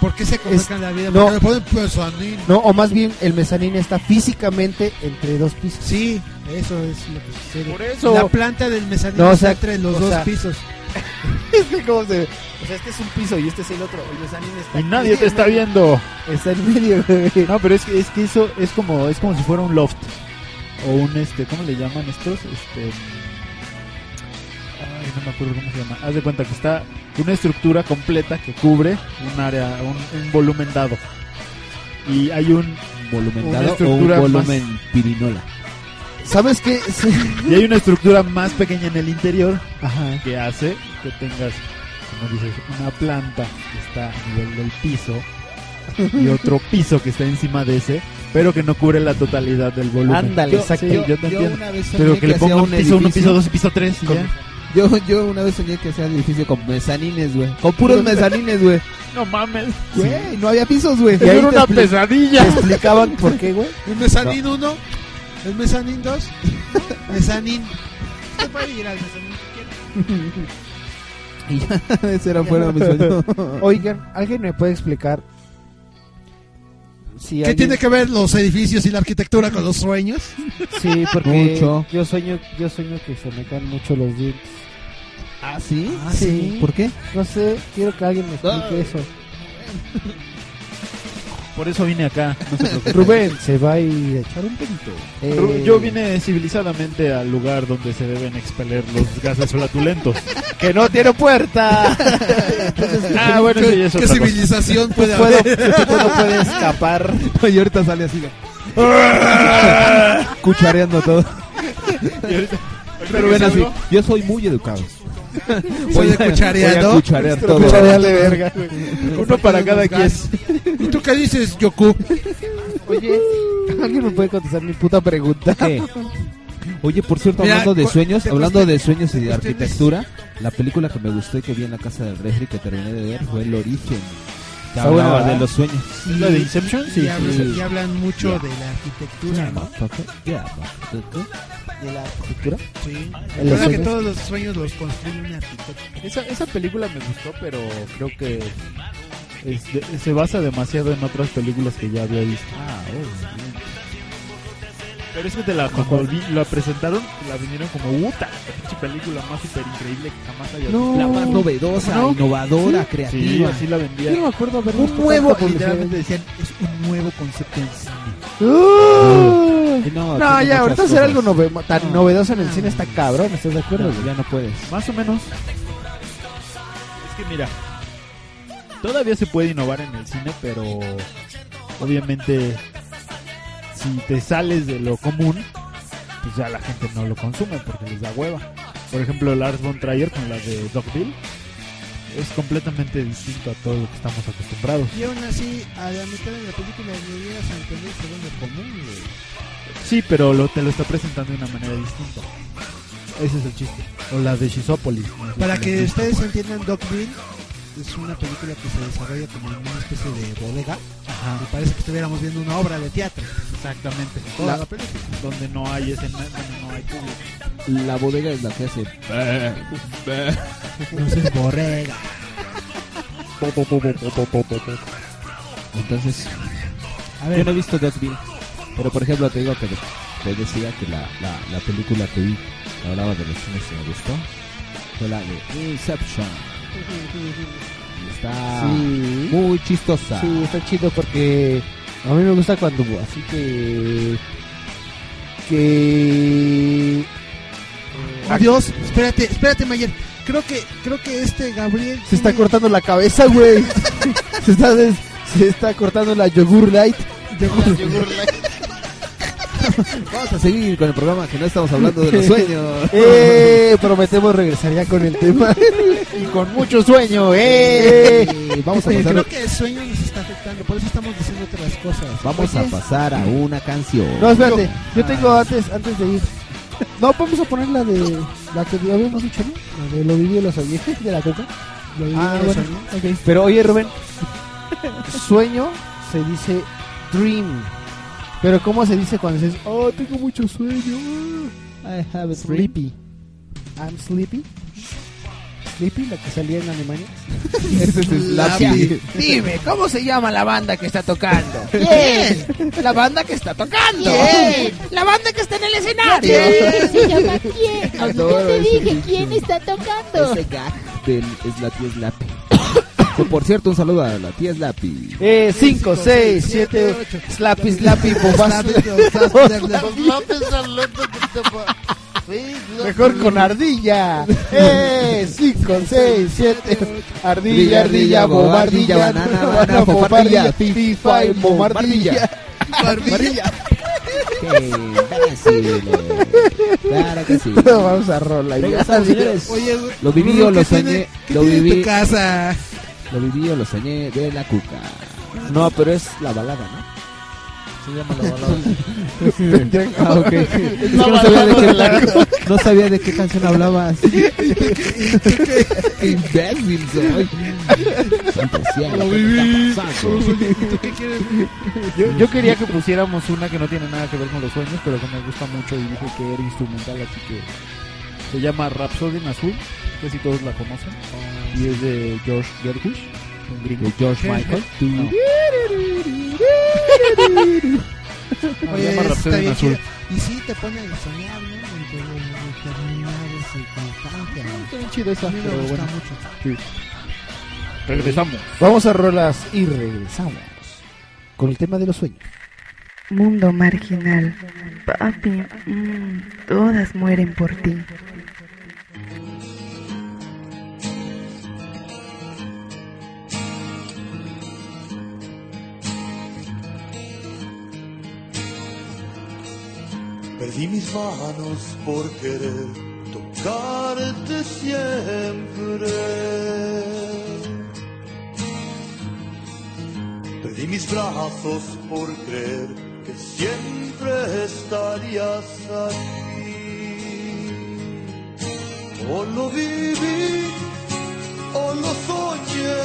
Speaker 28: ¿Por qué se complican
Speaker 2: es-
Speaker 28: la vida?
Speaker 2: no.
Speaker 28: Porque le ponen mezanín.
Speaker 2: no, o más bien el mezanín está físicamente entre dos pisos.
Speaker 28: Sí, eso es lo que sucede.
Speaker 2: Por eso.
Speaker 28: La planta del mezanín
Speaker 2: No, o
Speaker 28: está
Speaker 2: sea,
Speaker 28: entre los
Speaker 2: o
Speaker 28: dos
Speaker 2: sea,
Speaker 28: pisos.
Speaker 2: es que como se, o sea, este es un piso y este es el otro. El mezanín está
Speaker 7: Y
Speaker 2: aquí
Speaker 7: nadie te
Speaker 2: en
Speaker 7: está
Speaker 2: medio.
Speaker 7: viendo.
Speaker 2: Está en medio.
Speaker 7: No, pero es que, es que eso es como es como si fuera un loft o un este, ¿cómo le llaman estos? Este Ay, no me acuerdo cómo se llama. Haz de cuenta que está una estructura completa que cubre un área, un, un volumen dado. Y hay un
Speaker 6: Volumen
Speaker 7: Una
Speaker 6: dado o un
Speaker 7: estructura
Speaker 6: volumen pirinola.
Speaker 2: ¿Sabes qué? Sí.
Speaker 7: Y hay una estructura más pequeña en el interior que hace que tengas, como dices, una planta que está a nivel del piso y otro piso que está encima de ese, pero que no cubre la totalidad del volumen.
Speaker 29: Ándale,
Speaker 7: Yo-
Speaker 29: exacto.
Speaker 7: sí, yo,
Speaker 29: Yo-
Speaker 7: te
Speaker 29: yo
Speaker 7: entiendo.
Speaker 29: una vez soñé
Speaker 7: pero que le
Speaker 29: que
Speaker 7: ponga
Speaker 29: hacía
Speaker 7: un
Speaker 29: un
Speaker 7: piso, uno,
Speaker 29: edificio
Speaker 7: piso dos y piso tres. y
Speaker 29: con-
Speaker 7: ya.
Speaker 6: Yo, yo una vez soñé que hacía el edificio con mezanines, güey. Con puros mezanines, güey.
Speaker 7: No mames.
Speaker 6: Güey, no había pisos, güey.
Speaker 2: Eso era una
Speaker 7: pesadilla.
Speaker 2: ¿Te explicaban por qué, güey?
Speaker 30: ¿El mezanín 1? ¿El mezanín 2? ¿Mezanín? Usted puede ir al mezanín que quiera.
Speaker 6: Y ya, ese era fuera de mi sueño.
Speaker 2: Oigan, ¿alguien me puede explicar?
Speaker 30: ¿Qué
Speaker 2: Si alguien-
Speaker 30: tiene que ver los edificios y la arquitectura con los sueños?
Speaker 2: Sí, porque yo sueño, yo sueño que se me caen mucho los dientes.
Speaker 6: ¿Ah, sí?
Speaker 2: Ah,
Speaker 6: sí. ¿Por qué?
Speaker 2: No sé, quiero que alguien me explique eso.
Speaker 7: Por eso vine acá. no se preocupen.
Speaker 2: Rubén Eh, se va a ir a echar un poquito.
Speaker 7: Ru- Yo vine civilizadamente al lugar donde se deben expeler los gases flatulentos.
Speaker 2: que no tiene puerta.
Speaker 7: Ah, bueno, eso ya es otra cosa.
Speaker 2: puede puedo, puedo- puede escapar.
Speaker 6: Y ahorita sale así. Cuchareando todo.
Speaker 7: Y ahorita-
Speaker 6: Pero ven así. Yo soy muy educado.
Speaker 30: Voy a
Speaker 6: Voy
Speaker 30: cuchareando.
Speaker 6: a cucharear todo.
Speaker 7: Uno para cada quien.
Speaker 30: ¿Y tú qué dices, Yoku?
Speaker 2: Oye, ¿alguien me puede contestar mi puta pregunta?
Speaker 6: Oye, por cierto,
Speaker 2: Mira,
Speaker 6: hablando de
Speaker 2: cu-
Speaker 6: sueños,
Speaker 2: te
Speaker 6: hablando
Speaker 2: cuesta-
Speaker 6: de sueños y de
Speaker 2: cuestiones-
Speaker 6: arquitectura, la película que me gustó y que vi en la casa del refri que terminé de ver fue El Origen. Que
Speaker 7: Está buena,
Speaker 6: hablaba
Speaker 7: ¿verdad?
Speaker 6: de los sueños.
Speaker 7: ¿Es la de Inception?
Speaker 30: Y, hablan, y hablan mucho de la arquitectura, ¿no?
Speaker 2: ¿De la arquitectura?
Speaker 30: Sí.
Speaker 2: ¿En los
Speaker 30: Creo que
Speaker 2: sueños?
Speaker 30: todos los sueños los construye un arquitecto.
Speaker 7: Esa, esa película me gustó, pero creo que es de- se basa demasiado en otras películas que ya había visto. Pero es que te la, cuando vi- la presentaron, te la vinieron como puta, la pinche película más super increíble que jamás haya visto.
Speaker 6: No. La más novedosa, innovadora,
Speaker 7: Sí,
Speaker 6: creativa.
Speaker 7: Sí, así la vendían.
Speaker 2: Yo no me acuerdo haber visto
Speaker 30: Un nuevo,
Speaker 2: tanta publicidad.
Speaker 30: literalmente decían, es un nuevo concepto en cine.
Speaker 7: ¡Ah!
Speaker 2: Uh.
Speaker 30: Sí, no,
Speaker 2: No,
Speaker 30: tiene
Speaker 2: ya,
Speaker 30: muchas
Speaker 2: ahorita hacer
Speaker 30: cosas.
Speaker 2: algo nove- tan novedoso en el cine está cabrón, ¿estás de acuerdo?
Speaker 6: ya no puedes.
Speaker 7: Más o menos. Es que mira, todavía se puede innovar en el cine, pero obviamente si te sales de lo común, pues ya la gente no lo consume porque les da hueva. Por ejemplo, Lars von Trier con la de Dogville es completamente distinto a todo lo que estamos acostumbrados.
Speaker 30: Y aún así, a la mitad de la película me llegas a entender según lo común, güey.
Speaker 7: Sí, pero lo- te lo está presentando de una manera distinta. Ese es el chiste. O la de Shisopolis.
Speaker 30: Para que ustedes entiendan, Dogville es una película que se desarrolla como en una especie de bodega. Me parece que estuviéramos viendo una obra de teatro.
Speaker 7: Exactamente.
Speaker 30: Toda la,
Speaker 7: La-
Speaker 30: película.
Speaker 7: Donde no hay escena, donde no hay público.
Speaker 6: La bodega es la que hace.
Speaker 30: Entonces, borrega.
Speaker 6: Entonces,
Speaker 30: A ver.
Speaker 6: yo no he visto Dogville, pero por ejemplo te digo que te decía que la, la, la película que vi que hablaba de los cines que me gustó fue la de Inception. Y
Speaker 7: Ah.
Speaker 6: Está
Speaker 2: Sí.
Speaker 6: muy chistosa.
Speaker 2: Sí, está chido porque a mí me gusta cuando así que que
Speaker 30: Adiós, Oh, espérate, espérate, Mayer. Creo que, creo que este Gabriel.
Speaker 2: se está cortando la cabeza, güey. se está des- se está cortando la yogur light.
Speaker 6: Vamos a seguir con el programa que no estamos hablando de los sueños.
Speaker 2: Eh, prometemos regresar ya con el tema y con mucho sueño, eh.
Speaker 6: vamos a
Speaker 30: Oye,
Speaker 6: pasar-
Speaker 30: Creo que el sueño nos está afectando, por eso estamos diciendo otras cosas.
Speaker 6: Vamos a
Speaker 30: Oye,
Speaker 6: pasar a una canción.
Speaker 2: No, espérate, yo tengo antes, antes de ir. No, vamos a poner la de la que habíamos dicho, ¿no? La de lo viví y lo soñé, de la coca. Lo viví y
Speaker 30: Ah,
Speaker 2: lo
Speaker 30: eso,
Speaker 2: soñé.
Speaker 30: ¿no?
Speaker 2: Ok. Pero oye, Rubén, sueño se dice dream. Pero ¿cómo se dice cuando dices, oh, tengo mucho sueño? I have a sleepy. I'm sleepy. Sleepy, la que salía en Alemania.
Speaker 6: Ese es Slappy.
Speaker 29: Dime, ¿cómo se llama la banda que está tocando?
Speaker 2: Bien. La banda que está tocando.
Speaker 29: La banda que está en el
Speaker 2: escenario.
Speaker 5: ¿Se llama quién? Ahorita
Speaker 6: No,
Speaker 5: te
Speaker 6: ese
Speaker 5: dije
Speaker 6: sí.
Speaker 5: quién está tocando.
Speaker 6: Ese gag del Slappy Slappy. Que, por cierto, un saludo a la tía Slappy.
Speaker 2: Eh, 5, 6, 7, slappy, slappy, bombazo. Mejor con ardilla. Eh, 5, 6, 7, ardilla, ardilla, bombardilla, banana, banana, bombardilla, pipa y bombardilla.
Speaker 6: Qué imbécil. Claro que sí.
Speaker 2: Pero vamos a rola.
Speaker 6: Regresamos, señores. Lo viví o lo soñé. Lo
Speaker 5: este
Speaker 6: viví. Lo viví o lo soñé de la cuca. No, pero es la balada, ¿no?
Speaker 31: Se llama la balada.
Speaker 6: Ah, ok. Es que no, sabía de qué, no sabía de qué canción hablabas. Qué imbécil soy. Santo cielo,
Speaker 7: Lo
Speaker 6: ¿qué
Speaker 7: viví.
Speaker 6: está pasando?
Speaker 7: Yo, yo quería que pusiéramos una que no tiene nada que ver con los sueños, pero que me gusta mucho y dije que era instrumental, así que se llama Rhapsody en Azul, que si todos la conocen, y es de George Gershwin, un gringo.
Speaker 6: De George Michael.
Speaker 7: No.
Speaker 5: Oye,
Speaker 7: llama Rapsodia
Speaker 5: está
Speaker 7: en
Speaker 5: bien
Speaker 7: Azul.
Speaker 5: chido. Y sí, te pone a soñar, ¿no? Entre los determinados y constancia.
Speaker 2: Está bien chido esa,
Speaker 5: A mí me
Speaker 2: pero
Speaker 5: gusta
Speaker 2: bueno.
Speaker 5: mucho.
Speaker 7: Regresamos.
Speaker 2: Vamos a rolas y regresamos con el tema de los sueños.
Speaker 21: Mundo marginal. Papi, mm, todas mueren por ti.
Speaker 3: Perdí mis manos por querer tocarte siempre. Perdí mis brazos por creer que siempre estarías aquí. O lo viví, o lo soñé,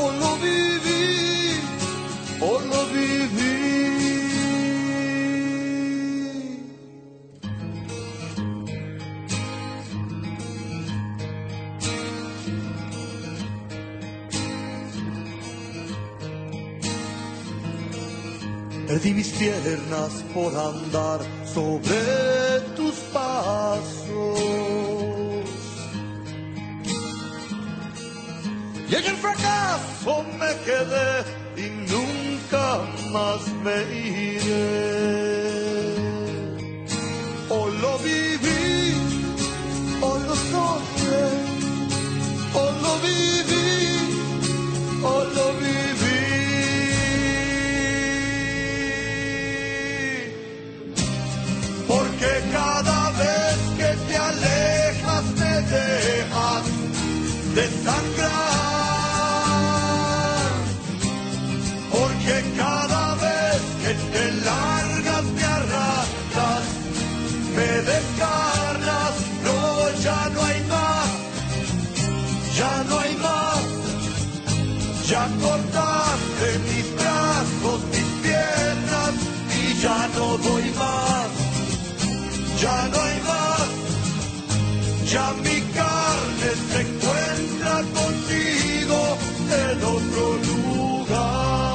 Speaker 3: o lo viví, o lo viví. Perdí mis piernas por andar sobre tus pasos. Y en el fracaso me quedé y nunca más me iré. O lo viví, o lo soñé, o lo viví, o lo viví. Porque cada vez que te alejas me dejas desangrar. Porque cada vez que te largas me arrastras, me descarnas. No, ya no hay más, ya no hay más. Ya cortaste mis brazos, mis piernas y ya no doy más. Ya no hay más. Ya mi carne se encuentra contigo en otro lugar.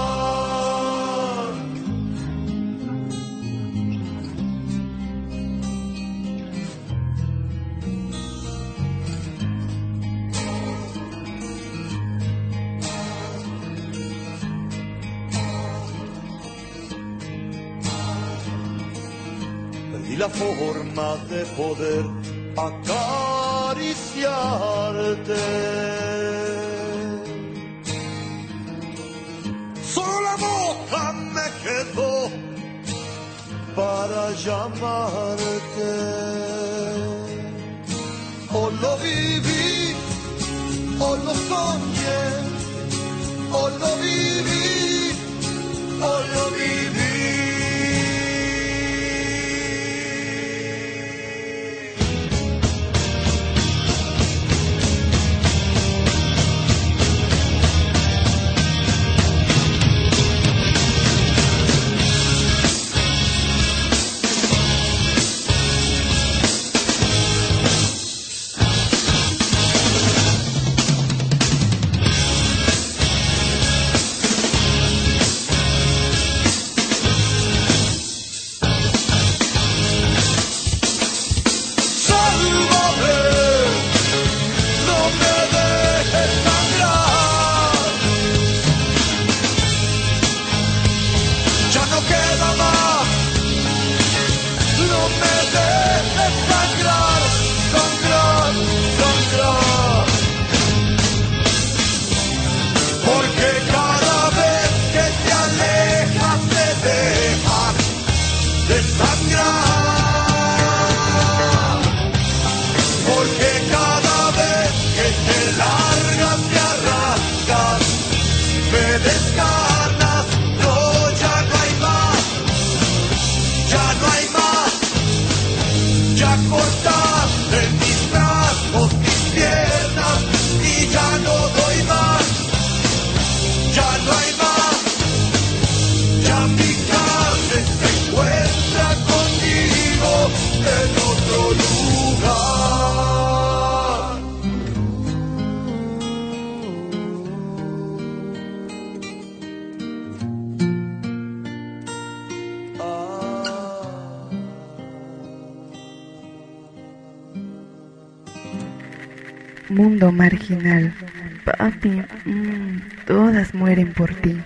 Speaker 3: Perdí la forma de poder acariciarte. Solo la boca me quedó para llamarte. O lo viví, o lo soñé, o lo viví, o lo viví.
Speaker 21: Mundo marginal. Papi, mm, todas mueren por ti.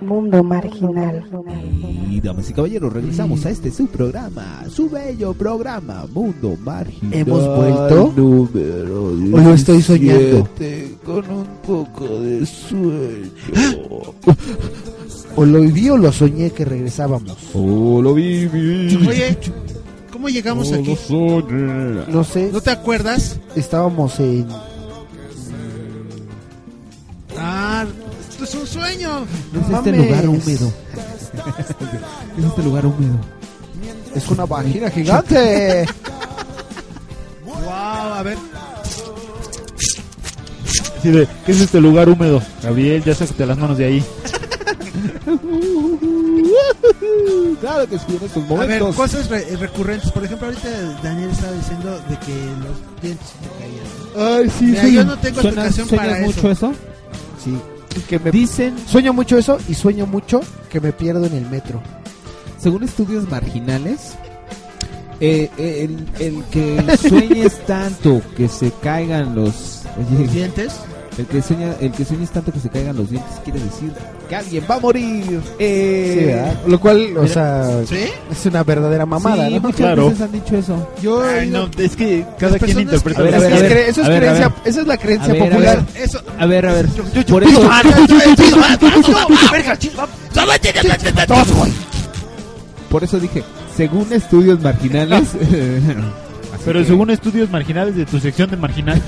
Speaker 21: marginal.
Speaker 4: Y damas y caballeros, regresamos a este su programa, su bello programa, Mundo Marginal.
Speaker 6: Hemos vuelto.
Speaker 4: Número
Speaker 6: ¿O lo estoy
Speaker 4: 17,
Speaker 6: soñando?
Speaker 2: Este,
Speaker 4: Con un poco de sueño.
Speaker 2: O lo viví o lo soñé que regresábamos.
Speaker 4: Oh, lo viví.
Speaker 30: Oye, ¿cómo llegamos
Speaker 2: No
Speaker 30: aquí?
Speaker 2: lo No sé.
Speaker 30: ¿No te acuerdas?
Speaker 2: Estábamos en.
Speaker 30: Ah, esto es un sueño.
Speaker 2: No
Speaker 6: este
Speaker 2: mames.
Speaker 6: lugar húmedo.
Speaker 2: Es este lugar húmedo. Es una vagina gigante.
Speaker 30: Wow, a ver.
Speaker 7: Así de, ¿qué es este lugar húmedo? Gabriel, ya sácate las manos de ahí.
Speaker 4: claro que sí, en estos
Speaker 30: A ver,
Speaker 4: momentos.
Speaker 30: cosas re- recurrentes. Por ejemplo, ahorita Daniel estaba diciendo de que los dientes se te caían.
Speaker 2: Ay, sí,
Speaker 30: Mira,
Speaker 2: soy-
Speaker 30: yo no tengo
Speaker 2: ¿Suena-
Speaker 30: explicación
Speaker 2: sueñas
Speaker 30: para
Speaker 2: mucho
Speaker 30: eso.
Speaker 2: eso? Sí. Que me dicen. Sueño mucho eso y sueño mucho que me pierdo en el metro.
Speaker 6: Según estudios marginales, eh, eh, el, el que sueñes tanto que se caigan los, oye,
Speaker 30: dientes.
Speaker 6: El que, sueña, el que sueñes tanto que se caigan los dientes quiere decir que alguien va a morir. Eh,
Speaker 2: Sí, ¿verdad? Lo cual, o
Speaker 6: mira,
Speaker 2: sea, es una verdadera mamada,
Speaker 6: Sí,
Speaker 2: ¿no?
Speaker 6: muchas veces han dicho eso.
Speaker 30: Yo
Speaker 7: Ay, no, es que
Speaker 2: Las
Speaker 7: cada quien
Speaker 2: personas
Speaker 7: interpreta.
Speaker 2: que-
Speaker 7: lo
Speaker 2: A ver,
Speaker 7: que
Speaker 2: a ver,
Speaker 7: quiere.
Speaker 2: a ver, eso es
Speaker 7: A ver, a
Speaker 2: creencia-
Speaker 7: ver.
Speaker 2: esa es la creencia
Speaker 6: A ver,
Speaker 2: popular.
Speaker 6: a ver. A ver, a ver. Por
Speaker 2: yo-
Speaker 6: eso.
Speaker 2: yo- yo- yo- yo- yo-
Speaker 6: Por eso dije, según estudios marginales. así
Speaker 7: Pero
Speaker 6: que-
Speaker 7: según estudios marginales de tu sección de marginal.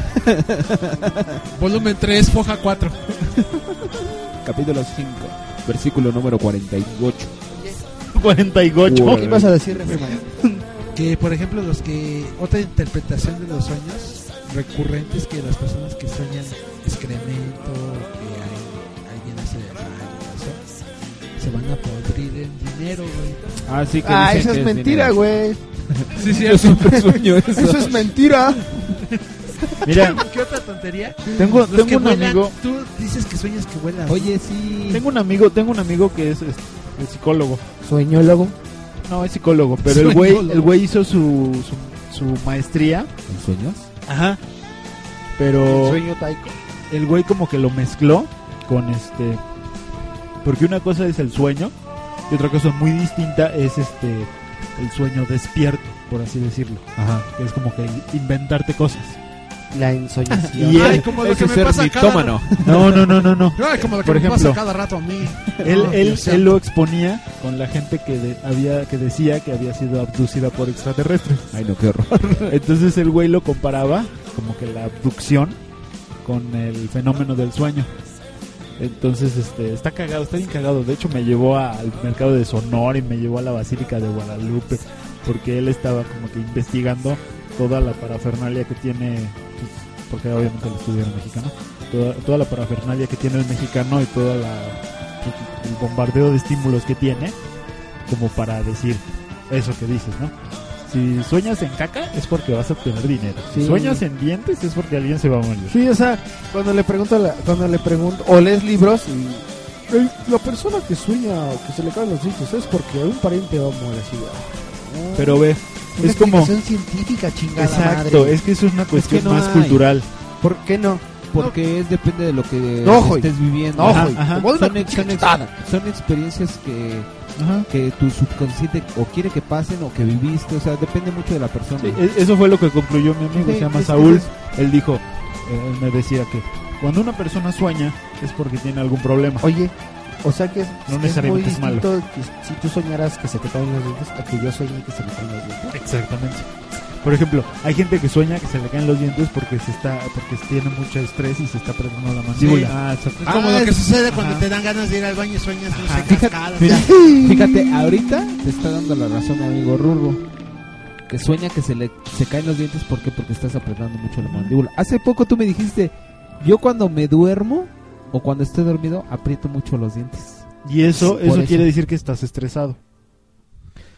Speaker 30: Volumen 3, foja 4.
Speaker 4: Capítulo 5, versículo número 48.
Speaker 7: 48.
Speaker 4: Uy.
Speaker 30: Que, por ejemplo, los que. Otra interpretación de los sueños recurrentes que las personas que sueñan excremento, que hay- alguien hace el baño, eso, se van a podrir en dinero, güey.
Speaker 4: Ah, sí, que
Speaker 2: Ah,
Speaker 4: dicen
Speaker 2: eso
Speaker 4: que
Speaker 2: es
Speaker 4: es
Speaker 2: mentira,
Speaker 4: dinero.
Speaker 2: güey.
Speaker 4: Sí, sí, yo siempre sueño eso.
Speaker 2: Eso es mentira.
Speaker 7: Mira.
Speaker 30: ¿Qué otra tontería?
Speaker 7: Tengo-
Speaker 30: Los
Speaker 7: tengo
Speaker 30: que
Speaker 7: un
Speaker 30: vuelan,
Speaker 7: amigo-
Speaker 30: Tú dices que sueñas que vuelas.
Speaker 6: Oye, sí.
Speaker 7: Tengo un amigo, tengo un amigo que es, este, el psicólogo.
Speaker 2: Sueñólogo.
Speaker 7: No, es psicólogo, pero el güey,
Speaker 2: Sueñólogo.
Speaker 7: el güey hizo su, su, su maestría.
Speaker 6: ¿En sueños?
Speaker 7: Ajá. Pero
Speaker 2: Sueño taiko.
Speaker 7: el güey como que lo mezcló con este porque una cosa es el sueño y otra cosa muy distinta es este el sueño despierto, por así decirlo.
Speaker 6: Ajá.
Speaker 7: Que es como que inventarte cosas.
Speaker 2: La ensoñación.
Speaker 7: Y
Speaker 30: Ay,
Speaker 7: él-
Speaker 30: como lo
Speaker 7: ese
Speaker 30: que me
Speaker 7: ser
Speaker 30: pasa cada
Speaker 7: mitómano. No, no, no, no, no.
Speaker 30: Ay, Ah, como lo que
Speaker 7: Por
Speaker 30: me
Speaker 7: ejemplo,
Speaker 30: pasa cada rato a mí.
Speaker 7: Él,
Speaker 30: No,
Speaker 7: él,
Speaker 30: Dios santo.
Speaker 7: él lo exponía con la gente que de- había que decía que había sido abducida por extraterrestres.
Speaker 4: Ay, no, qué horror.
Speaker 7: Entonces el güey lo comparaba como que la abducción con el fenómeno del sueño. Entonces este está cagado, está bien cagado. De hecho me llevó a- al mercado de Sonora y me llevó a la Basílica de Guadalupe porque él estaba como que investigando toda la parafernalia que tiene pues, porque obviamente lo estudiaron mexicano. Toda, toda la parafernalia que tiene el mexicano y toda la pues, el bombardeo de estímulos que tiene como para decir eso que dices, ¿no? Si sueñas en caca es porque vas a obtener dinero. Si
Speaker 2: Sí.
Speaker 7: sueñas en dientes es porque alguien se va a morir.
Speaker 2: Sí, o sea, cuando le pregunto, a la- cuando le pregunto, o lees libros y "Ey, la persona que sueña que se le caen los dientes es porque un pariente va a morir así. ah".
Speaker 7: Pero ve,
Speaker 2: Una
Speaker 7: es como-
Speaker 2: explicación científica chingada
Speaker 7: Exacto,
Speaker 2: madre.
Speaker 7: es que eso es una cuestión
Speaker 2: no
Speaker 7: más
Speaker 2: hay.
Speaker 7: cultural.
Speaker 2: ¿Por qué no?
Speaker 6: Porque es, depende de lo que
Speaker 2: No, joy.
Speaker 6: estés viviendo.
Speaker 2: No, joy. Te voy a
Speaker 6: Son,
Speaker 2: una
Speaker 6: ex- son ex- son experiencias que, que tu subconsciente o quiere que pasen o que viviste. O sea, depende mucho de la persona.
Speaker 7: Sí, e- Eso fue lo que concluyó mi amigo,
Speaker 6: Sí,
Speaker 7: se llama
Speaker 6: es que
Speaker 7: Saúl.
Speaker 6: eso
Speaker 7: Él dijo, eh, él me decía que cuando una persona sueña es porque tiene algún problema.
Speaker 2: Oye, o sea que es,
Speaker 7: No
Speaker 2: es
Speaker 7: necesariamente
Speaker 2: muy
Speaker 7: es malo.
Speaker 2: distinto que si tú soñaras que se te caen los dientes a que yo sueñe que se me caen los dientes.
Speaker 7: Exactamente. Por ejemplo, hay gente que sueña que se le caen los dientes porque se está porque tiene mucho estrés y se está apretando la mandíbula.
Speaker 30: Es como lo que sucede cuando te dan ganas de ir al baño y sueñas, no sé, cascadas.
Speaker 6: Mira, fíjate, ahorita te está dando la razón, amigo Rurbo. Que sueña que se le se caen los dientes ¿por qué? porque estás apretando mucho la mandíbula. Hace poco tú me dijiste, yo cuando me duermo o cuando estoy dormido aprieto mucho los dientes.
Speaker 7: Y eso
Speaker 6: Por
Speaker 7: eso quiere decir que estás estresado.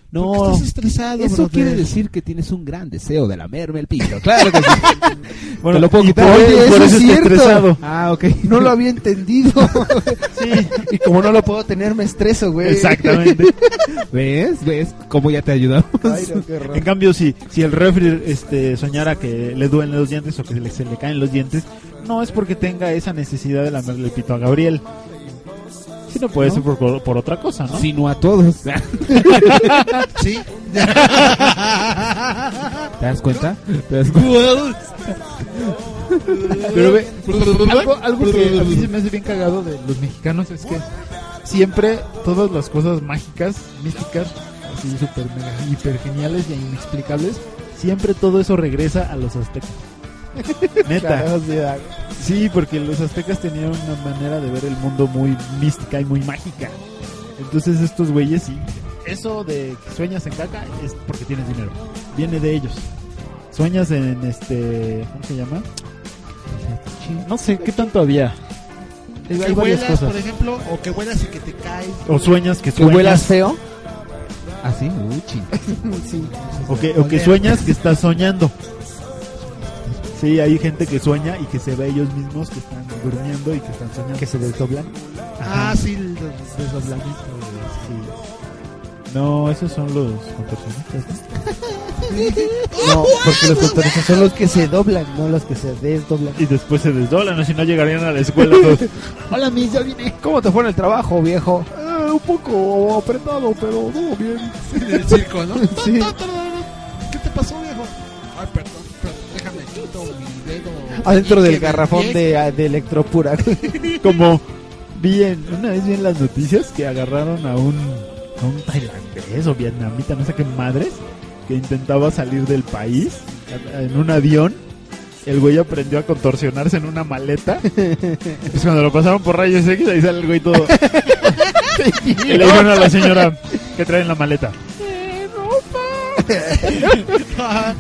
Speaker 6: No,
Speaker 7: ¿Por qué estás
Speaker 30: estresado,
Speaker 6: eso
Speaker 30: brother?
Speaker 6: quiere decir que tienes un gran deseo de lamerme el pito. Claro que sí.
Speaker 7: Bueno,
Speaker 6: Te lo puedo
Speaker 7: y
Speaker 6: quitar.
Speaker 7: por- Oye, y por eso eso es está cierto. estresado.
Speaker 6: Ah, ok.
Speaker 2: No lo había entendido. Y como no lo puedo tener, me estreso, güey.
Speaker 6: ¿Ves? ¿Ves cómo ya te ayudamos?
Speaker 2: Ay, no, qué horror.
Speaker 7: En cambio, si, si el refri este, soñara que le duelen los dientes o que se le, se le caen los dientes, no es porque tenga esa necesidad de lamerle el pito a Gabriel. Sí, no puede ser por, co- por otra cosa, ¿no?
Speaker 6: Sino a todos.
Speaker 5: sí.
Speaker 6: ¿Te das cuenta? ¿Te das
Speaker 7: Pero ve, pues, algo, algo que a mí se me hace bien cagado de los mexicanos es que siempre todas las cosas mágicas, místicas, así super mega, hiper geniales e inexplicables, siempre todo eso regresa a los aztecas. Neta.
Speaker 5: Cagados de agua.
Speaker 7: Sí, porque los aztecas tenían una manera de ver el mundo muy mística y muy mágica. Entonces estos güeyes sí. Eso de que sueñas en caca es porque tienes dinero. Viene de ellos. Sueñas en este... ¿Cómo se llama? No sé, ¿qué tanto había? Hay,
Speaker 5: Que
Speaker 7: hay varias
Speaker 5: vuelas,
Speaker 7: cosas.
Speaker 5: por ejemplo, o que vuelas y que te caes.
Speaker 7: O sueñas que
Speaker 32: ¿Que
Speaker 7: sueñas.
Speaker 32: huelas feo?
Speaker 6: Así,
Speaker 5: sí.
Speaker 7: O que, o que sueñas que estás soñando. Sí, hay gente que sueña y que se ve a ellos mismos que están durmiendo y que están soñando. Que se desdoblan.
Speaker 5: Ah, sí, los desdoblamientos. Sí.
Speaker 7: No, esos son los contorsionistas. ¿no?
Speaker 2: No, porque los contorsionistas son los que se doblan, no los que se desdoblan.
Speaker 7: Y después se desdoblan, o si no llegarían a la escuela todos.
Speaker 2: Hola, mis, ya vine. ¿Cómo te fue en el trabajo, viejo?
Speaker 7: Eh, un poco apretado, pero todo bien.
Speaker 5: En el circo, ¿no?
Speaker 2: Sí.
Speaker 5: ¿Qué te pasó, viejo? Ay, perdón, perdón, déjame quito mi dedo.
Speaker 32: Adentro
Speaker 5: Y
Speaker 32: del
Speaker 5: que me
Speaker 32: garrafón
Speaker 5: pie-
Speaker 2: ah,
Speaker 32: de, de electropura.
Speaker 7: Como vi en- una vez vi en las noticias que agarraron a un, a un tailandés o vietnamita, no sé qué madres, que intentaba salir del país a- en un avión. El güey aprendió a contorsionarse en una maleta. Pues cuando lo pasaron por rayos X, ahí sale el güey todo. y le dijeron a la señora que trae en la maleta.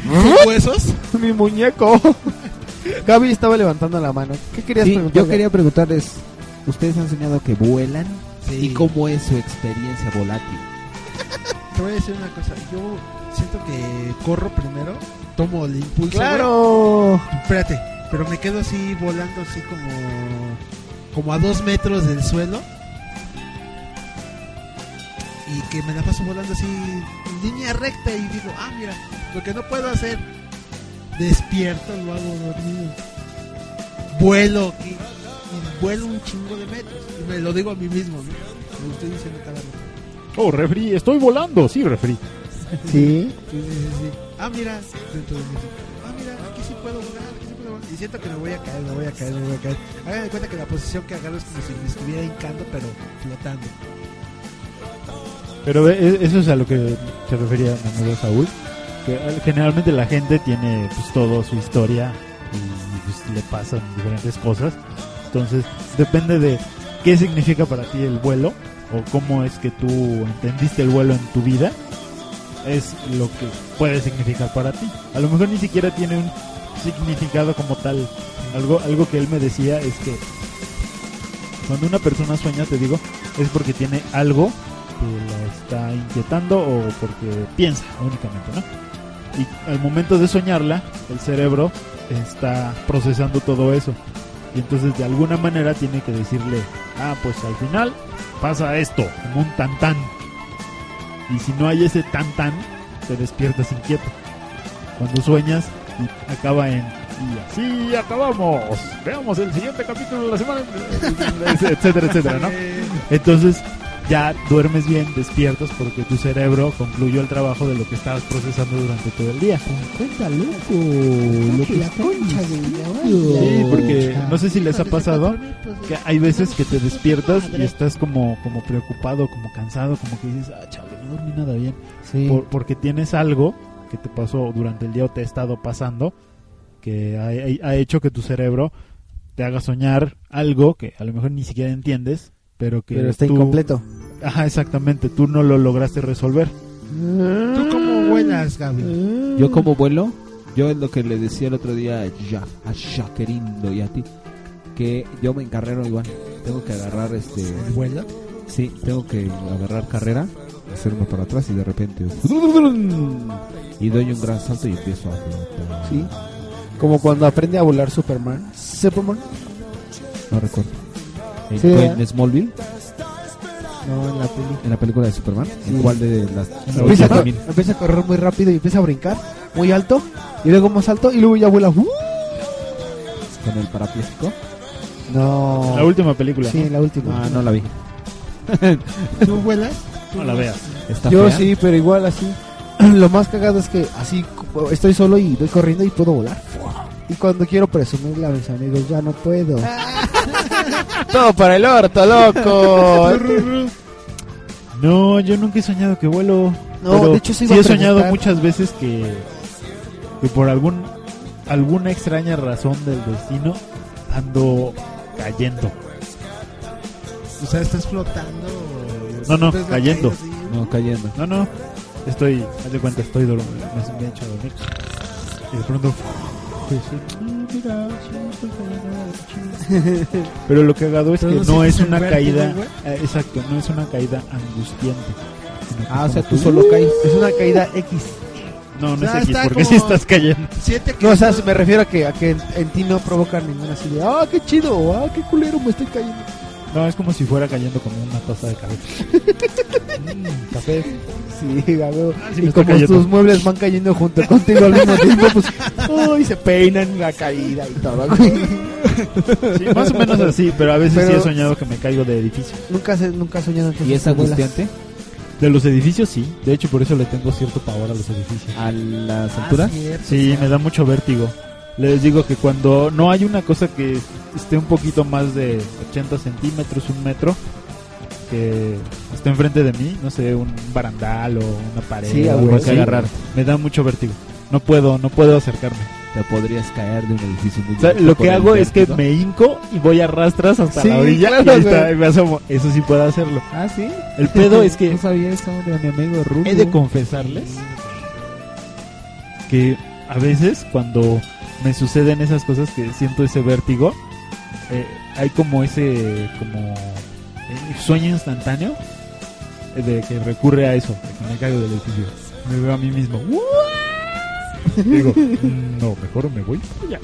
Speaker 5: ¿Con huesos?
Speaker 2: Mi muñeco. Gaby estaba levantando la mano. ¿Qué querías
Speaker 6: Sí,
Speaker 2: preguntar?
Speaker 6: yo quería preguntarles, ¿ustedes han enseñado que vuelan? ¿Y cómo es su experiencia volátil?
Speaker 5: Te voy a decir una cosa. Yo siento que corro primero, tomo el impulso.
Speaker 2: ¡Claro!
Speaker 5: güey. Espérate, pero me quedo así volando, así como, como a dos metros del suelo. Y que me la paso volando así en línea recta y digo, ah, mira, lo que no puedo hacer, despierto, lo hago dormido. Vuelo y, y vuelo un chingo de metros. Y me lo digo a mí mismo, ¿no? Me lo estoy diciendo cada vez.
Speaker 7: Oh, refri, estoy volando. Sí, refri.
Speaker 2: Sí.
Speaker 5: Sí, sí, sí, sí. Ah, mira, dentro de mí. Ah, mira, aquí sí puedo volar, aquí sí puedo volar. Y siento que me voy a caer, me voy a caer, me voy a caer. Hagan de cuenta que la posición que agarro es como si me estuviera hincando, pero flotando.
Speaker 7: Pero eh, eso es a lo que se refería a menudo Saúl. Que eh, generalmente la gente tiene pues todo su historia y pues, le pasan diferentes cosas. Entonces depende de qué significa para ti el vuelo o cómo es que tú entendiste el vuelo en tu vida. Es lo que puede significar para ti. A lo mejor ni siquiera tiene un significado como tal. Algo, algo que él me decía es que cuando una persona sueña, te digo, es porque tiene algo que la está inquietando o porque piensa únicamente, ¿no? Y al momento de soñarla, el cerebro está procesando todo eso. Y entonces de alguna manera tiene que decirle, ah, pues al final pasa esto, como un tan tan. Y si no hay ese tan tan, te despiertas inquieto. Cuando sueñas y acaba en... Y así acabamos. Veamos el siguiente capítulo de la semana. etcétera, etcétera, ¿no? Entonces ya duermes bien, despiertas porque tu cerebro concluyó el trabajo de lo que estabas procesando durante todo el día. Cuenta loco, Sí, porque no sé si les ha pasado que hay veces que te despiertas y estás como, como preocupado, como cansado, como que dices, ah, chavo, no dormí nada bien. Por- porque tienes algo que te pasó durante el día o te ha estado pasando que ha, ha- ha hecho que tu cerebro te haga soñar algo que a lo mejor ni siquiera entiendes, pero que
Speaker 32: Pero está
Speaker 7: tú-
Speaker 32: incompleto.
Speaker 7: Ajá, exactamente, tú no lo lograste resolver.
Speaker 5: ¿Tú cómo vuelas, Gaby?
Speaker 6: Yo como vuelo, yo es lo que le decía el otro día a, Ja- a Jaquerindo y a ti, que yo me encarrero igual, tengo que agarrar este...
Speaker 5: ¿Vuelo?
Speaker 6: Sí, tengo que agarrar carrera, hacerme para atrás y de repente... Y doy un gran salto y empiezo a flotar.
Speaker 32: Sí. Como cuando aprende a volar Superman. Superman.
Speaker 6: No recuerdo. ¿En,
Speaker 32: Sí,
Speaker 6: fue
Speaker 32: ¿verdad?
Speaker 6: en Smallville?
Speaker 2: No, en la peli.
Speaker 6: ¿En la película de Superman? ¿En
Speaker 2: Sí.
Speaker 6: cuál de las...?
Speaker 2: Empieza a, cor- empieza a correr muy rápido y empieza a brincar muy alto y luego más alto y luego ya vuela. ¡Uh!
Speaker 6: ¿Con el parapléjico?
Speaker 2: No.
Speaker 32: Ah.
Speaker 7: La última película.
Speaker 2: Sí, la última.
Speaker 6: Ah, no la vi.
Speaker 2: ¿Tú vuelas?
Speaker 7: No la veas.
Speaker 5: Está
Speaker 2: Yo
Speaker 5: fea.
Speaker 2: sí, pero igual así. Lo más cagado es que así cu- estoy solo y voy corriendo y puedo volar. Y cuando quiero presumirla a mis amigos, ya no puedo.
Speaker 33: Todo para el orto, loco.
Speaker 6: eh.
Speaker 7: No, yo nunca he soñado que vuelo.
Speaker 2: No,
Speaker 7: pero
Speaker 2: de hecho, sí
Speaker 7: sí,
Speaker 2: iba a
Speaker 7: he soñado
Speaker 2: preguntar.
Speaker 7: muchas veces que, que por algún alguna extraña razón del destino ando cayendo.
Speaker 6: O sea, estás flotando.
Speaker 7: No, no,
Speaker 6: Ves la
Speaker 7: cayendo.
Speaker 6: caída así.
Speaker 7: No, cayendo. No, no. Estoy, haz de cuenta, estoy dormido. Me he hecho dormir. Y de pronto. Pero lo cagado es que
Speaker 6: Pero
Speaker 7: no,
Speaker 6: no sientes
Speaker 7: es
Speaker 6: el
Speaker 7: una
Speaker 6: vértigo,
Speaker 7: caída.
Speaker 6: güey.
Speaker 7: eh, exacto, no es una caída angustiante. sino que
Speaker 6: Ah, o
Speaker 7: como
Speaker 6: sea, tú solo caes.
Speaker 7: Es una caída X. No, no es X, porque si estás cayendo.
Speaker 2: No, o sea, me refiero a que, a que en, en ti no provocan ninguna así de, ah, qué chido, o, ah, qué culero, me estoy cayendo.
Speaker 7: No, es como si fuera cayendo como una taza de café. Mm, café.
Speaker 2: Sí, a huevo.
Speaker 7: sí me
Speaker 2: y
Speaker 7: está
Speaker 2: como
Speaker 7: cayendo.
Speaker 2: tus muebles van cayendo junto contigo al mismo tiempo, pues, uy, se peinan la caída y todo, güey.
Speaker 7: Sí, más o menos así, pero a veces sí
Speaker 2: Pero-
Speaker 7: he soñado que me caigo de edificios.
Speaker 2: Nunca, se, nunca he soñado entonces que vuelas.
Speaker 7: De los edificios sí, de hecho por eso le tengo cierto pavor a los edificios. ¿A las
Speaker 2: alturas? cierto,
Speaker 7: sí, me da mucho vértigo. Les digo que cuando no hay una cosa que esté un poquito más de 80 centímetros, un metro, que esté enfrente de mí, no sé, un barandal o una pared,
Speaker 2: Sí, a
Speaker 7: algo
Speaker 2: huevo, sí.
Speaker 7: que agarrar, me da mucho vértigo. No puedo, no puedo acercarme.
Speaker 5: Te podrías caer de un edificio muy
Speaker 7: O sea,
Speaker 5: alto
Speaker 7: lo
Speaker 5: por
Speaker 7: que
Speaker 5: el
Speaker 7: hago es que
Speaker 5: vértigo.
Speaker 7: me hinco y voy a rastras hasta
Speaker 5: Sí,
Speaker 7: la orilla
Speaker 5: claro,
Speaker 7: y ahí está,
Speaker 5: güey.
Speaker 7: y me asomo. Eso sí puedo hacerlo.
Speaker 5: Ah, sí.
Speaker 7: El pedo es que
Speaker 5: No sabía eso de mi amigo Rulo.
Speaker 7: He de confesarles que a veces cuando me suceden esas cosas que siento ese vértigo, eh, hay como ese como eh, sueño instantáneo eh, de que recurre a eso, de que me caigo del edificio. Me veo a mí mismo. "Uah". Digo, "Mm, no, mejor me voy. Ya.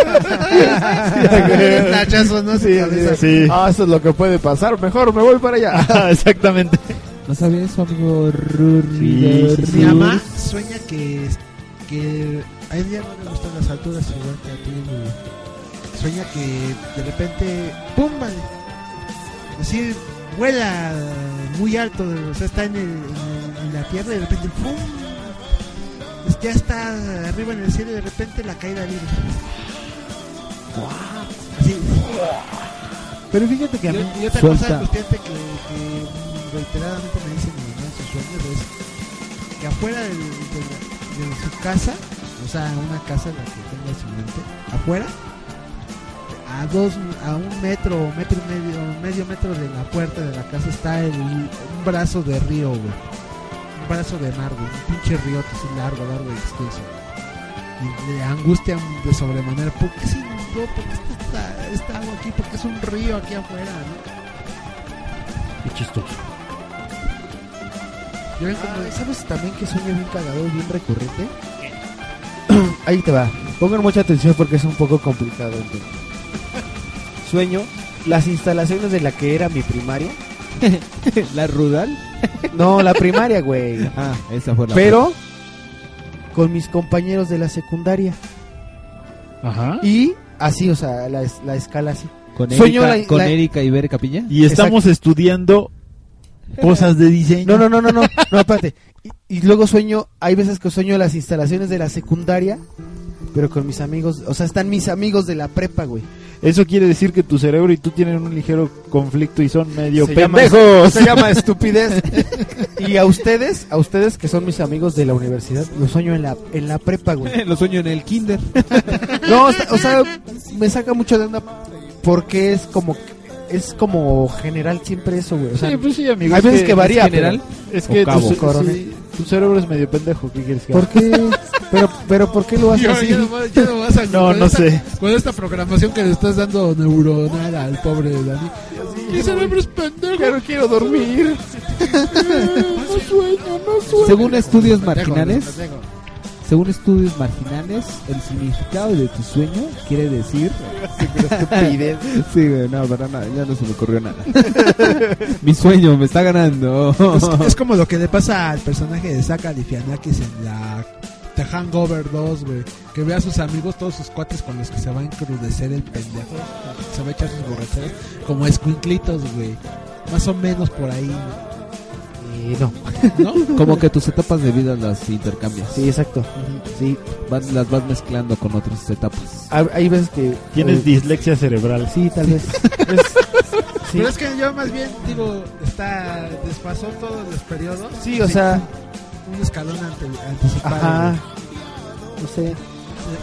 Speaker 3: Tachazos, ¿no?
Speaker 33: Sí,
Speaker 3: Cabeza.
Speaker 7: sí.
Speaker 33: Ah, eso es lo que puede pasar. Mejor me voy para allá.
Speaker 7: exactamente.
Speaker 5: No sabía eso, amigo Rulo.
Speaker 7: Sí, sí, sí.
Speaker 6: Mi mamá sueña que, que a ella no le gustan las alturas igual que a ti. güey. Sueña que de repente, ¡pum! vale! Así vuela muy alto, o sea, está en, el- en el- en la tierra y de repente, ¡pum! Es- Ya está arriba en el cielo y de repente la caída libre. Así.
Speaker 7: Pero fíjate que a
Speaker 6: Yo-
Speaker 7: mí-
Speaker 6: y otra
Speaker 7: Suelta.
Speaker 6: cosa angustiante que, que reiteradamente me dicen mi mamá en sus sueños es que afuera del- del- de, su casa, o sea, una casa en la que tenga su mente, afuera, a dos, a un metro, metro y medio, medio metro de la puerta de la casa está el, un brazo de río, güey. Un brazo de mar, güey. Un pinche río así largo, largo y extenso. Y le angustia de sobremanera. ¿Por qué se inundó? ¿Por qué está esta, esta agua aquí? ¿Por qué es un río aquí afuera? no?
Speaker 7: Qué chistoso.
Speaker 2: Yo ven como- ¿Sabes también que sueño bien cagado, bien recurrente? Ahí te va. Pongan mucha atención porque es un poco complicado. el tema. Sueño las instalaciones de la que era mi primaria. ¿La rural? pues. No, la primaria, güey.
Speaker 34: Ah, esa fue la
Speaker 2: Pero con mis compañeros de la secundaria.
Speaker 7: Ajá.
Speaker 2: Y así, o sea, la, es- la escala así.
Speaker 5: Con
Speaker 2: Sueño
Speaker 5: Erika,
Speaker 2: la-
Speaker 5: con
Speaker 2: la-
Speaker 5: Erika y Ver Capilla.
Speaker 7: Y estamos estudiando cosas de diseño.
Speaker 2: No, no, no, no, no, no, espérate. Y, y luego sueño, hay veces que sueño las instalaciones de la secundaria, pero con mis amigos, o sea, están mis amigos de la prepa, güey.
Speaker 7: Eso quiere decir que tu cerebro y tú tienen un ligero conflicto y son medio
Speaker 2: se llama,
Speaker 7: pendejos.
Speaker 2: se llama estupidez. y a ustedes, a ustedes que son mis amigos de la universidad, los sueño en la, en la prepa, güey.
Speaker 34: Lo sueño en el kinder.
Speaker 2: No, o sea, o sea, me saca mucho de onda porque es como es como general siempre eso, güey. O sea,
Speaker 7: Sí, pues sí, amigo.
Speaker 2: Hay
Speaker 7: es
Speaker 2: veces que, varía,
Speaker 7: Es, general,
Speaker 2: pero-
Speaker 7: es que tu,
Speaker 2: Cabo,
Speaker 7: ce-
Speaker 2: coronel.
Speaker 7: sí, tu cerebro es medio pendejo. ¿Qué quieres que
Speaker 2: ¿Por
Speaker 7: haga?
Speaker 2: qué? Pero, pero ¿por qué lo haces
Speaker 6: Yo-
Speaker 2: así?
Speaker 6: yo nomás- yo nomás al-
Speaker 7: No,
Speaker 6: con
Speaker 7: no
Speaker 6: esta-
Speaker 7: sé.
Speaker 6: Con esta programación que le estás dando neuronal al pobre Dani. Mi cerebro es pendejo. Pero quiero dormir. no sueño, no sueño.
Speaker 5: Según estudios
Speaker 6: Pendejo,
Speaker 5: marginales,
Speaker 6: pendejo.
Speaker 5: según estudios marginales, el significado de tu sueño quiere decir. sí, güey, no, para nada, ya no se me ocurrió nada. Mi sueño me está ganando.
Speaker 6: Es, es como lo que le pasa al personaje de Saka Lifianakis en la The Hangover 2, güey. Que ve a sus amigos, todos sus cuates con los que se va a encrudecer el pendejo. Se va a echar sus borracheras como escuinclitos, güey.
Speaker 35: Más o menos por ahí.
Speaker 2: Eh,
Speaker 6: Y no. Como que tus etapas de vida las intercambias.
Speaker 2: Sí, exacto. Sí.
Speaker 6: Vas- las vas mezclando con otras etapas.
Speaker 2: Hay- hay veces que-
Speaker 7: Tienes
Speaker 2: eh,
Speaker 7: dislexia cerebral.
Speaker 2: Sí, tal vez.
Speaker 35: Pero es que yo más bien digo, está desfasó todos los periodos.
Speaker 2: Sí, o sea-
Speaker 35: un escalón ante, anticipado.
Speaker 2: Ajá. No sé.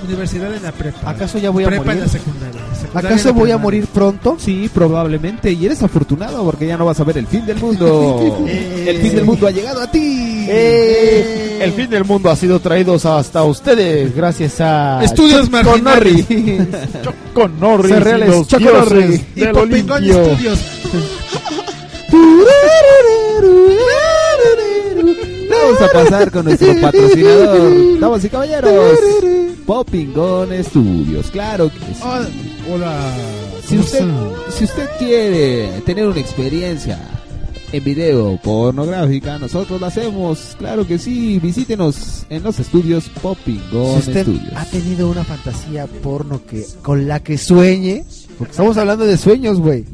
Speaker 35: Universidad en la prepa.
Speaker 2: ¿Acaso ya voy a
Speaker 35: prepa
Speaker 2: morir?
Speaker 35: en la secundaria. secundaria
Speaker 6: ¿Acaso
Speaker 35: en la
Speaker 6: voy a
Speaker 35: primaria.
Speaker 6: morir pronto? Sí, probablemente. Y eres afortunado porque ya no vas a ver el fin del mundo. el fin del mundo ha llegado a ti.
Speaker 36: Eh. El fin del mundo ha sido traído hasta ustedes gracias a
Speaker 35: Estudios
Speaker 36: Chuck
Speaker 35: marginales.
Speaker 36: Norris.
Speaker 7: Chuck Norris.
Speaker 36: Se reales
Speaker 7: los
Speaker 36: Chuck
Speaker 7: dioses
Speaker 36: Norris
Speaker 7: del
Speaker 36: del Olimpio.
Speaker 7: Olimpio.
Speaker 6: Vamos a pasar con nuestro patrocinador. Damas y caballeros. Popingon Studios. Claro que sí.
Speaker 35: Hola. Hola.
Speaker 6: Si usted, si usted quiere tener una experiencia en video pornográfica, nosotros la hacemos. Claro que sí. Visítenos en los estudios Popingon
Speaker 2: Si usted
Speaker 6: Studios.
Speaker 2: ha tenido una fantasía porno que con la que sueñe, porque estamos hablando de sueños, güey.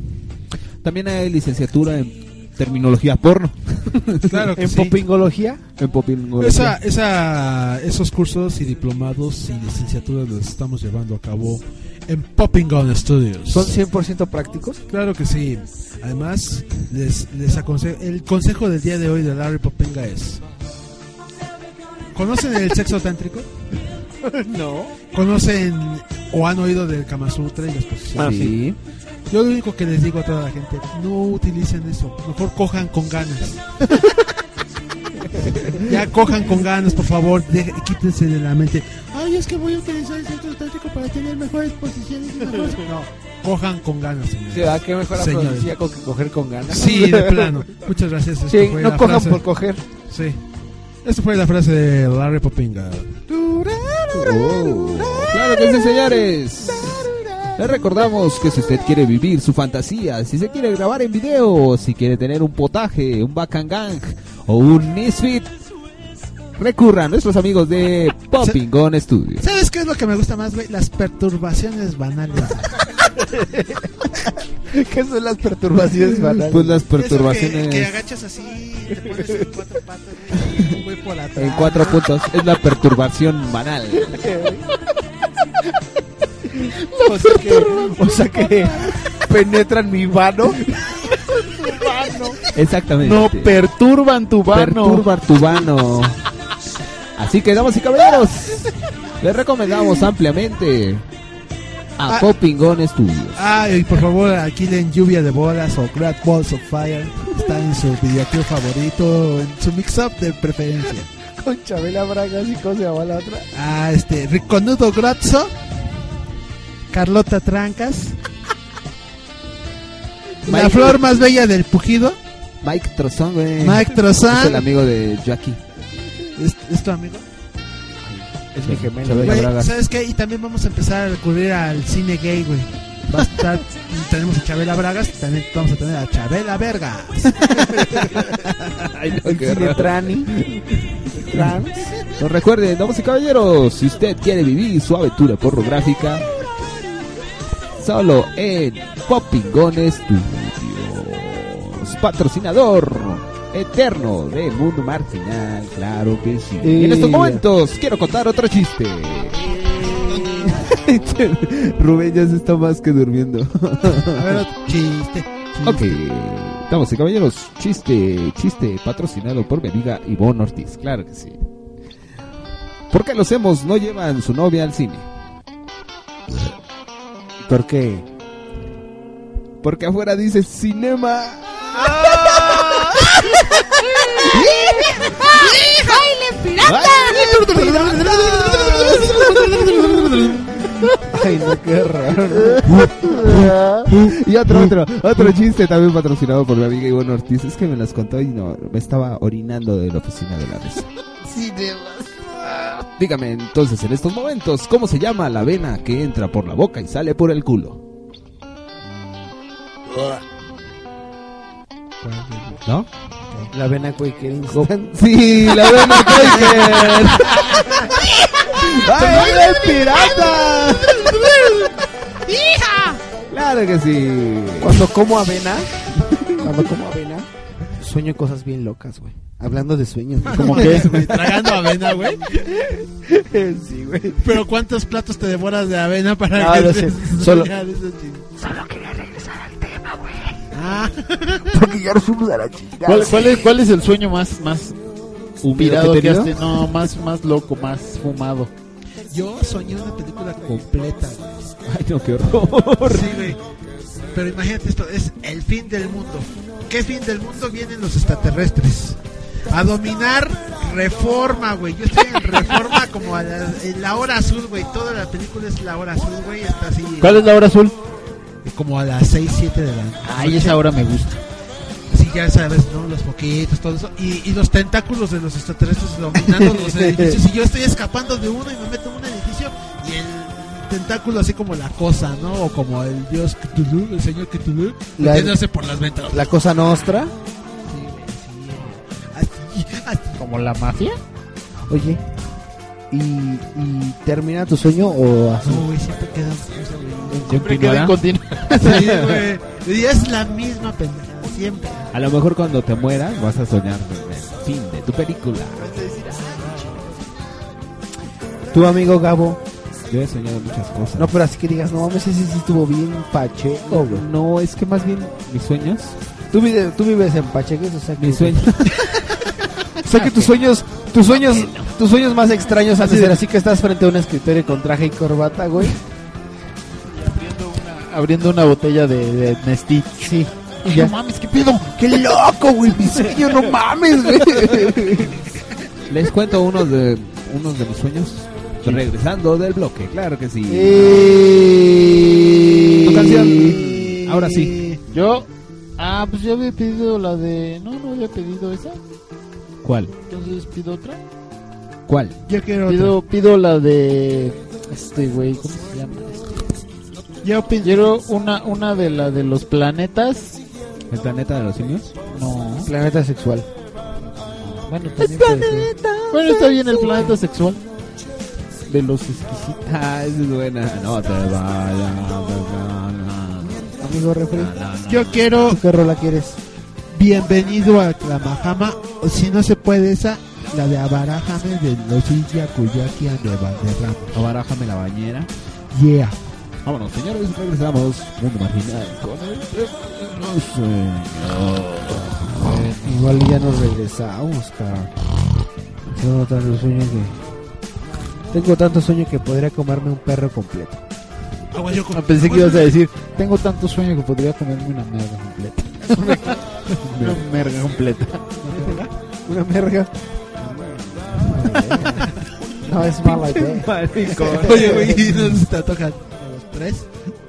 Speaker 6: También hay licenciatura en terminología porno.
Speaker 35: Claro que
Speaker 2: en
Speaker 35: sí.
Speaker 2: popingología.
Speaker 6: En popingología.
Speaker 35: Esa, esa, esos cursos y diplomados y licenciaturas los estamos llevando a cabo en Popping Gun Studios.
Speaker 2: ¿Son 100% prácticos?
Speaker 35: Claro que sí. Además, les, les aconsejo, el consejo del día de hoy de Larry Popinga es... ¿Conocen el sexo tántrico?
Speaker 2: No.
Speaker 35: ¿Conocen o han oído del Kama Sutra y las posiciones?
Speaker 6: Ah, sí.
Speaker 35: Yo lo único que les digo a toda la gente, no utilicen eso, mejor cojan con ganas. ya cojan con ganas, por favor, de- quítense de la mente. Ay, es que voy a utilizar el centro táctico para tener mejores posiciones y mejores... No, cojan con ganas, señores.
Speaker 29: Sí, ¿verdad? Qué mejor
Speaker 35: Señores.
Speaker 29: afrodisíaco que coger con ganas.
Speaker 35: Sí, de plano. Muchas gracias. esto
Speaker 29: Sí,
Speaker 35: fue
Speaker 29: no
Speaker 35: la
Speaker 29: cojan
Speaker 35: frase.
Speaker 29: por coger.
Speaker 35: Sí. Esta fue la frase de Larry Popinga.
Speaker 6: Oh, claro que sí, señores. Les recordamos que si usted quiere vivir su fantasía, si se quiere grabar en video, si quiere tener un potaje, un bacangang o un misfit, recurra a nuestros amigos de Popingon Studios.
Speaker 35: ¿Sabes qué es lo que me gusta más, güey? Las perturbaciones banales.
Speaker 2: ¿Qué son las perturbaciones banales?
Speaker 6: Pues las
Speaker 35: Eso que-
Speaker 6: perturbaciones-
Speaker 35: Que, agachas así, te pones en cuatro patas, güey, por atrás.
Speaker 6: En cuatro puntos es la perturbación banal.
Speaker 2: O sea que, o sea que penetran mi vano.
Speaker 6: Exactamente.
Speaker 2: No
Speaker 6: perturban tu
Speaker 2: vano.
Speaker 6: Perturban tu vano. Así que, damas y caballeros, les recomendamos ampliamente a
Speaker 35: Ah.
Speaker 6: Popingon Studios.
Speaker 35: Ay, por favor, alquilen Lluvia de Bolas o Great Balls of Fire. Está en su videoclip favorito, en su mix-up de preferencia.
Speaker 2: Con Chabela Bragas y cómo se llama la otra.
Speaker 35: Ah, este, Riconudo Grazzo, Carlota Trancas, la
Speaker 6: Mike-
Speaker 35: flor más bella del pujido.
Speaker 6: Mike Trozón,
Speaker 2: Eh,
Speaker 6: güey.
Speaker 35: Mike Trozón.
Speaker 6: Es el amigo de Jackie.
Speaker 35: ¿Es, es tu amigo?
Speaker 2: Es mi gemelo.
Speaker 6: Chabela
Speaker 35: Güey,
Speaker 6: Bragas.
Speaker 35: ¿Sabes qué? Y también vamos a empezar a recurrir al cine gay, güey. Va a estar, tenemos a Chabela Bragas, también vamos a tener a Chabela Vergas.
Speaker 6: Ay,
Speaker 2: El
Speaker 6: qué
Speaker 2: cine
Speaker 6: raro.
Speaker 2: trani. Trans.
Speaker 6: Pues recuerden, damas y caballeros, si usted quiere vivir su aventura pornográfica, solo en Popingón Studios. Patrocinador eterno de Mundo Marginal, claro que sí. Y en estos momentos quiero contar otro chiste. Rubén ya se está más que durmiendo.
Speaker 35: A ver, otro chiste.
Speaker 6: Ok, damas y caballeros, chiste, chiste patrocinado por mi amiga Ivonne Ortiz, claro que sí. ¿Por qué los hemos no llevan su novia al cine? ¿Por qué? Porque afuera dice cinema.
Speaker 5: ¡Baile pirata!
Speaker 6: Ay, no, qué raro. y otro, otro, otro chiste también patrocinado por mi amiga Ivonne Ortiz. Es que me las contó y no, me estaba orinando de la oficina de la mesa. Dígame entonces en estos momentos, ¿cómo se llama la vena que entra por la boca y sale por el culo? ¿No?
Speaker 2: La vena Quaker Instant.
Speaker 6: Sí, la vena Quaker. ¡Baile pirata!
Speaker 5: ¡Hija!
Speaker 6: Claro que sí.
Speaker 2: Cuando como avena, Ando como avena. Sueño cosas bien locas, güey. Hablando de sueños.
Speaker 7: ¿Cómo
Speaker 2: que
Speaker 7: qué?
Speaker 6: Tragando avena, güey.
Speaker 2: sí, güey.
Speaker 6: Pero ¿cuántos platos te devoras de avena para
Speaker 2: No,
Speaker 6: que
Speaker 2: no
Speaker 6: te-
Speaker 2: sé. Solo-
Speaker 6: Solo quería regresar al tema, güey.
Speaker 5: Porque ya nos fuimos a la chingada.
Speaker 7: ¿Cuál, cuál es, cuál es el sueño más, más pirado
Speaker 5: que he
Speaker 7: que has
Speaker 5: tenido?
Speaker 7: tenido? No, más, más loco, más fumado.
Speaker 6: Yo soñé una película completa, güey.
Speaker 7: Ay, no, qué horror.
Speaker 6: Sí, güey. Pero imagínate esto, es el fin del mundo. ¿Qué fin del mundo vienen los extraterrestres? A dominar Reforma, güey. Yo estoy en Reforma como a la, en la hora azul, güey. Toda la película es la hora azul, güey. Está así.
Speaker 7: ¿Cuál es la hora azul?
Speaker 6: Como a las 6, 7 de la noche.
Speaker 7: Ay, esa hora me gusta.
Speaker 6: Sí, ya sabes, ¿no? Los poquitos, todo eso. Y, y los tentáculos de los extraterrestres dominando los edificios. Y yo estoy escapando de uno y me meto en un edificio y el tentáculo así como la cosa, ¿no? O como el dios Cthulhu, el señor Cthulhu,
Speaker 2: La-
Speaker 6: metiéndose por las ventanas.
Speaker 2: La cosa nostra.
Speaker 7: ¿Como la mafia?
Speaker 2: Oye, ¿y, y termina tu sueño o así?
Speaker 6: No, güey, siempre queda o sea, güey,
Speaker 2: Siempre queda en
Speaker 6: Sí, güey. Y es la misma pendeja, siempre.
Speaker 37: A lo mejor cuando te mueras vas a soñar con el fin de tu película.
Speaker 2: Tu amigo Gabo.
Speaker 37: Yo he soñado muchas cosas.
Speaker 2: No, pero así que digas, no mames, ese sí estuvo bien pacheco, güey.
Speaker 37: No, es que más bien mis sueños.
Speaker 2: Tú, vive- tú vives en pacheques, o sea que.
Speaker 37: Mis sueños.
Speaker 2: o sea que tus sueños, tus sueños, tus sueños más extraños han de ser así que estás frente a un escritorio con traje y corbata, güey.
Speaker 7: Abriendo una botella de, de Nestí.
Speaker 2: Sí.
Speaker 7: Ay,
Speaker 2: Ya.
Speaker 7: no mames, qué pedo.
Speaker 2: ¡Qué loco, güey! Mi sueño, no mames, güey.
Speaker 37: Les cuento unos de unos de mis sueños. Regresando del bloque, claro que sí.
Speaker 2: Eh.
Speaker 37: Tu canción. Ahora sí.
Speaker 7: Yo. Ah, pues yo había pedido la de. No, no había pedido esa.
Speaker 37: ¿Cuál?
Speaker 7: Entonces pido otra.
Speaker 37: ¿Cuál?
Speaker 6: Yo quiero
Speaker 7: pido, pido la de. Este güey, ¿cómo se llama? Yo quiero una, una de la de los planetas.
Speaker 37: ¿El planeta de los simios?
Speaker 7: No.
Speaker 2: Planeta sexual.
Speaker 7: Bueno, también puede ser. Bueno, está bien el planeta sexual. De los exquisitos.
Speaker 37: Ah, esa es buena. No te vayas.
Speaker 2: Amigo refri.
Speaker 6: Yo quiero.
Speaker 2: ¿Tú qué rola quieres?
Speaker 6: Bienvenido a Clamajama. O si no se puede esa, la de Abarájame de los Yacuyaki a Nueva Derrama.
Speaker 37: Abarájame la bañera.
Speaker 6: Yeah.
Speaker 37: Vámonos, señores, regresamos. Mundo marginal con el señor.
Speaker 2: Eh, Igual ya nos regresamos, cabrón. Tengo tanto sueño que. Tengo tanto sueño que podría comerme un perro completo.
Speaker 7: Ah, pensé que ibas a decir, tengo tanto sueño que podría comerme una merga completa. una merga completa.
Speaker 2: Una merga. No es mala idea.
Speaker 6: Oye, güey, ¿y nos te tocan a los tres?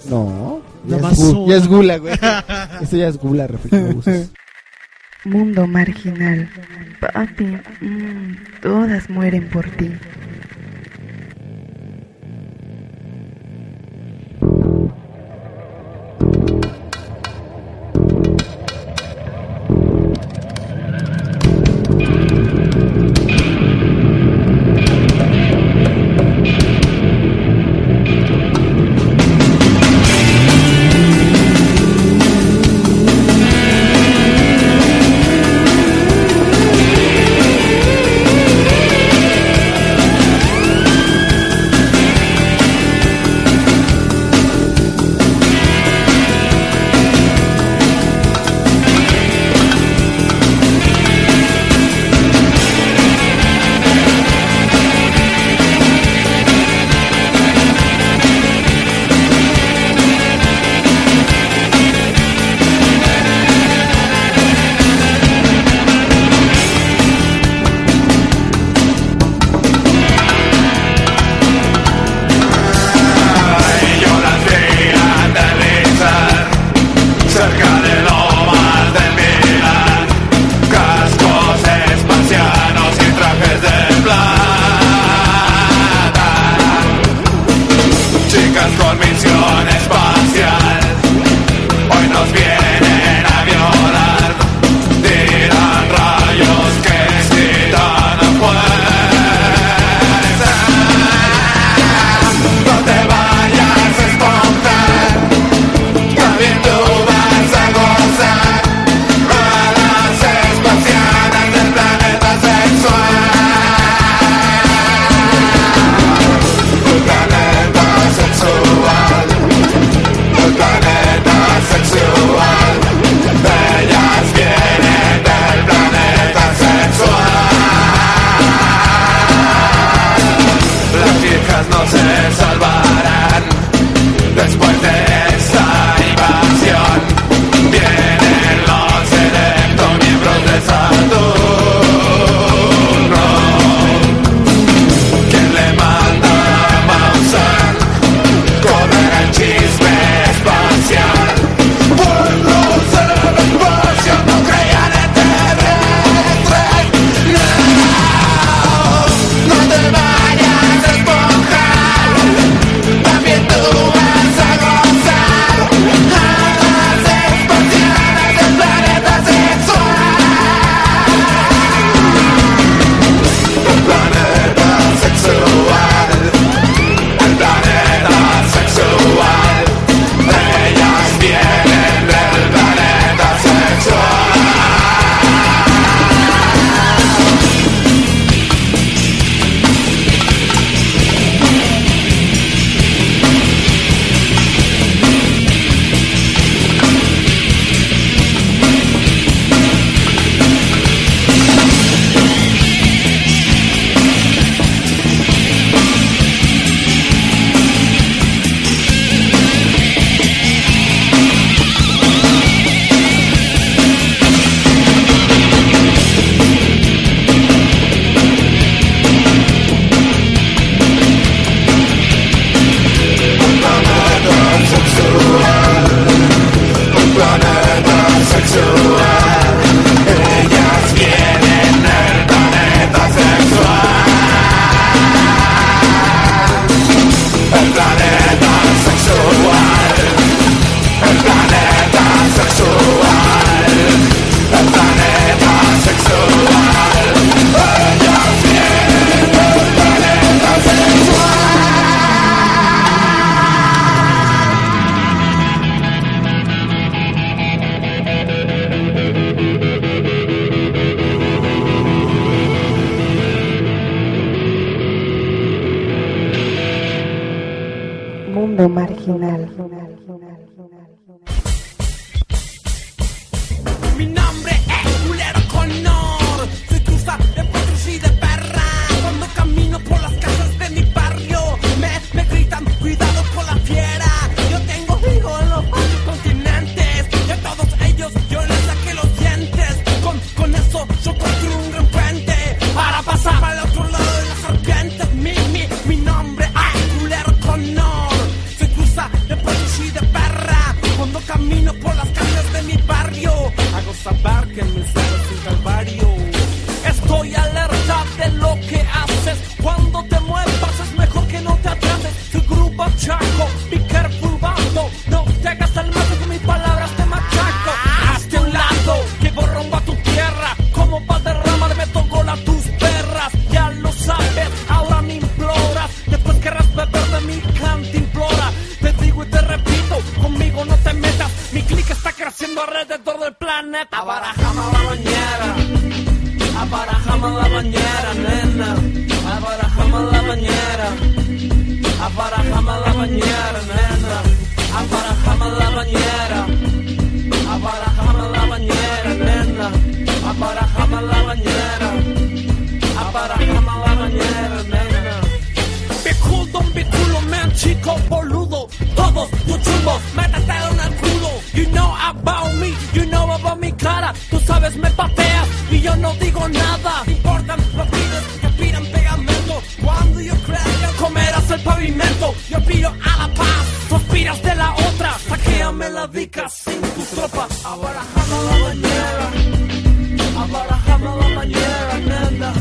Speaker 2: No. Ya,
Speaker 6: Nada
Speaker 2: es,
Speaker 6: más
Speaker 2: gu-
Speaker 6: una.
Speaker 2: ya es gula, güey. Esto ya es gula, refri. no uses.
Speaker 21: Mundo marginal. Papi, mm, todas mueren por ti.
Speaker 38: Thank
Speaker 21: marginal.
Speaker 13: Mi nombre es culero Connor. Soy cruza de potros y de perra. Cuando camino por las casas de mi barrio, me, me gritan cuidado con la fiera. Yo tengo hijos en los varios continentes. Y a todos ellos yo les saqué los dientes. Con, con eso yo construí un gran puente. Para pasar al otro lado de las serpientes. Mi, mi, mi nombre es culero Connor. Soy cruza de potros y de perra. Cuando camino por las calles de mi barrio, hago saber que mi ser es un calvario. Estoy alerta de lo que haces. Cuando te muevas es mejor que no te atrases. Tu grupo chaco, be careful bando. No te hagas al mato que mis palabras te machaco. Hazte a un lado que borromba tu tierra. Como pa' derramarme toco la tus perras. Ya lo sabes, ahora me imploras. Después querrás beber de mi cantimplora. Te digo y te repito, conmigo no te metas. Mi clique está creciendo alrededor del planeta. Abarajame la bañera. Abarajame la bañera, nena. Abarajame la bañera. Abarajame la bañera, nena. Abarajame la bañera. Abarajame la bañera, nena. Abarajame la bañera. Abarajame la bañera, nena. Picudo, un biculo, man, chico, boludo. Todos tus chumbos, métete en el culo. You know about me, you know about mi cara. Tú sabes, me pateas y yo no digo nada. No importan los pibes que pidan pegamento. Cuando yo creo que comerás el pavimento, yo pido a la paz. Suspiras de la otra, saquéame la dica sin tu tropa. Abarajame la bañera, abarajame la bañera, nena.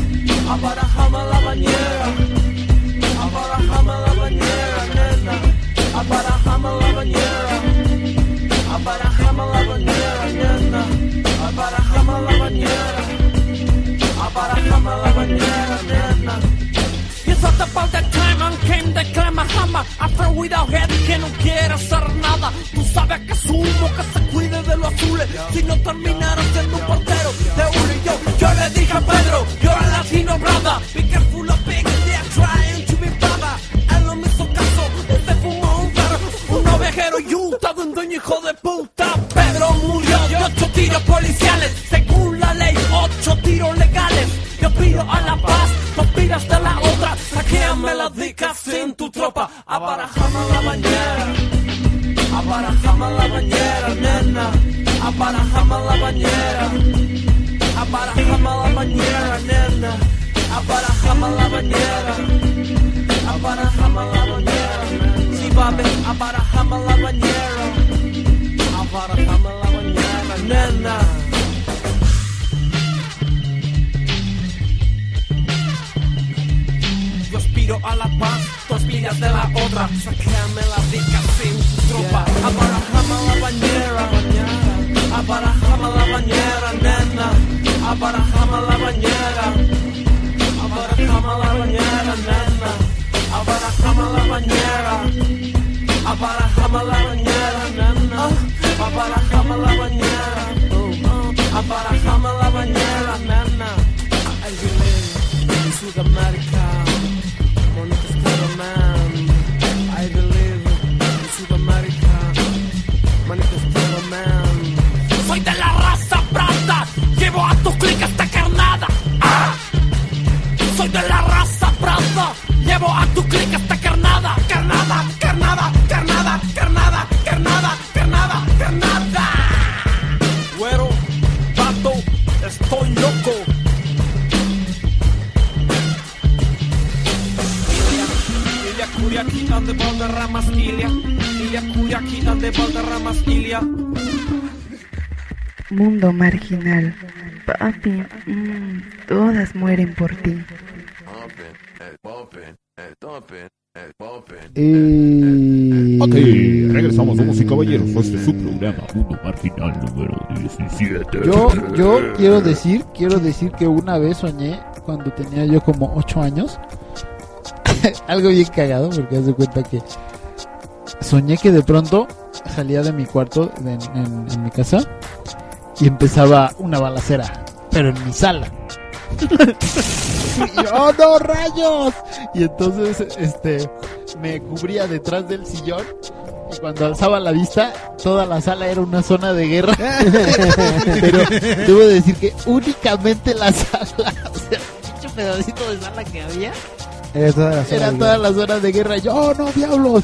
Speaker 13: Abarajame la bañera. Abarajame la bañera, nena. Abarajame la bañera. Abarajame la bañera, nena. Abarajame la bañera. Abarajame la bañera, nena. It's not about that time and came the Clamahama After without head que no quiere hacer nada Tú sabes que sumo que se cuide de los azules Si no terminara siendo un portero de uno y yo Yo le dije a Pedro, you're a Latino brother Be careful of pigs, they're trying to be brother Él no me hizo caso, él se fumó un perro Un ovejero y un tado, un dueño hijo de puta Pedro murió de ocho tiros policiales Según la ley, ocho tiros legales Yo pido a la paz, no pidas de la otra Saquéame la dica sin tu tropa Abarajame la bañera Abarajame la bañera, nena Abarajame la bañera Abarajame la bañera, nena Abarajame la bañera Abarajame la bañera Si babe, abarajame la bañera Abarajame la bañera, nena Yo aspiro a la paz, tú aspiras de la otra. Saquéame la dica sin tropa. Abarajame la bañera, abarajame la bañera, nena. Abarajame la bañera, abarajame la bañera, nena. Abarajame la bañera, abarajame la bañera, nena. Abarajame la bañera, uh, abarajame la bañera, nena. I believe in Sudamérica. Monica Spider-Man. I believe in Sudamérica. Monica Spider-Man. Soy de la raza brata. Ah, Llevo a tu clic esta carnada. Ah. Soy de la raza brata. Llevo a tu clic esta carnada. Carnada, carnada, carnada, carnada, carnada, carnada, carnada. Güero, vato, estoy loco. Ilia Kuriaki ande Valderramas Ilia Ilia Kuriaki ande Valderramas Ilia
Speaker 21: Mundo marginal. Papi, mm, todas mueren por ti.
Speaker 4: Eh... Ok, regresamos, somos y caballeros. Este es su programa, Mundo Marginal número 17.
Speaker 2: Yo, yo quiero decir, quiero decir que una vez soñé cuando tenía yo como 8 años. Algo bien cagado, porque haz de cuenta que soñé que de pronto salía de mi cuarto en, en- en mi casa y empezaba una balacera, pero en mi sala. Y yo, ¡Oh, no, rayos! Y entonces, este, me cubría detrás del sillón
Speaker 7: cuando alzaba la vista, toda la sala era una zona de guerra. Pero debo decir que únicamente la sala, o sea, pinche pedacito de sala que había,
Speaker 2: Era toda la
Speaker 7: era todas las horas de guerra. Yo, "Oh, no, diablos.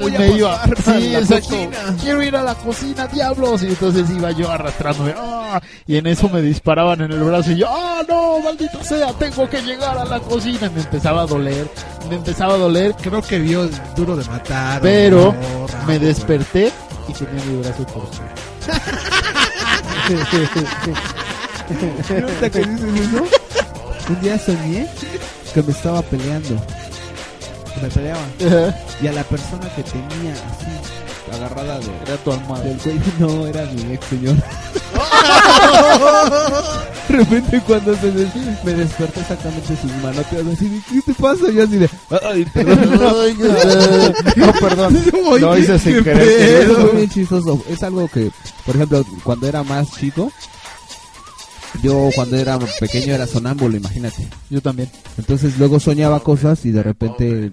Speaker 2: voy a
Speaker 7: Me iba-
Speaker 2: pasar a
Speaker 7: Sí,
Speaker 2: la
Speaker 7: exacto.
Speaker 2: cocina?
Speaker 7: Quiero ir a la cocina, diablos. Y entonces iba yo arrastrándome. "Ah", Y en eso me disparaban en el brazo. Y yo, ¡ah, no! ¡Maldita sea! Tengo que llegar a la cocina. Me empezaba a doler. Me empezaba a doler. Creo que vio duro de matar. Pero
Speaker 35: o Rambo,
Speaker 7: me desperté y tenía mi brazo por
Speaker 2: ¿Ahorita que dices eso? Un día soñé que me estaba peleando. Que me peleaba.
Speaker 7: Ajá.
Speaker 2: Y a la persona que tenía así, agarrada de,
Speaker 7: era tu
Speaker 2: Ah.
Speaker 7: almohada.
Speaker 2: del cuello, no, era mi ex señor. De repente cuando se des- me desperté exactamente sus manoteas así, de, ¿qué te pasa? Yo así de, ay, perdón.
Speaker 6: No, perdón.
Speaker 2: Ay,
Speaker 6: Lo hice
Speaker 2: qué
Speaker 6: sin querer.
Speaker 2: pedo.
Speaker 6: Eso es bien chistoso. Es algo que, por ejemplo, cuando era más chico, yo cuando era pequeño era sonámbulo, imagínate.
Speaker 7: Yo también.
Speaker 6: Entonces luego soñaba cosas y de repente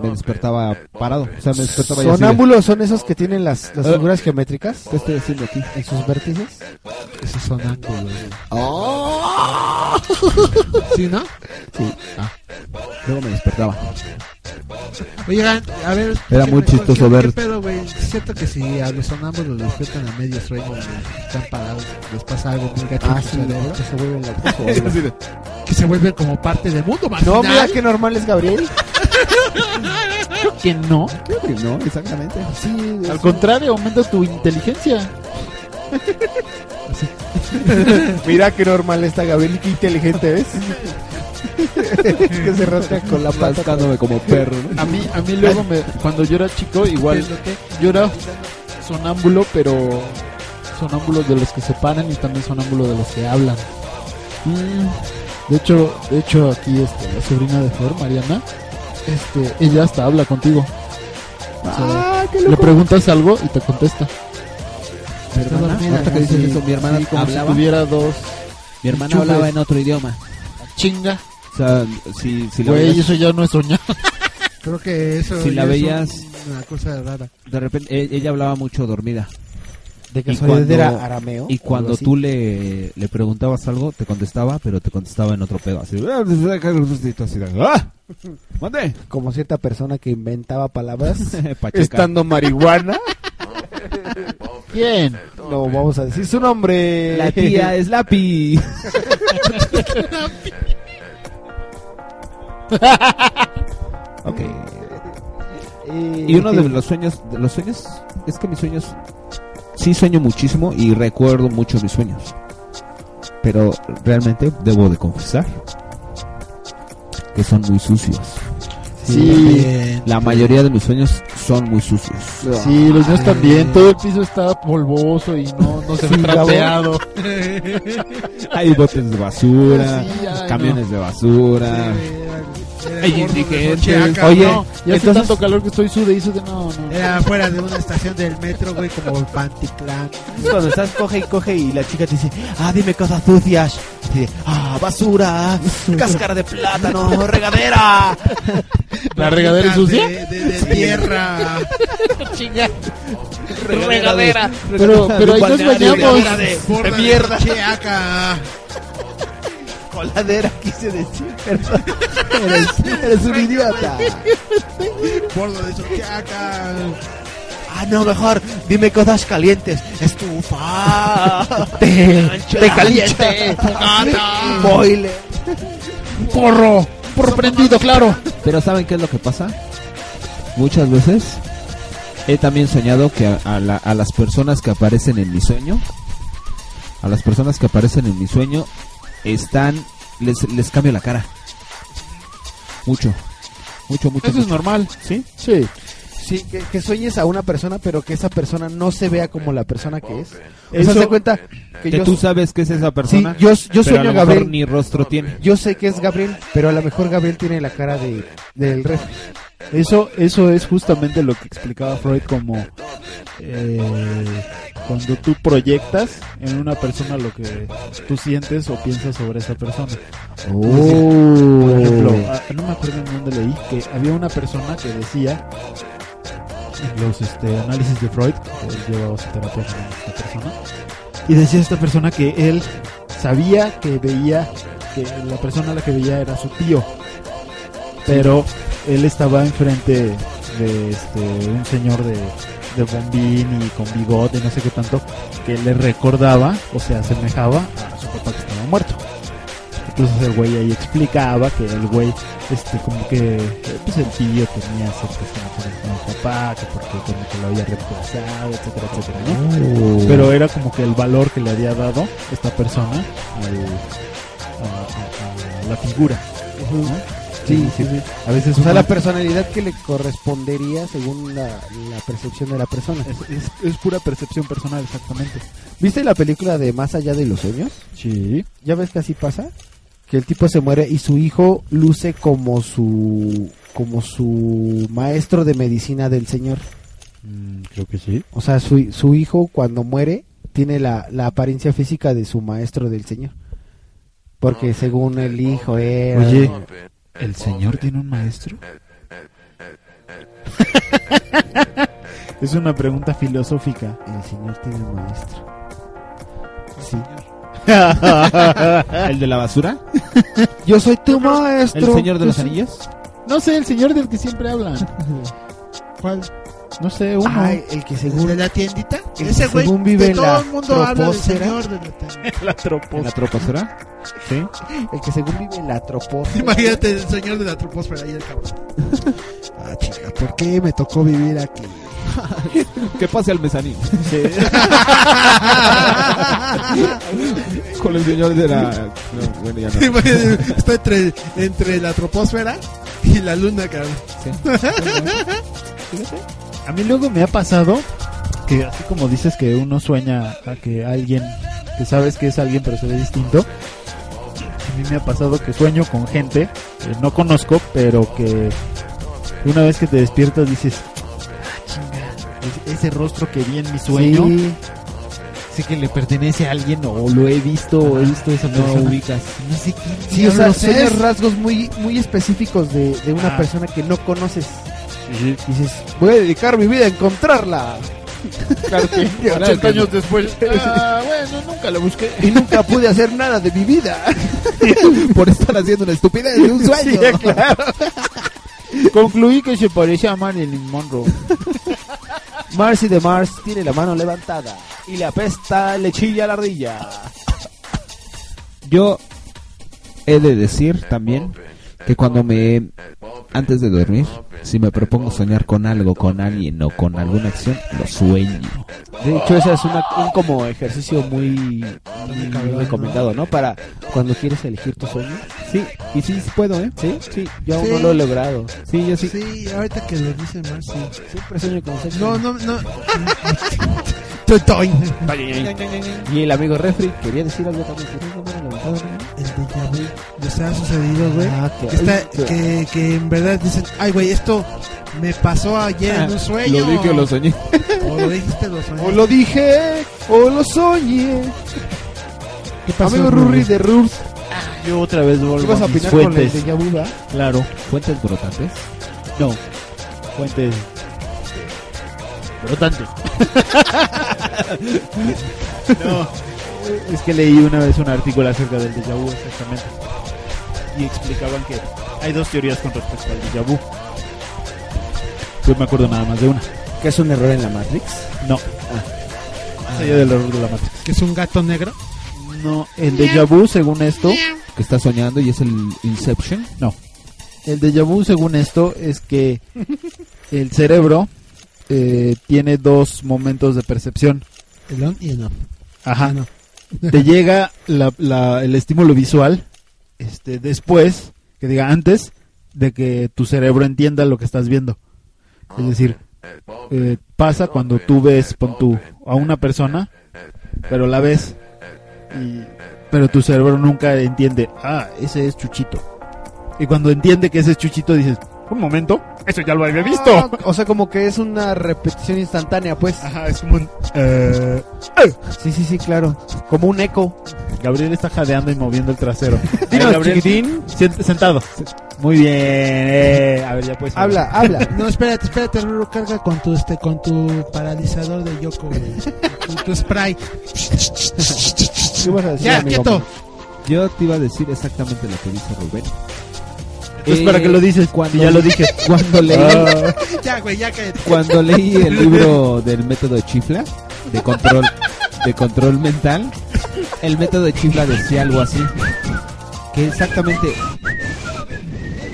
Speaker 6: me despertaba parado. O sea, me despertaba y así de-
Speaker 2: ¿Sonámbulos son esos que tienen las, las
Speaker 6: Eh.
Speaker 2: figuras geométricas?
Speaker 6: ¿Qué estoy haciendo aquí?
Speaker 2: ¿En sus vértices? Esos son ángulos.
Speaker 35: ¿Sí, no?
Speaker 6: Sí. Ah. Luego me despertaba.
Speaker 35: Oigan, a ver.
Speaker 6: Era muy
Speaker 35: ¿qué-
Speaker 6: chistoso
Speaker 35: qué-
Speaker 6: ver-
Speaker 35: ¿Qué pedo, güey? Es cierto que si a los sonámbulos los despiertan a medio sueño, y están parados, les pasa algo muy gacho
Speaker 2: Ah,
Speaker 35: en su
Speaker 2: sí,
Speaker 35: cerebro.
Speaker 2: que se vuelven
Speaker 35: Es decir, Que se vuelven como parte del mundo,
Speaker 2: No,
Speaker 35: marginal.
Speaker 2: mira qué normal es Gabriel.
Speaker 7: Creo que no.
Speaker 6: Creo que no, exactamente.
Speaker 2: Sí,
Speaker 7: Al contrario, aumenta tu inteligencia.
Speaker 36: Mira qué normal está Gabriel y qué inteligente es.
Speaker 6: que se rasca con la pata. Rascándome como perro, ¿no?
Speaker 7: A mí, a mí luego, me, cuando yo era chico, igual yo era sonámbulo, pero sonámbulo de los que se paran y también sonámbulo de los que hablan. Mm. De hecho, de hecho aquí este, la sobrina de Flor, Mariana, este, ella hasta habla contigo. O sea,
Speaker 2: Ah, qué
Speaker 7: le
Speaker 2: loco.
Speaker 7: preguntas algo y te contesta.
Speaker 6: Mi hermana, ahorita que dices eso, mi hermana
Speaker 7: Sí, como si
Speaker 6: hablaba.
Speaker 7: tuviera dos.
Speaker 6: Mi hermana
Speaker 7: enchufes.
Speaker 6: hablaba en otro idioma.
Speaker 7: Chinga.
Speaker 6: O sea, si, si la
Speaker 7: Güey,
Speaker 6: veías-
Speaker 7: eso ya no es soñar.
Speaker 35: Creo que eso.
Speaker 6: Si la
Speaker 35: ya es
Speaker 6: veías-
Speaker 35: un- Una cosa rara.
Speaker 6: de repente e- ella hablaba mucho dormida.
Speaker 2: ¿De
Speaker 6: que
Speaker 2: casualidad era arameo o
Speaker 6: Y
Speaker 2: algo
Speaker 6: cuando
Speaker 2: así?
Speaker 6: tú le, le preguntabas algo, te contestaba, pero te contestaba en otro pedo. Así, pues, ¡Ah! ¡Mande!
Speaker 2: Como cierta persona que inventaba palabras.
Speaker 6: Pacheca. Estando
Speaker 36: marihuana.
Speaker 7: ¿Quién?
Speaker 2: No vamos a decir su nombre.
Speaker 6: La tía es Lapi. ok.
Speaker 2: Eh,
Speaker 6: Y uno de los sueños, de los sueños, es que mis sueños, sí sueño muchísimo y recuerdo mucho mis sueños. Pero realmente debo de confesar que son muy sucios.
Speaker 7: Sí.
Speaker 6: La mayoría de mis sueños son muy sucios.
Speaker 7: Sí, los míos también. Todo el piso está polvoso y no, no se ve
Speaker 6: Sí,
Speaker 7: trapeado.
Speaker 6: Hay botes de basura,
Speaker 7: Sí, ay,
Speaker 6: camiones de basura. Hay indigentes.
Speaker 35: Oye,
Speaker 6: Oye,
Speaker 7: Y hace
Speaker 6: entonces Eh,
Speaker 7: tanto calor que estoy sude y sude. No, no.
Speaker 35: Era afuera de una estación del metro, güey, como Panticlán.
Speaker 30: Cuando estás coge y coge y la chica te dice, ah, dime cosas sucias. Y dice, ah, basura, cáscara de plátano, regadera.
Speaker 7: ¿La regadera es sucia?
Speaker 30: De, de- de tierra.
Speaker 7: Chinga.
Speaker 30: Regadera.
Speaker 7: Pero, pero ahí nos bañamos.
Speaker 30: Regadera de, de mierda. Cheaca. Coladera, quise decir, perdón.
Speaker 2: Eres- eres un idiota.
Speaker 30: Bordo de Sochiaca. Ah, no, mejor, dime cosas calientes. Estufa.
Speaker 2: Té,
Speaker 30: Ancho,
Speaker 2: té
Speaker 30: ancho,
Speaker 2: caliente.
Speaker 30: Fogata.
Speaker 2: Boiler.
Speaker 7: Porro. Porro prendido, claro.
Speaker 6: Pero ¿saben qué es lo que pasa? Muchas veces he también soñado que a, a la- a las personas que aparecen en mi sueño, a las personas que aparecen en mi sueño, están, les, les cambio la cara. Mucho, mucho, mucho.
Speaker 7: Eso es normal.
Speaker 6: ¿Sí?
Speaker 7: Sí.
Speaker 2: Sí, que, que sueñes a una persona, pero que esa persona no se vea como la persona que es. O sea,
Speaker 6: Eso-
Speaker 2: se cuenta que
Speaker 6: Que,
Speaker 2: yo,
Speaker 6: tú sabes que es esa persona.
Speaker 2: yo- yo
Speaker 6: pero
Speaker 2: sueño
Speaker 6: a lo
Speaker 2: a
Speaker 6: mejor
Speaker 2: Gabriel.
Speaker 6: ni rostro tiene.
Speaker 2: yo sé que es Gabriel, pero a lo mejor Gabriel tiene la cara de, del refri.
Speaker 7: Eso, eso es justamente lo que explicaba Freud como eh, cuando tú proyectas en una persona lo que tú sientes o piensas sobre esa persona. Por ejemplo, ah, no me acuerdo en dónde leí que había una persona que decía los este, análisis de Freud, que él llevaba su terapia con esta persona. Y decía esta persona que él sabía que veía, que la persona a la que veía era su tío, pero él estaba enfrente de este, un señor de, de bombín y con bigote, no sé qué tanto, que le recordaba o se asemejaba a su papá que estaba muerto. Entonces el güey ahí explicaba que el güey, este, como que, eh, pues el tío tenía ciertas conexiones con el papá, que porque como que lo había reemplazado, etcétera, etcétera, ¿no?
Speaker 39: Oh.
Speaker 7: Pero era como que el valor que le había dado esta persona al- a, a- a la figura. ¿no?
Speaker 2: Sí, sí, sí.
Speaker 7: A veces
Speaker 2: o sea,
Speaker 7: uno-
Speaker 2: la personalidad que le correspondería según la, la percepción de la persona.
Speaker 7: Es, pura percepción personal, exactamente.
Speaker 2: ¿Viste la película de Más allá de los sueños?
Speaker 7: Sí.
Speaker 2: ¿Ya ves que así pasa? Que el tipo se muere y su hijo luce como su como su maestro de medicina del señor.
Speaker 7: creo que sí.
Speaker 2: O sea, su, su hijo cuando muere tiene la, la apariencia física de su maestro del señor. Porque según el hijo era...
Speaker 7: Oye, ¿el señor tiene un maestro? es una pregunta filosófica.
Speaker 2: El señor tiene un maestro. Sí.
Speaker 4: ¿El de la basura?
Speaker 2: Yo soy tu maestro.
Speaker 4: ¿El señor de
Speaker 2: Yo
Speaker 4: los
Speaker 2: soy-
Speaker 4: anillos?
Speaker 7: No sé, el señor del que siempre hablan. ¿Cuál? No sé, uno.
Speaker 2: Ay, el que según...
Speaker 30: ¿De la tiendita?
Speaker 2: El
Speaker 30: Ese
Speaker 2: que
Speaker 30: güey,
Speaker 2: según
Speaker 30: de
Speaker 2: vive en
Speaker 30: todo
Speaker 2: la
Speaker 30: el mundo habla del
Speaker 2: troposfera.
Speaker 30: señor de la tiendita.
Speaker 7: La troposfera.
Speaker 4: ¿La troposfera?
Speaker 7: Sí.
Speaker 2: El que según vive en la troposfera.
Speaker 30: Imagínate el señor de la troposfera ahí el cabrón.
Speaker 2: Ah, chica, ¿por qué me tocó vivir aquí?
Speaker 4: que pase al mezanín. Con el señor de la... no, bueno, ya no.
Speaker 30: Imagínate, Está entre, entre la troposfera y la luna, cabrón.
Speaker 7: A mí luego me ha pasado que así como dices que uno sueña a que alguien, que sabes que es alguien pero se ve distinto, a mí me ha pasado que sueño con gente que no conozco, pero que una vez que te despiertas dices, "Ah, chinga, es- ese rostro que vi en mi sueño,
Speaker 29: Sí.
Speaker 7: sé que le pertenece a alguien o lo he visto o he visto esa
Speaker 4: No
Speaker 7: persona".
Speaker 4: ubicas.
Speaker 7: No sé
Speaker 2: Sí, o sea,
Speaker 7: diablos
Speaker 2: sueñas
Speaker 7: es.
Speaker 2: rasgos muy, muy específicos de, de una
Speaker 7: Ah.
Speaker 2: persona que no conoces.
Speaker 7: Sí.
Speaker 2: Dices, voy a dedicar mi vida a encontrarla.
Speaker 7: Claro que 80 años después. Ah, bueno, nunca lo busqué.
Speaker 2: Y nunca pude hacer nada de mi vida.
Speaker 4: Por estar haciendo una estupidez de un sueño.
Speaker 7: Sí, claro. Concluí que se parece a Marilyn Monroe.
Speaker 2: Marcy de Mars tiene la mano levantada y la pesta le chilla a la ardilla.
Speaker 4: Yo he de decir también que cuando me antes de dormir, si me propongo soñar con algo, con alguien o con alguna acción, lo sueño.
Speaker 29: De hecho, ese es una- un como ejercicio muy, muy recomendado, ¿no? Para cuando quieres elegir tu sueño.
Speaker 4: Sí, y sí puedo, ¿eh?
Speaker 29: Sí, sí. Yo aún
Speaker 30: Sí.
Speaker 29: no lo he logrado.
Speaker 4: Sí, yo
Speaker 30: Sí, ahorita que lo dice más, sí.
Speaker 29: Siempre sueño con sexo.
Speaker 30: No, no, no.
Speaker 29: Totoy. Y el amigo Refri quería decir algo también. ¿Tienes la mano levantada, amigo?
Speaker 30: El déjà vu. Nos ha sucedido, güey.
Speaker 29: Ah, que-
Speaker 30: que, está-
Speaker 29: ay,
Speaker 30: que, que en verdad dicen, ay, güey, esto me pasó ayer
Speaker 2: Ah,
Speaker 30: en un sueño.
Speaker 4: Lo dije o lo soñé.
Speaker 30: O lo dijiste, lo soñé.
Speaker 2: O lo dije, o lo soñé.
Speaker 7: ¿Qué
Speaker 2: Amigo Rurri de Rurs.
Speaker 7: Yo otra vez
Speaker 2: ¿Qué
Speaker 7: vuelvo
Speaker 2: vas a
Speaker 7: a mis
Speaker 2: opinar con el
Speaker 7: fuentes.
Speaker 2: déjà vu, va?
Speaker 7: Claro.
Speaker 4: ¿Fuentes brotantes?
Speaker 7: No. Fuentes. Brotantes. no. Es que leí una vez un artículo acerca del déjà vu, exactamente. Y explicaban que hay dos teorías con respecto al déjà vu. Yo me acuerdo nada más de una.
Speaker 29: ¿Que es un error en la Matrix?
Speaker 7: No. Ah, Más allá del error de la Matrix.
Speaker 30: ¿Que es un gato negro?
Speaker 7: No, el déjà vu, según esto,
Speaker 4: Que está soñando y es el Inception.
Speaker 7: No. El déjà vu, según esto, es que el cerebro eh, tiene dos momentos de percepción.
Speaker 30: El on y el off.
Speaker 7: Ajá. Te llega la- la- el estímulo visual este, después, que diga antes, de que tu cerebro entienda lo que estás viendo. Es decir, eh, pasa cuando tú ves pon tú, a una persona, pero la ves, y- pero tu cerebro nunca entiende, ah, ese es Chuchito. Y cuando entiende que ese es Chuchito, dices, un momento, eso ya lo había visto.
Speaker 2: Ah, o sea, como que es una repetición instantánea, pues.
Speaker 7: Ajá, es como un...
Speaker 2: eh, Sí, sí, sí, claro. Como un eco.
Speaker 7: Gabriel está jadeando y moviendo el trasero.
Speaker 2: Dinos,
Speaker 7: Gabriel,
Speaker 2: chiquitín.
Speaker 7: sien- sentado. Muy bien. eh. A ver, ya puedes. hablar.
Speaker 5: No, espérate, espérate, Ruro, carga con tu este, con tu paralizador de Yoko, güey. Con tu spray. ya, quieto.
Speaker 6: Yo te iba a decir exactamente lo que dice Rubén. Eh,
Speaker 7: Entonces, Pues ¿para qué lo dices? Si ya lo dije. Ah,
Speaker 6: Cuando leí,
Speaker 5: ya, güey, ya cállate.
Speaker 6: cuando leí el libro del método Chifla, de control, de control mental, el método Chifla decía algo así. Que exactamente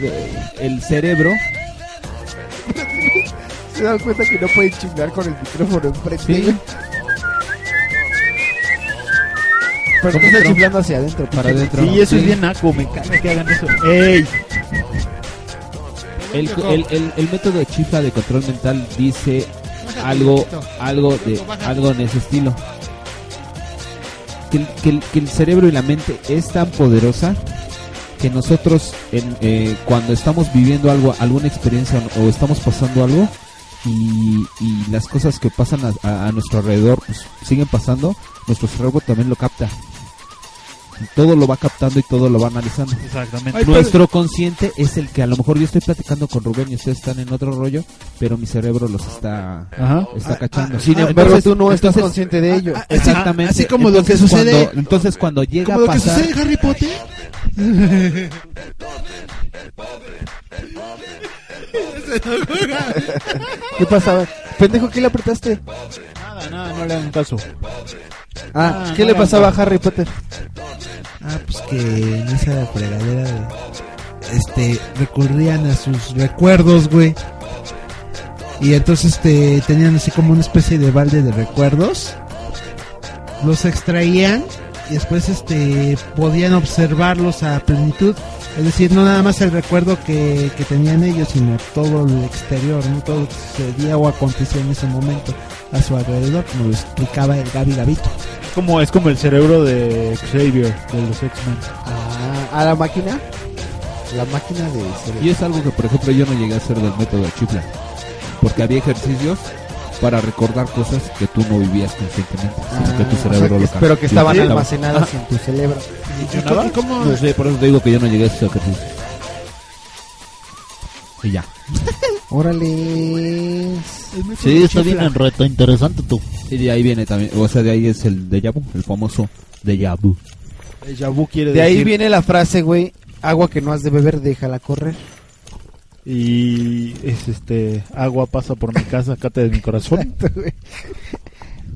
Speaker 6: eh, el cerebro
Speaker 2: Se dan cuenta que no pueden chingar con el micrófono enfrente.
Speaker 6: Sí.
Speaker 2: Pero no está chiflando hacia adentro.
Speaker 6: Para adentro.
Speaker 7: Sí, eso es
Speaker 6: Sí.
Speaker 7: bien naco. Me encanta que hagan eso. ¡Ey!
Speaker 6: El, el, el, el método de chifla de control mental dice algo algo de algo en ese estilo. Que el, que el- que el cerebro y la mente es tan poderosa que nosotros en, eh, cuando estamos viviendo algo, alguna experiencia o estamos pasando algo y, y las cosas que pasan a, a- a nuestro alrededor pues, siguen pasando, nuestro cerebro también lo capta. Todo lo va captando y todo lo va analizando.
Speaker 7: Exactamente.
Speaker 6: Ay, Nuestro consciente es el que a lo mejor yo estoy platicando con Rubén y ustedes están en otro rollo, pero mi cerebro los está,
Speaker 7: Ajá.
Speaker 6: está
Speaker 7: Ah,
Speaker 6: cachando.
Speaker 7: ah, Sin ah, embargo, tú no estás
Speaker 2: consciente de ello.
Speaker 6: ah, Exactamente.
Speaker 5: así como lo que
Speaker 6: Entonces,
Speaker 5: sucede-
Speaker 6: cuando- entonces cuando llega
Speaker 5: Como
Speaker 6: a
Speaker 5: lo que
Speaker 6: pasar...
Speaker 5: sucede en Harry Potter.
Speaker 2: ¿Qué pasaba? Pendejo, ¿qué le apretaste?
Speaker 7: Nada, nada, no le hagan caso.
Speaker 2: Ah,
Speaker 7: Ah,
Speaker 2: ¿qué
Speaker 7: no
Speaker 2: le
Speaker 7: le
Speaker 2: pasaba a
Speaker 7: hagan
Speaker 2: Harry Potter?
Speaker 5: Ah, pues que en esa fregadera de- este recurrían a sus recuerdos, güey. Y entonces este tenían así como una especie de balde de recuerdos. Los extraían y después este podían observarlos a plenitud, es decir, no nada más el recuerdo que, que tenían ellos, sino todo el exterior, no todo lo que sucedía o acontecía en ese momento a su alrededor, como lo explicaba el Gaby Gavito.
Speaker 7: Es como, es como el cerebro de Xavier, de los X-Men.
Speaker 2: Ah, a la máquina. La máquina de cerebro.
Speaker 6: Y es algo que, por ejemplo, yo no llegué a hacer del método de Chifla. Porque había ejercicios para recordar cosas que tú no vivías conscientemente, sino que tu
Speaker 2: Ah, o sea,
Speaker 6: cerebro
Speaker 2: que-
Speaker 6: lo
Speaker 2: pero que estaban
Speaker 6: captaba.
Speaker 2: almacenadas
Speaker 6: Ajá.
Speaker 2: en tu cerebro.
Speaker 6: ¿Funcionaba? No sé, por eso te digo que yo no llegué a esos ejercicios. Y ya.
Speaker 2: Órale.
Speaker 6: reto interesante tú. Y de ahí viene también, o sea, de ahí es el déjà vu, el famoso déjà vu.
Speaker 2: quiere
Speaker 40: De ahí
Speaker 2: decir-
Speaker 40: viene
Speaker 2: la frase, güey, agua que no has de beber, déjala correr.
Speaker 7: Y es este. Agua pasa por mi casa, cate de mi corazón.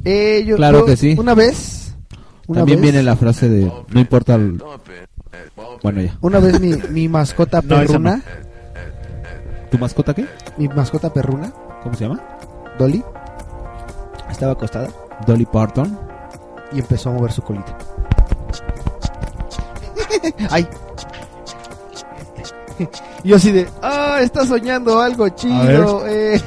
Speaker 2: Eh, yo-
Speaker 6: Claro
Speaker 2: yo-
Speaker 6: que sí.
Speaker 2: Una vez. Una
Speaker 6: También
Speaker 2: vez,
Speaker 6: viene la frase de no importa el... Bueno, ya.
Speaker 2: Una vez mi, mi mascota
Speaker 6: No, esa no.
Speaker 2: perruna.
Speaker 6: ¿Tu mascota qué?
Speaker 2: Mi mascota perruna,
Speaker 6: ¿Cómo se llama?
Speaker 2: Dolly, estaba acostada
Speaker 6: Dolly Parton.
Speaker 2: y empezó a mover su colita. ¡Ay! Y Yo así de, ¡ah! está soñando algo chido. eh".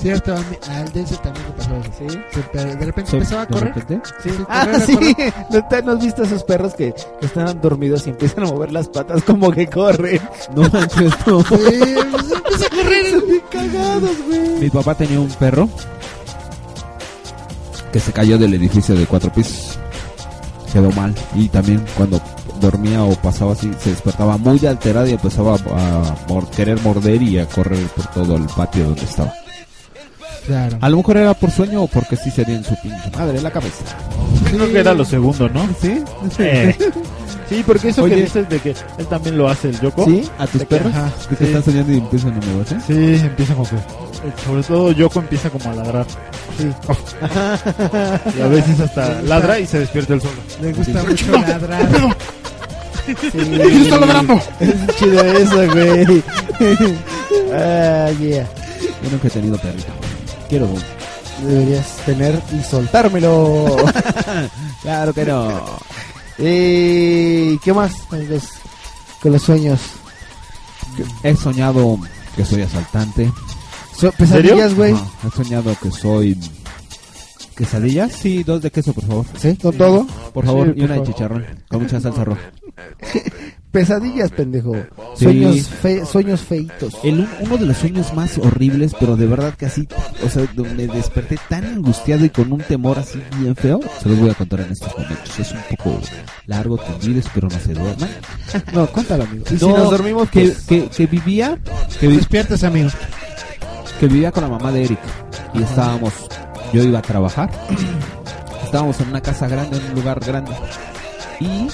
Speaker 5: Cierto, a mí- al Dense también le pasó eso. Se pe- de repente
Speaker 2: Se-
Speaker 5: empezaba a
Speaker 2: ¿de
Speaker 5: correr.
Speaker 6: repente?
Speaker 5: Sí,
Speaker 2: Ah,
Speaker 5: correr,
Speaker 2: sí.
Speaker 5: correr.
Speaker 2: ¿No, te, no has visto esos perros que, que están dormidos y empiezan a mover las patas como que corren?
Speaker 6: No manches, no.
Speaker 2: empieza a correr. Son bien cagados, güey.
Speaker 6: Mi papá tenía un perro que se cayó del edificio de cuatro pisos. Quedó mal. Y también cuando dormía o pasaba así, se despertaba muy alterado y empezaba a mor- querer morder y a correr por todo el patio donde estaba.
Speaker 5: Claro.
Speaker 6: A lo mejor era por sueño o porque sí se dio en su pinche madre la cabeza.
Speaker 7: Creo que era lo segundo, ¿no?
Speaker 6: Sí.
Speaker 7: Eh. Sí, porque eso que
Speaker 6: Oye.
Speaker 7: dices de que él también lo hace el Yoko.
Speaker 6: ¿Sí? Oh, ¿A tus
Speaker 7: De que,
Speaker 6: perros?
Speaker 7: ajá,
Speaker 6: Que te
Speaker 7: sí.
Speaker 6: están soñando y empiezan a moverse.
Speaker 7: Sí, empieza como que. Eh, Sobre todo Yoko empieza como a ladrar.
Speaker 2: Sí.
Speaker 7: y a veces hasta
Speaker 5: Me gusta-
Speaker 7: ladra y se despierta el solo.
Speaker 5: Me gusta
Speaker 7: Sí.
Speaker 5: mucho
Speaker 7: No,
Speaker 5: ladrar.
Speaker 7: no.
Speaker 5: ¿Quién está ladrando?
Speaker 2: Es chido eso, güey. Ah, yeah.
Speaker 6: Yo nunca he tenido perrito. Quiero uno.
Speaker 2: Deberías tener y soltármelo.
Speaker 6: Claro que no.
Speaker 2: Eh, ¿Qué más? Con los, con los sueños.
Speaker 6: He soñado que soy asaltante.
Speaker 2: So- pesadillas, güey.
Speaker 6: Ajá, He soñado que soy. ¿Quesadillas? Sí, dos de queso, por favor.
Speaker 2: ¿Sí? ¿Con todo?
Speaker 6: Por favor,
Speaker 2: Sí,
Speaker 6: y
Speaker 2: por
Speaker 6: una de
Speaker 2: favor.
Speaker 6: chicharrón. Con mucha salsa roja.
Speaker 2: Pesadillas, pendejo.
Speaker 6: Sí. Eh,
Speaker 2: Sueños, fe- sueños feitos.
Speaker 6: El un- uno de los sueños más horribles, pero de verdad que así, o sea, do- me desperté tan angustiado y con un temor así bien feo. Se los voy a contar en estos momentos. Es un poco largo, tendido, pero no se duerman.
Speaker 2: No, cuéntalo, amigo.
Speaker 6: Y si nos dormimos, que, que, que vivía. Que
Speaker 2: Despiertes, amigo.
Speaker 6: Que vivía con la mamá de Eric. Y estábamos. Yo iba a trabajar. Estábamos en una casa grande, en un lugar grande. Y.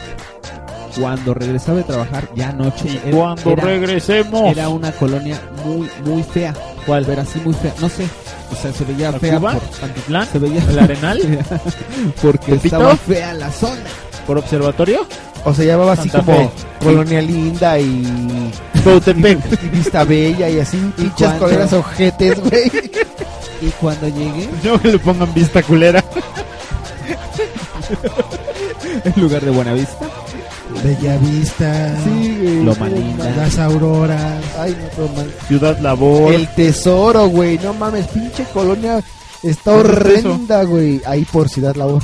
Speaker 6: Cuando regresaba de trabajar, ya noche.
Speaker 7: Y cuando regresemos.
Speaker 6: Era una colonia muy, muy fea. ¿Cuál? Pero así muy fea. No sé. O sea, se veía fea.
Speaker 7: ¿Tacuba?
Speaker 6: por-
Speaker 7: ¿Antitlán?
Speaker 6: Se veía.
Speaker 7: ¿El Arenal?
Speaker 6: Porque
Speaker 7: ¿Tepito?
Speaker 6: estaba fea la zona.
Speaker 7: ¿Por observatorio?
Speaker 36: O sea, llamaba así
Speaker 7: Santa
Speaker 36: como
Speaker 7: Fe.
Speaker 36: Colonia Linda y. Y Vista Bella y así. Pinches
Speaker 6: cuánto?
Speaker 36: coleras ojetes, güey.
Speaker 6: Y cuando llegué.
Speaker 7: No que le pongan vista culera.
Speaker 6: En lugar de Buenavista.
Speaker 2: Bella Vista. Sí,
Speaker 6: Loma Linda.
Speaker 2: Las auroras. Ay, no, todo mal.
Speaker 7: Ciudad Labor.
Speaker 2: El tesoro, güey. No mames, pinche colonia está
Speaker 7: ¿Dónde es
Speaker 2: horrenda, güey. Ahí por Ciudad Labor.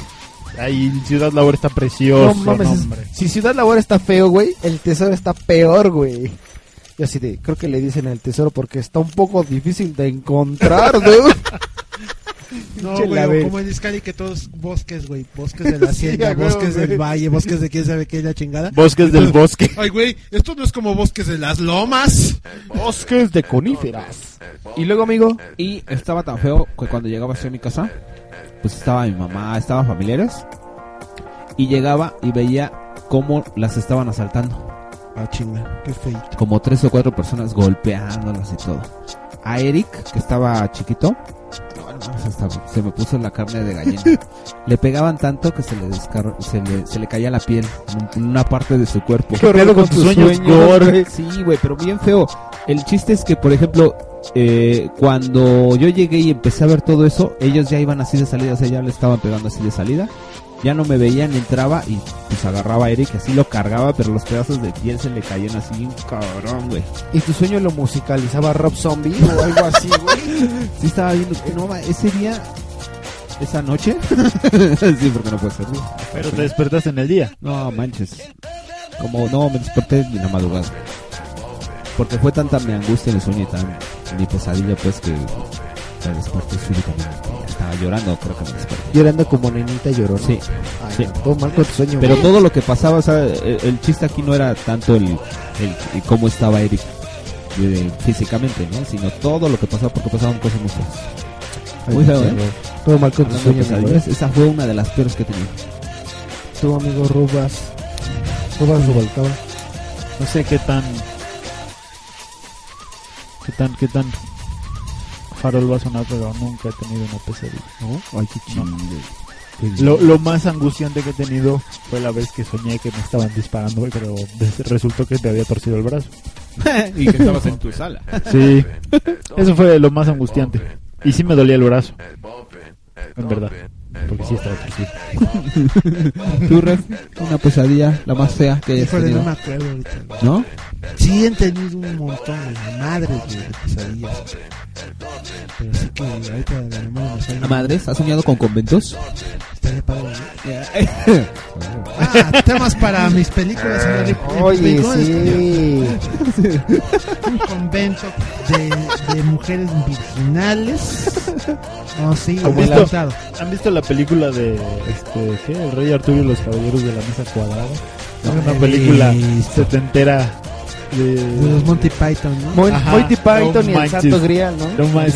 Speaker 7: Ahí Ciudad Labor está precioso.
Speaker 2: no mames. es-
Speaker 7: hombre.
Speaker 2: si Ciudad Labor está feo, güey, el tesoro está peor, güey. Yo así de, creo que le dicen el tesoro porque está un poco difícil de encontrar, güey.
Speaker 30: No,
Speaker 2: Pinche
Speaker 30: güey,
Speaker 2: laberinto.
Speaker 30: o como en Iscali que todos bosques, güey, bosques de la
Speaker 2: Sí,
Speaker 30: hacienda,
Speaker 2: a huevo,
Speaker 30: bosques del
Speaker 2: güey.
Speaker 30: valle, bosques de quién sabe qué es la chingada.
Speaker 7: Bosques del
Speaker 30: Entonces,
Speaker 7: bosque.
Speaker 30: Ay, güey, esto no es como bosques de las lomas.
Speaker 7: Bosques de coníferas.
Speaker 6: Y luego, amigo. Y estaba tan feo que cuando llegaba hacia mi casa, pues estaba mi mamá, estaban familiares. Y llegaba y veía cómo las estaban asaltando.
Speaker 30: Ah, chinga, qué feito.
Speaker 6: Como tres o cuatro personas golpeándolas y todo. A Eric, que estaba chiquito, no, no mames, hasta se me puso la carne de gallina. le pegaban tanto que se le, descarro- se le, se le caía la piel en un- una parte de su cuerpo.
Speaker 36: ¿Qué pedo con tus sueños,
Speaker 6: gore? Sí, güey, pero bien feo. El chiste es que, por ejemplo, eh, cuando yo llegué y empecé a ver todo eso, ellos ya iban así de salida, o sea, ya le estaban pegando así de salida. Ya no me veían, entraba y pues agarraba a Eric, así lo cargaba, pero los pedazos de piel se le caían así, bien cabrón, güey.
Speaker 2: Y tu sueño lo musicalizaba Rob Zombie o algo así, güey.
Speaker 6: Sí, estaba viendo que no, ma- ese día, esa noche. sí, porque no puede ser. ¿no?
Speaker 7: Pero te despertaste en el día.
Speaker 6: No, manches. Como, no, me desperté en la madrugada. Porque fue tanta mi angustia en el sueño y tan mi pesadilla, pues que me desperté súbitamente. Estaba llorando, creo que me desperté.
Speaker 2: Llorando como nenita llorona.
Speaker 6: Sí.
Speaker 2: Ay,
Speaker 6: Sí.
Speaker 2: no, todo mal con tu sueño,
Speaker 6: Pero
Speaker 2: güey.
Speaker 6: todo lo que pasaba, o sea, el, el chiste aquí no era tanto el, el- el cómo estaba Eric eh, físicamente, ¿no? Sino todo lo que pasaba, porque pasaban cosas muy feas.
Speaker 2: Ay,
Speaker 6: Muy feo,
Speaker 2: sí,
Speaker 6: ¿eh?
Speaker 2: güey. Todo mal con tu
Speaker 6: Hablando de
Speaker 2: sueño, mi
Speaker 6: pesadillas,
Speaker 2: güey.
Speaker 6: Esa fue una de las peores que he tenido.
Speaker 2: Tu amigo Rubas. Rubas Rubalcaba.
Speaker 7: No sé qué tan. qué tan, qué tan. Farol va a sonar, pero nunca he tenido una pesadilla.
Speaker 6: Oh, Ay, qué chido.
Speaker 7: Lo, lo más angustiante que he tenido fue la vez que soñé que me estaban disparando, güey, pero des- resultó que te había torcido el brazo.
Speaker 4: Y que estabas en tu sala.
Speaker 7: Sí. Eso fue lo más angustiante. Y sí me dolía el brazo. En verdad. Porque sí estaba torcido.
Speaker 6: Tú, Ref, una pesadilla, la más fea que hayas
Speaker 30: Híjole,
Speaker 6: tenido.
Speaker 30: no me acuerdo ahorita.
Speaker 6: ¿No?
Speaker 30: Sí, han tenido un montón de madres, güey, de pesadillas. Pero sí que ahorita de la memoria me sale.
Speaker 6: ¿A madres? ¿Has soñado con conventos?
Speaker 30: Estaría padre, ¿no? Ah, temas para mis películas. señor. Mi-
Speaker 2: Oye,
Speaker 30: mi película
Speaker 2: sí.
Speaker 30: es- Un convento de, de mujeres virginales. No, sí,
Speaker 7: ¿Han
Speaker 30: me ha
Speaker 7: visto,
Speaker 30: gustado.
Speaker 7: han visto la película de este, ¿qué? El Rey Arturo y los Caballeros de la Mesa Cuadrada?
Speaker 30: No
Speaker 7: es una
Speaker 30: la he
Speaker 7: película
Speaker 30: visto.
Speaker 7: setentera de,
Speaker 30: De los Monty Python, ¿no?
Speaker 7: Mon- Monty Python
Speaker 2: Python
Speaker 7: No
Speaker 2: y el
Speaker 7: manches.
Speaker 2: Santo Grial, ¿no?
Speaker 7: No manches,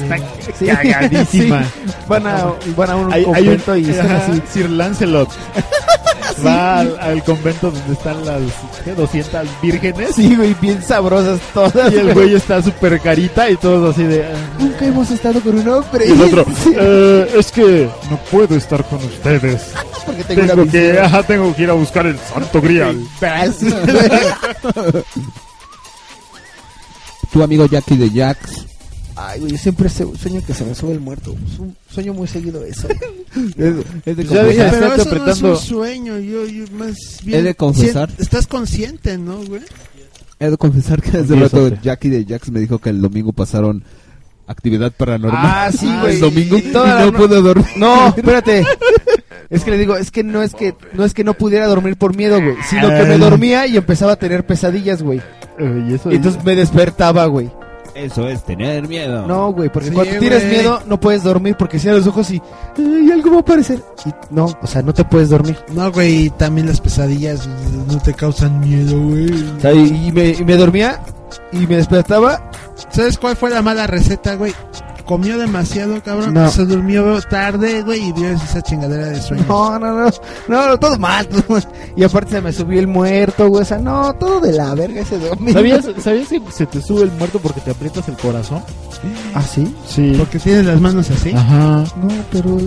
Speaker 7: está cagadísima.
Speaker 2: Van, a, van a un
Speaker 7: Hay, hay un
Speaker 2: convento y están
Speaker 7: ajá,
Speaker 2: así.
Speaker 7: Sir Lancelot va al, al convento donde están las ¿qué? 200 vírgenes
Speaker 36: Sí, güey, bien sabrosas todas.
Speaker 7: y el güey está súper carita y todos así de "Ah".
Speaker 2: Nunca hemos estado con un hombre.
Speaker 7: Y el otro,
Speaker 2: Sí.
Speaker 7: "Eh, es que no puedo estar con ustedes.
Speaker 2: Porque tengo
Speaker 7: tengo,
Speaker 2: una
Speaker 7: que,
Speaker 2: visión".
Speaker 7: ajá, tengo que ir a buscar el santo grial.
Speaker 6: Tu amigo Jackie de Jax.
Speaker 2: Ay, güey, siempre se- sueño que se me sube el muerto. Es un sueño muy seguido eso.
Speaker 6: Es de
Speaker 2: Ya
Speaker 6: confesar.
Speaker 2: deja de
Speaker 30: Pero eso
Speaker 2: estarte
Speaker 30: no es
Speaker 2: apretando.
Speaker 30: un sueño, yo, yo más bien...
Speaker 6: de confesar.
Speaker 30: sien- Estás consciente, ¿no, güey?
Speaker 6: He de confesar que desde
Speaker 4: Confieso,
Speaker 6: rato
Speaker 4: Fer.
Speaker 6: Jackie de Jax me dijo que el domingo pasaron actividad paranormal.
Speaker 36: Ah, sí, güey.
Speaker 6: El domingo y
Speaker 36: Toda la
Speaker 6: no
Speaker 36: no-
Speaker 6: pude dormir.
Speaker 36: No, espérate.
Speaker 2: Es que le digo, es que no es que no es que no pudiera dormir por miedo, güey, sino que me dormía y empezaba a tener pesadillas, güey. Y entonces me despertaba, güey.
Speaker 41: Eso es tener miedo.
Speaker 2: No, güey, porque
Speaker 41: Sí,
Speaker 2: cuando tienes
Speaker 41: güey.
Speaker 2: miedo no puedes dormir porque cierras los ojos y, "Ay, algo va a aparecer. Y no, o sea, no te puedes dormir.
Speaker 6: No, güey, también las pesadillas no te causan miedo, güey.
Speaker 2: O sea, y, y me, y me dormía y me despertaba.
Speaker 6: ¿Sabes cuál fue la mala receta, güey? Comió demasiado, cabrón.
Speaker 2: No.
Speaker 6: Se durmió tarde, güey, y vio esa chingadera de sueños.
Speaker 2: No, no, no, no, no, todo mal, todo mal. Y aparte se me subió el muerto, güey, o sea, no, todo de la verga ese domingo.
Speaker 7: ¿Sabías, ¿Sabías que se te sube el muerto porque te aprietas el corazón?
Speaker 2: ¿Ah, sí?
Speaker 7: Sí.
Speaker 6: Porque tienes las manos así.
Speaker 7: Ajá.
Speaker 2: No, pero.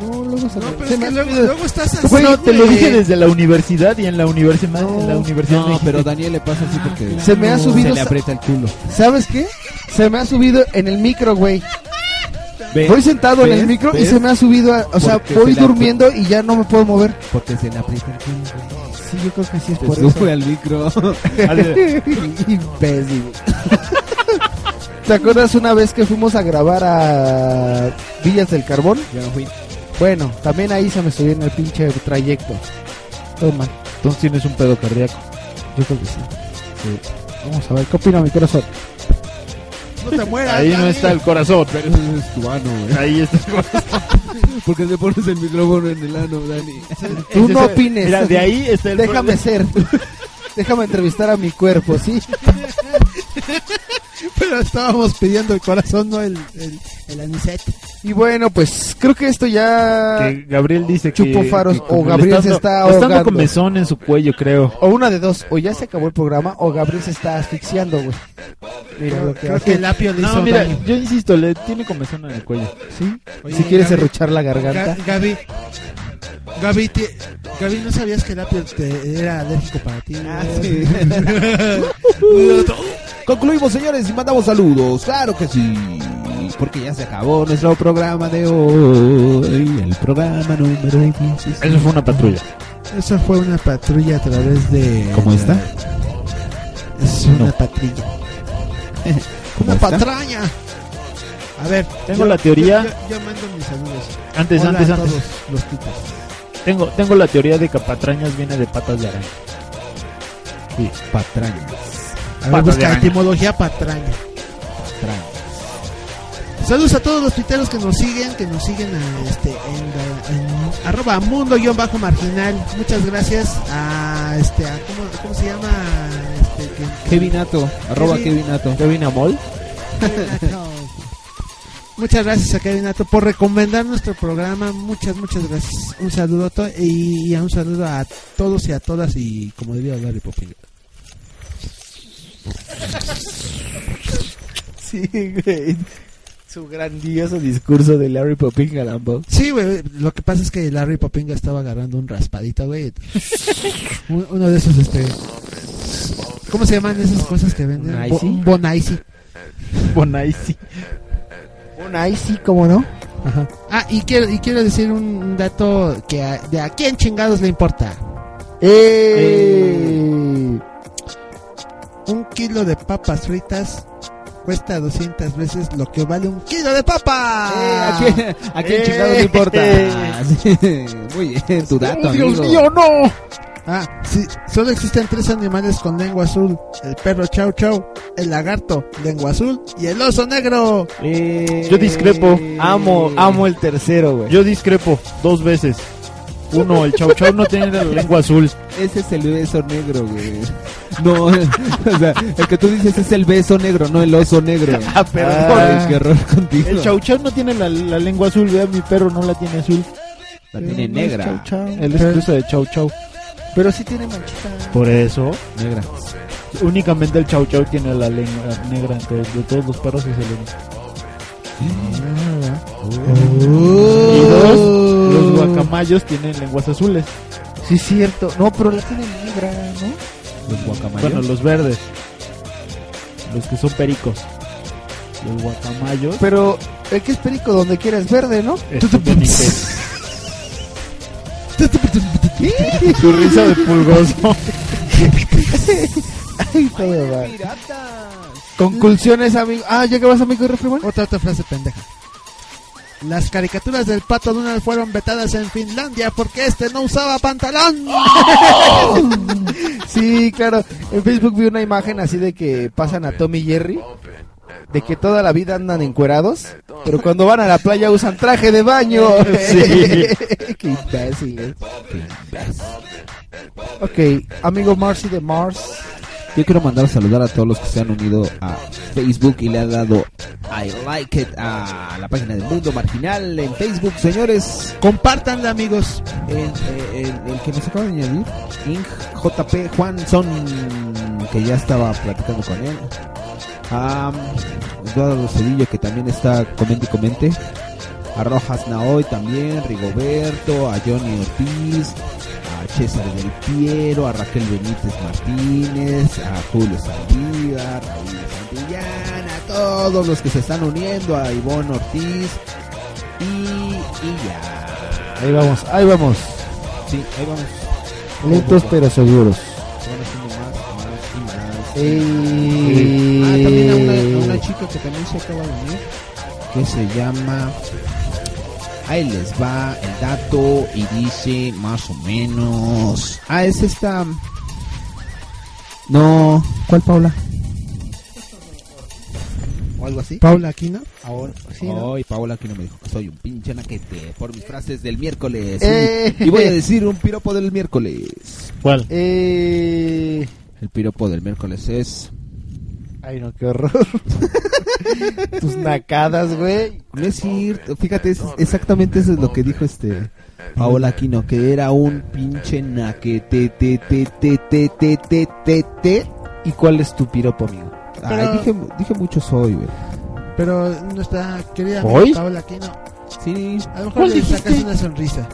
Speaker 2: No, luego se me- se me
Speaker 6: es que
Speaker 2: ha
Speaker 6: luego-
Speaker 2: subido.
Speaker 6: luego estás así,
Speaker 7: Güey, te lo
Speaker 6: güey.
Speaker 7: dije desde la universidad y en la universidad. en la universidad
Speaker 42: No, pero Daniel le pasa así porque
Speaker 2: Se me ha
Speaker 42: Se
Speaker 2: subido
Speaker 42: le
Speaker 2: esa-
Speaker 42: aprieta el culo.
Speaker 2: ¿Sabes qué? Se me ha subido en el micro, güey.
Speaker 6: Eh,
Speaker 42: ¿Ves?
Speaker 2: Voy sentado en
Speaker 42: ¿Ves?
Speaker 2: el micro y
Speaker 42: ¿Ves?
Speaker 2: se me ha subido, a- o sea,
Speaker 42: Porque
Speaker 2: voy
Speaker 42: se la-
Speaker 2: durmiendo y ya no me puedo mover.
Speaker 42: Porque se le aprieta el culo.
Speaker 2: Sí, yo creo que sí es
Speaker 42: Se
Speaker 2: por
Speaker 42: sube
Speaker 2: eso.
Speaker 42: al micro.
Speaker 2: Imbécil. ¿Te acuerdas una vez que fuimos a grabar a Villas del Carbón?
Speaker 42: Yo no fui.
Speaker 2: Bueno, también ahí se me subió en el pinche trayecto. Toma.
Speaker 7: Entonces tienes un pedo cardíaco.
Speaker 2: Yo creo que sí. Vamos a ver, ¿qué opina mi corazón?
Speaker 6: No te mueras.
Speaker 7: Ahí no
Speaker 6: Dani.
Speaker 7: está el corazón, pero
Speaker 42: es tu ano, güey.
Speaker 7: Ahí está el corazón.
Speaker 42: Porque te pones el micrófono en el ano, Dani.
Speaker 2: Tú no opines.
Speaker 7: Mira, de ahí está el
Speaker 2: Déjame ser. Déjame entrevistar a mi cuerpo, ¿sí?
Speaker 6: Pero estábamos pidiendo el corazón, no el, el, el anisete.
Speaker 2: Y bueno, pues creo que esto ya...
Speaker 7: Que Gabriel dice que.
Speaker 2: Chupo faros,
Speaker 7: que
Speaker 2: o
Speaker 7: como le
Speaker 2: Gabriel
Speaker 7: está
Speaker 2: se
Speaker 7: dando-
Speaker 2: está
Speaker 7: le está dando
Speaker 2: ahogando.
Speaker 7: comezón en su cuello, creo.
Speaker 2: O una de dos, o ya se acabó el programa o Gabriel se está asfixiando, güey. Mira lo que
Speaker 6: Creo
Speaker 2: hace.
Speaker 6: que el apio le
Speaker 7: No,
Speaker 6: hizo
Speaker 7: mira,
Speaker 6: daño.
Speaker 7: yo insisto, le tiene comezón en el cuello.
Speaker 2: Sí.
Speaker 6: Oye,
Speaker 2: si quieres
Speaker 6: Gaby,
Speaker 2: erruchar la garganta.
Speaker 6: Ga- Gaby, Gaby, te- Gaby, ¿no sabías que el apio te- era alérgico para ti?
Speaker 41: sí.
Speaker 43: Concluimos, señores, y mandamos saludos. Claro que sí. Porque ya se acabó nuestro programa de hoy. El programa número 15.
Speaker 7: Eso fue una patrulla.
Speaker 6: Eso fue una patrulla a través de.
Speaker 43: ¿Cómo está?
Speaker 6: Es una patrulla.
Speaker 43: ¿Cómo
Speaker 6: una
Speaker 43: está?
Speaker 6: patraña. A ver,
Speaker 7: Tengo la teoría-
Speaker 6: Yo, yo mando mis saludos.
Speaker 7: Antes,
Speaker 6: Hola
Speaker 7: antes,
Speaker 6: a
Speaker 7: antes.
Speaker 6: todos los tipos.
Speaker 7: Tengo, tengo la teoría de que patrañas viene de patas de araña. Sí,
Speaker 43: patrañas.
Speaker 6: A ver,
Speaker 7: Patas de
Speaker 6: busca
Speaker 7: araña.
Speaker 6: etimología patraña. Saludos a todos los tuiteros que nos siguen, que nos siguen a, este, en, la- en arroba mundo-marginal. Muchas gracias a, este, a- ¿cómo, cómo se llama? Este, que- que-
Speaker 42: Kevinato, arroba
Speaker 6: Kevin-
Speaker 42: Kevinato.
Speaker 7: Kevin Amol.
Speaker 6: Muchas gracias a Kevin Nato por recomendar nuestro programa. Muchas, muchas gracias. Un saludo y, y a un saludo a todos y a todas. Y como debía hablar el popillo.
Speaker 44: Sí, güey. Su grandioso discurso de Larry Popin Galambo.
Speaker 6: Sí, güey. Lo que pasa es que Larry Popinga estaba agarrando un raspadito, güey. Un- Uno de esos, este. ¿Cómo se llaman esas cosas que venden?
Speaker 44: ¿Un icy?
Speaker 6: Bo- un Bonaisi.
Speaker 7: Bonaisi.
Speaker 2: Bonaisi, ¿cómo no?
Speaker 6: Ah, y quiero, y quiero decir un un dato que a- de a quién chingados le importa.
Speaker 43: Eh.
Speaker 2: Eh.
Speaker 42: Eh.
Speaker 6: Un kilo de papas fritas cuesta 200 veces lo que vale un kilo de papas.
Speaker 43: Ah.
Speaker 42: ¿A quién, a quién chingado
Speaker 43: Eh.
Speaker 42: le importa? Muy bien, tu dato,
Speaker 6: ¡Oh, Dios
Speaker 42: amigo.
Speaker 6: mío, no! Ah, sí, solo existen tres animales con lengua azul: el perro chau chau, el lagarto, lengua azul, y el oso negro.
Speaker 43: Eh.
Speaker 7: Yo discrepo.
Speaker 44: Amo, amo el tercero, güey.
Speaker 7: Yo discrepo dos veces. Uno, el chau chau no tiene la lengua azul.
Speaker 42: Ese es el beso negro, güey. No, o sea, el que tú dices es el beso negro, no el oso negro.
Speaker 7: Ah, perdón.
Speaker 42: Ay, qué error contigo.
Speaker 7: El chau chau no tiene la, la lengua azul. Vea, mi perro no la tiene azul.
Speaker 42: La
Speaker 7: Pero
Speaker 42: tiene
Speaker 7: no es
Speaker 42: negra.
Speaker 7: chau chau. Él es cruza de chau chau.
Speaker 2: Pero sí tiene manchita.
Speaker 7: Por eso.
Speaker 42: Negra.
Speaker 7: Únicamente el chau chau tiene la lengua negra. Entonces, de todos los perros es el único. Y dos, los guacamayos tienen lenguas azules.
Speaker 2: Sí, es cierto. No, pero la tiene negra, ¿no?
Speaker 42: Los guacamayos.
Speaker 7: Bueno, los verdes. Los que son pericos. Los guacamayos.
Speaker 2: Pero el que es perico donde quieres verde, ¿no? pues,
Speaker 7: Estupidez. Tu risa de pulgoso.
Speaker 2: Ay, todo va. Conclusiones, amigo. Ah, ya que vas, amigo Refriman.
Speaker 6: Otra, otra frase pendeja.
Speaker 5: Las caricaturas del pato Donald fueron vetadas en Finlandia porque este no usaba pantalón.
Speaker 2: Sí, claro. En Facebook vi una imagen así de que pasan a Tommy y Jerry. De que toda la vida andan encuerados, pero cuando van a la playa usan traje de baño.
Speaker 45: Sí.
Speaker 2: Qué
Speaker 7: eh.
Speaker 2: imbéciles. Ok, amigo Marcy de Mars.
Speaker 6: Yo quiero mandar a saludar a todos los que se han unido a Facebook y le han dado I like it a la página del Mundo Marginal en Facebook, señores.
Speaker 5: Compartanla, amigos.
Speaker 6: El, el- el- el que nos acaba de añadir, Inc. JP Juanson, que ya estaba platicando con él. Am, Eduardo Cedillo, que también está comente y comente. A Rojas Naoy también, Rigoberto, a Johnny Ortiz, a César del Piero, a Raquel Benítez Martínez, a Julio Saldívar, a Raúl Santillán, a todos los que se están uniendo, a Ivonne Ortiz y, y ya.
Speaker 46: Ahí vamos, ahí vamos.
Speaker 6: Sí, ahí vamos.
Speaker 46: Lentos pero seguros.
Speaker 6: Se van haciendo más, más y más.
Speaker 46: Ey.
Speaker 6: Ah, también a una, a una chica que también se acaba de unir, que se llama... Ahí les va el dato y dice más o menos... Ah, es esta... No, ¿cuál Paula?
Speaker 5: O algo así.
Speaker 6: Paula Aquino. Oh.
Speaker 5: Ahora, sí,
Speaker 6: Ay,
Speaker 5: ¿no?
Speaker 6: Paola Aquino me dijo que soy un pinche naquete por mis frases del miércoles.
Speaker 5: Eh.
Speaker 6: Y, y voy a decir un piropo del miércoles.
Speaker 7: ¿Cuál?
Speaker 2: Eh,
Speaker 6: El piropo del miércoles es...
Speaker 46: Ay, no, qué horror.
Speaker 6: Tus nacadas, güey. No es cierto. Fíjate, es- exactamente eso es lo que dijo este Paola Aquino, que era un pinche naquete, te, te, te, te, te, te, te, te. ¿Y cuál es tu piropo, amigo?
Speaker 5: Pero-
Speaker 6: Ay, dije, dije mucho soy, güey.
Speaker 5: Pero nuestra querida
Speaker 6: ¿Hoy?
Speaker 5: amiga Paola Aquino.
Speaker 6: Sí.
Speaker 5: A lo mejor
Speaker 2: ¿Cuál
Speaker 5: le
Speaker 2: dijiste?
Speaker 5: sacas una sonrisa.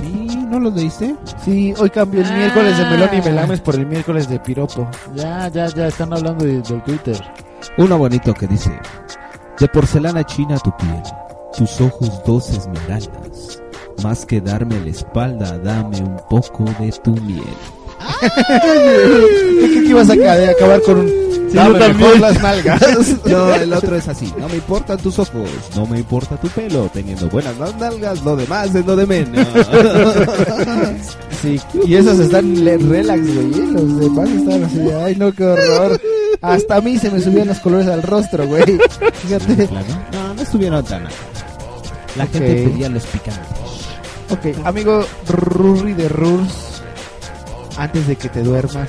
Speaker 6: Sí, ¿no lo diste?
Speaker 46: Sí, hoy cambio el
Speaker 5: Ah.
Speaker 46: miércoles de melón y melames por el miércoles de piropo. Ya, ya, ya, están hablando de- del Twitter.
Speaker 6: Uno bonito que dice: De porcelana china tu piel, tus ojos dos esmeraldas. Más que darme la espalda, dame un poco de tu miel.
Speaker 46: Yo creo que ibas a ca- acabar con un...
Speaker 6: Dame
Speaker 46: Dame mejor
Speaker 6: mejor
Speaker 46: las nalgas.
Speaker 6: no, el otro es así. No me importan tus ojos, no me importa tu pelo. Teniendo buenas las nalgas, lo demás es lo de menos.
Speaker 46: Sí, y esos están le- relax, güey. ¿eh? Los demás están así, de, ay, no, qué horror.
Speaker 2: Hasta a mí se me subían los colores al rostro, güey. Fíjate.
Speaker 6: No, no estuvieron tan acá. La
Speaker 2: Ok.
Speaker 6: gente pedía los picantes.
Speaker 2: Ok, amigo Rurri de Rurs, antes de que te duermas,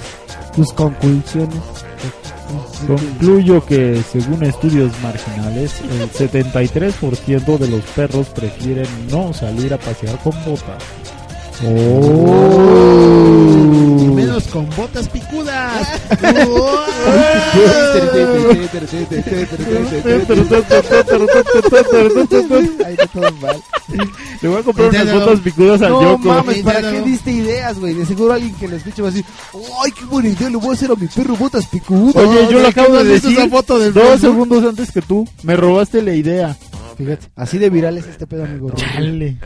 Speaker 2: tus conclusiones.
Speaker 7: Concluyo que según estudios marginales, el 73% de los perros prefieren no salir a pasear con botas.
Speaker 2: Oh.
Speaker 5: Y menos con botas picudas.
Speaker 2: Ay, no, todo mal.
Speaker 7: Le voy a comprar unas
Speaker 2: Inténtalo.
Speaker 7: botas picudas al
Speaker 2: no,
Speaker 7: Yoko.
Speaker 2: mames, ¿para
Speaker 7: Inténtalo.
Speaker 2: qué diste ideas, güey? De seguro alguien que le escuche va a decir, ¡ay, qué buena idea! Le voy a hacer a mi perro botas picudas.
Speaker 7: Oye, yo lo acabo de decir
Speaker 2: Esa foto del
Speaker 7: dos
Speaker 2: Facebook?
Speaker 7: segundos antes que tú. Me robaste la idea.
Speaker 2: Fíjate, así de viral es este pedo, amigo.
Speaker 7: Chale.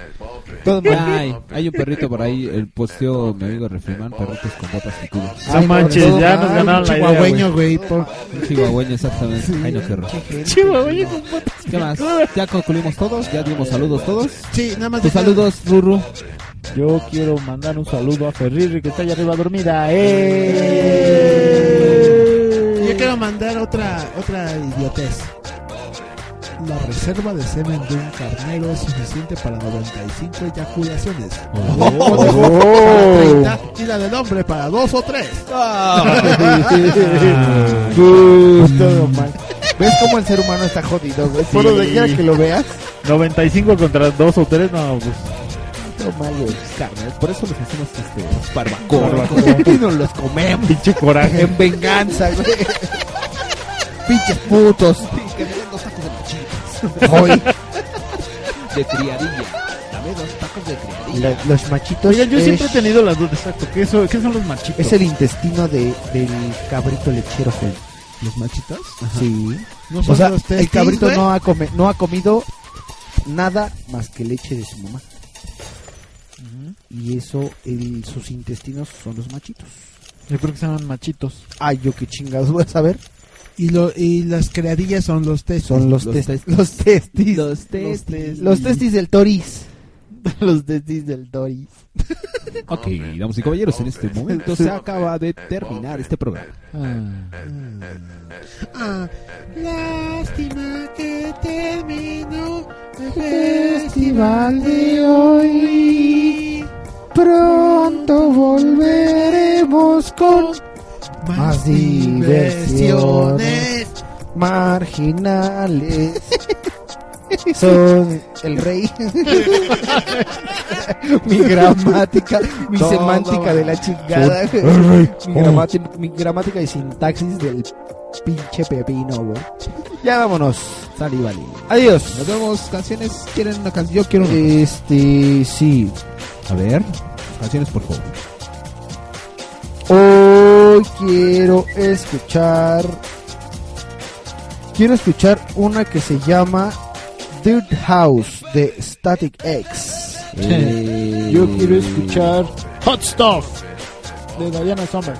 Speaker 2: Todo mal.
Speaker 6: Ay, hay un perrito por ahí, el posteo mi amigo Refriman, perritos con botas y culos.
Speaker 7: No Ay, manches, todo ya mal, nos ganaron la idea,
Speaker 5: chihuahueño, güey.
Speaker 6: Un chihuahueño, exactamente. Ay, no, qué horror.
Speaker 7: Chihuahua con botas.
Speaker 6: ¿Qué más? Ya concluimos todos, ya dimos saludos todos.
Speaker 5: Sí, nada más.
Speaker 6: Tus saludos, Ruru.
Speaker 7: Yo quiero mandar un saludo a Ferriri que está allá arriba dormida.
Speaker 5: Yo quiero mandar otra, otra idiotez. La reserva de semen de un carnero es suficiente para 95 eyaculaciones.
Speaker 7: Oh.
Speaker 5: Para 30 y la del hombre para dos o tres.
Speaker 2: Ah.
Speaker 46: Gus, todo mal. ¿Ves cómo el ser humano está jodido, güey? Por donde quiera que lo veas,
Speaker 7: 95 contra 2 o 3, no, pues.
Speaker 46: todo mal, güey.
Speaker 6: Por eso les hacemos este
Speaker 46: Barbacoa.
Speaker 2: Y nos los comemos.
Speaker 7: Pinche coraje.
Speaker 2: En venganza, güey. Pinches putos. Hoy.
Speaker 6: de criadilla. Dame dos tacos de criadilla.
Speaker 2: La- los machitos.
Speaker 7: Oigan, yo
Speaker 2: es-
Speaker 7: siempre he tenido las dudas, exacto. ¿Qué, son- qué son los machitos?
Speaker 2: Es el intestino de, del cabrito lechero, güey.
Speaker 5: ¿Los machitos?
Speaker 2: Sí.
Speaker 5: ¿No
Speaker 2: o
Speaker 5: son
Speaker 2: sea,
Speaker 5: los testis,
Speaker 2: el cabrito
Speaker 5: güey?
Speaker 2: no ha, come- no ha comido nada más que leche de su mamá. Y eso, el- sus intestinos son los machitos.
Speaker 7: Yo creo que se llaman machitos.
Speaker 2: Ay, yo qué chingados voy a saber.
Speaker 47: Y, lo, y las creadillas son los testis.
Speaker 48: Son los
Speaker 47: los
Speaker 48: tes-
Speaker 47: testis. Los testis.
Speaker 49: Los
Speaker 47: testis.
Speaker 49: Los testis del Toris. Los testis del Toris.
Speaker 6: Ok, damas y caballeros, en este momento se acaba de terminar este programa.
Speaker 3: Ah, lástima que terminó el festival de hoy. Pronto volveremos con
Speaker 2: Más ¿eh? diversiones marginales. Son el rey. mi gramática, mi
Speaker 48: Todo
Speaker 2: semántica de la chingada.
Speaker 48: Son
Speaker 2: güey.
Speaker 48: el rey.
Speaker 2: Mi, gramati- mi gramática y sintaxis del pinche pepino, güey. Ya vámonos. Sal y vale. Adiós.
Speaker 6: Nos vemos, canciones, quieren una canción, yo quiero una.
Speaker 2: Este, sí.
Speaker 6: A ver, canciones por favor.
Speaker 2: Hoy quiero escuchar. Quiero escuchar una que se llama Dude House de Static X.
Speaker 7: Yo quiero escuchar Hot Stuff de Diana Summers.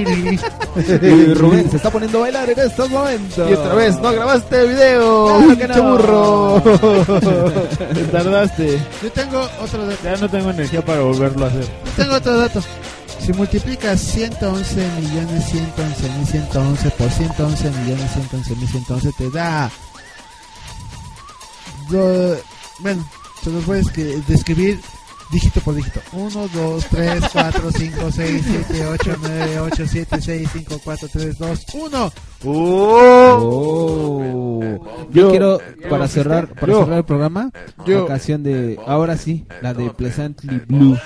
Speaker 6: Y Rubén se está poniendo a bailar en estos momentos.
Speaker 2: Y otra vez, no grabaste el video.
Speaker 6: Claro que
Speaker 2: pinche
Speaker 6: no.
Speaker 2: burro.
Speaker 7: Te tardaste.
Speaker 47: Yo tengo otro dato.
Speaker 7: Ya no tengo energía para volverlo a hacer.
Speaker 47: Tengo otro dato. Si multiplicas 111 millones 111 mil 111 por 111 millones 111 mil 111 te da... do- bueno, se los voy a escri- describir dígito por dígito. 1, 2, 3, 4, 5, 6, 7, 8, 9, 8, 7, 6, 5, 4, 3, 2, 1.
Speaker 6: Yo,
Speaker 47: Yo-
Speaker 6: quiero,
Speaker 47: yo-
Speaker 6: para cerrar para
Speaker 47: yo-
Speaker 6: cerrar el programa,
Speaker 47: yo-
Speaker 6: la canción de, ahora sí, la de Pleasantly Blue,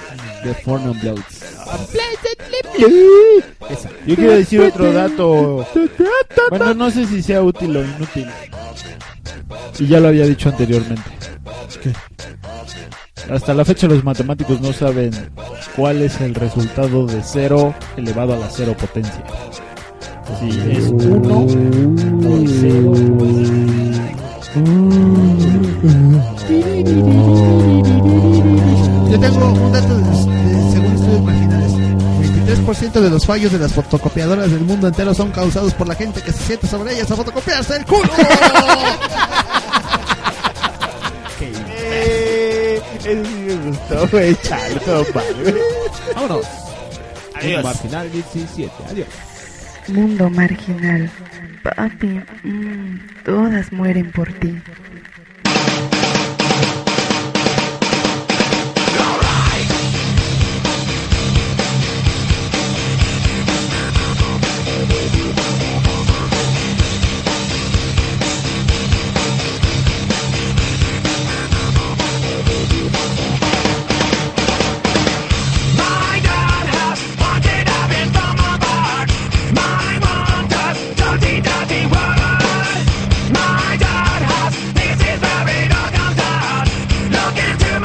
Speaker 6: de Form and Bloods. Esa.
Speaker 7: Yo quiero decir otro dato. Bueno, no sé si sea útil o inútil. Y ya lo había dicho anteriormente. Hasta la fecha los matemáticos no saben cuál es el resultado de 0 elevado a la cero potencia. Si es 1 o es 0 o es
Speaker 47: Yo tengo un dato de, de- según estudios marginales. 23% de los fallos de las fotocopiadoras del mundo entero son causados por la gente que se siente sobre ellas a fotocopiarse el culo.
Speaker 7: Ese sí me gustó, güey. Chale, no mames.
Speaker 6: Vámonos.
Speaker 7: Adiós.
Speaker 6: Marginal 17. Adiós.
Speaker 21: Mundo marginal. Papi, mm, todas mueren por ti.
Speaker 5: Dirty, dirty world. My dad has this is where it all comes out.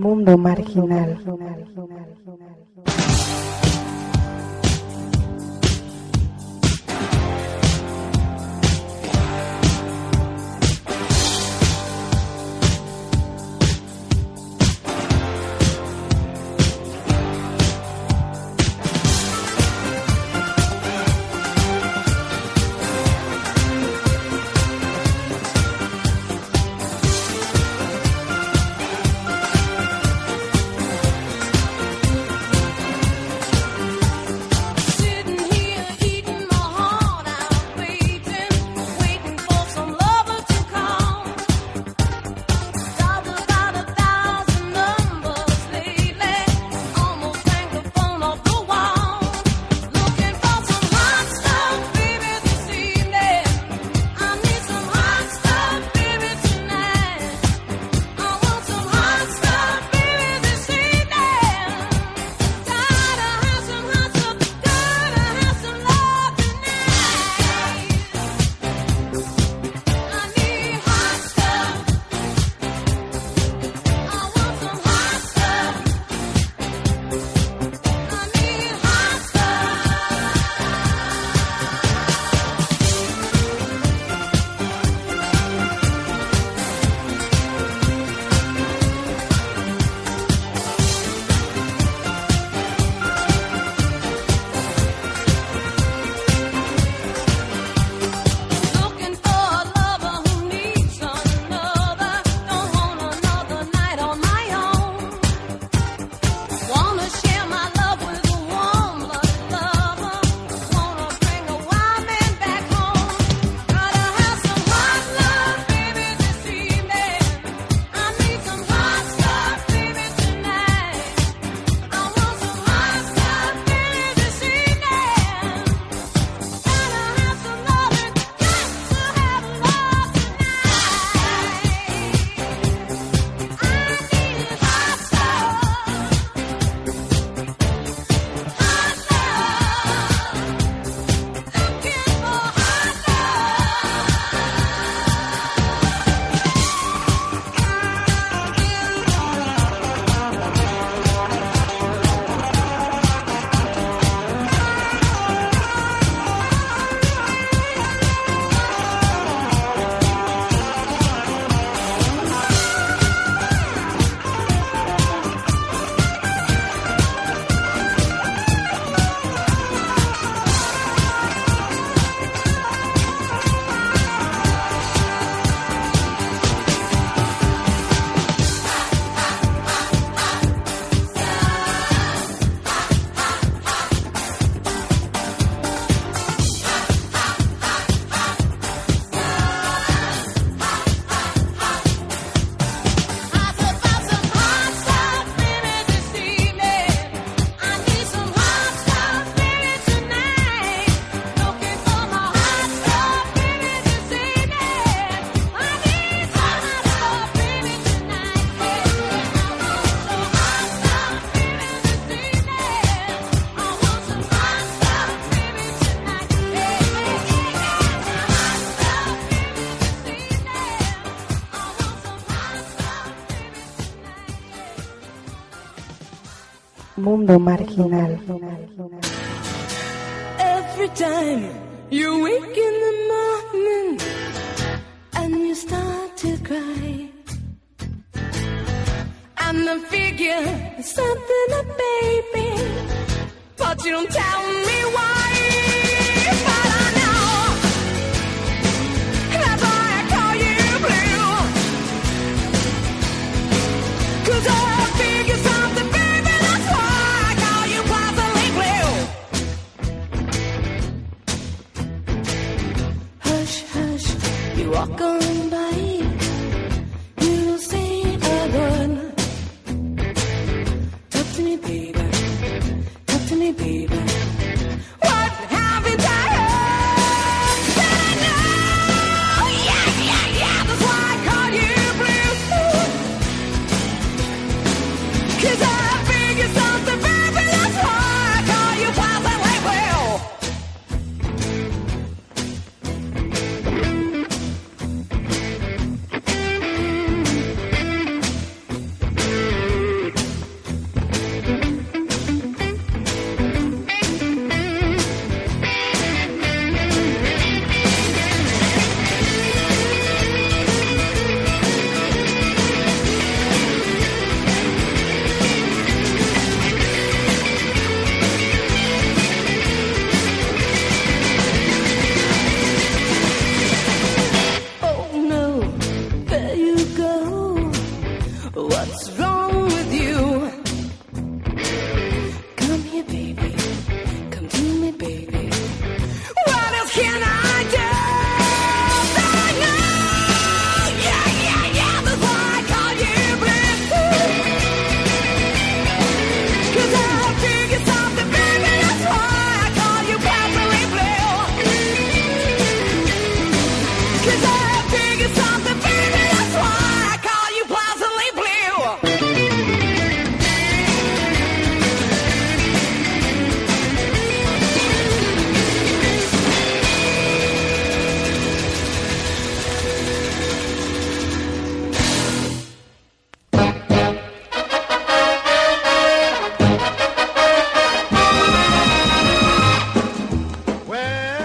Speaker 21: Mundo marginal.
Speaker 5: Sitting here eating my heart out, waiting, waiting for some lover to come. Dialed about a thousand numbers lately, almost rang the phone off the wall. Looking for some hot stuff, baby, this evening. I need some hot stuff, baby, tonight. I want some hot stuff, baby, this evening. Gotta have some hot stuff. Gotta have some love tonight. I need hot stuff. I want some hot stuff. I need hot Looking for a lover who needs another. Don't want another night on my own. Wanna share my love with a warm lover. Wanna bring a wild man back home. Gotta have some hot love, baby, this evening. I need some hot stuff, baby, tonight. I want some hot stuff, baby, this evening. Gotta have some loving.
Speaker 21: Mundo marginal.
Speaker 5: Every time you wake in the morning and you start to cry, and I figure there's something up, baby, but you don't tell me why. But I know that's why I call you blue. 'Cause I figure something, baby, that's why I call you positively blue. Hush, hush, you walk on by. You don't say a word. Talk to me, baby. Talk to me, baby. Why
Speaker 21: Oh,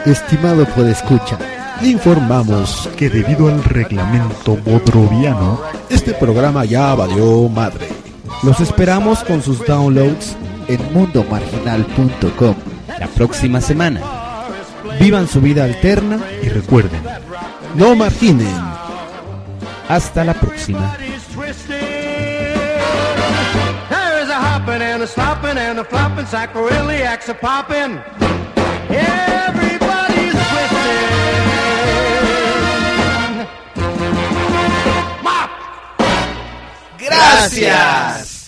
Speaker 6: Estimado podescucha, le informamos que debido al reglamento bodroviano, este programa ya valió madre. Los esperamos con sus downloads en mundomarginal.com la próxima semana. Vivan su vida alterna y recuerden, no marginen. Hasta la próxima.
Speaker 5: There is a hopping and a slopping and a flopping, sacroiliacs a popping. Everybody's twisting. Mop!
Speaker 50: Gracias.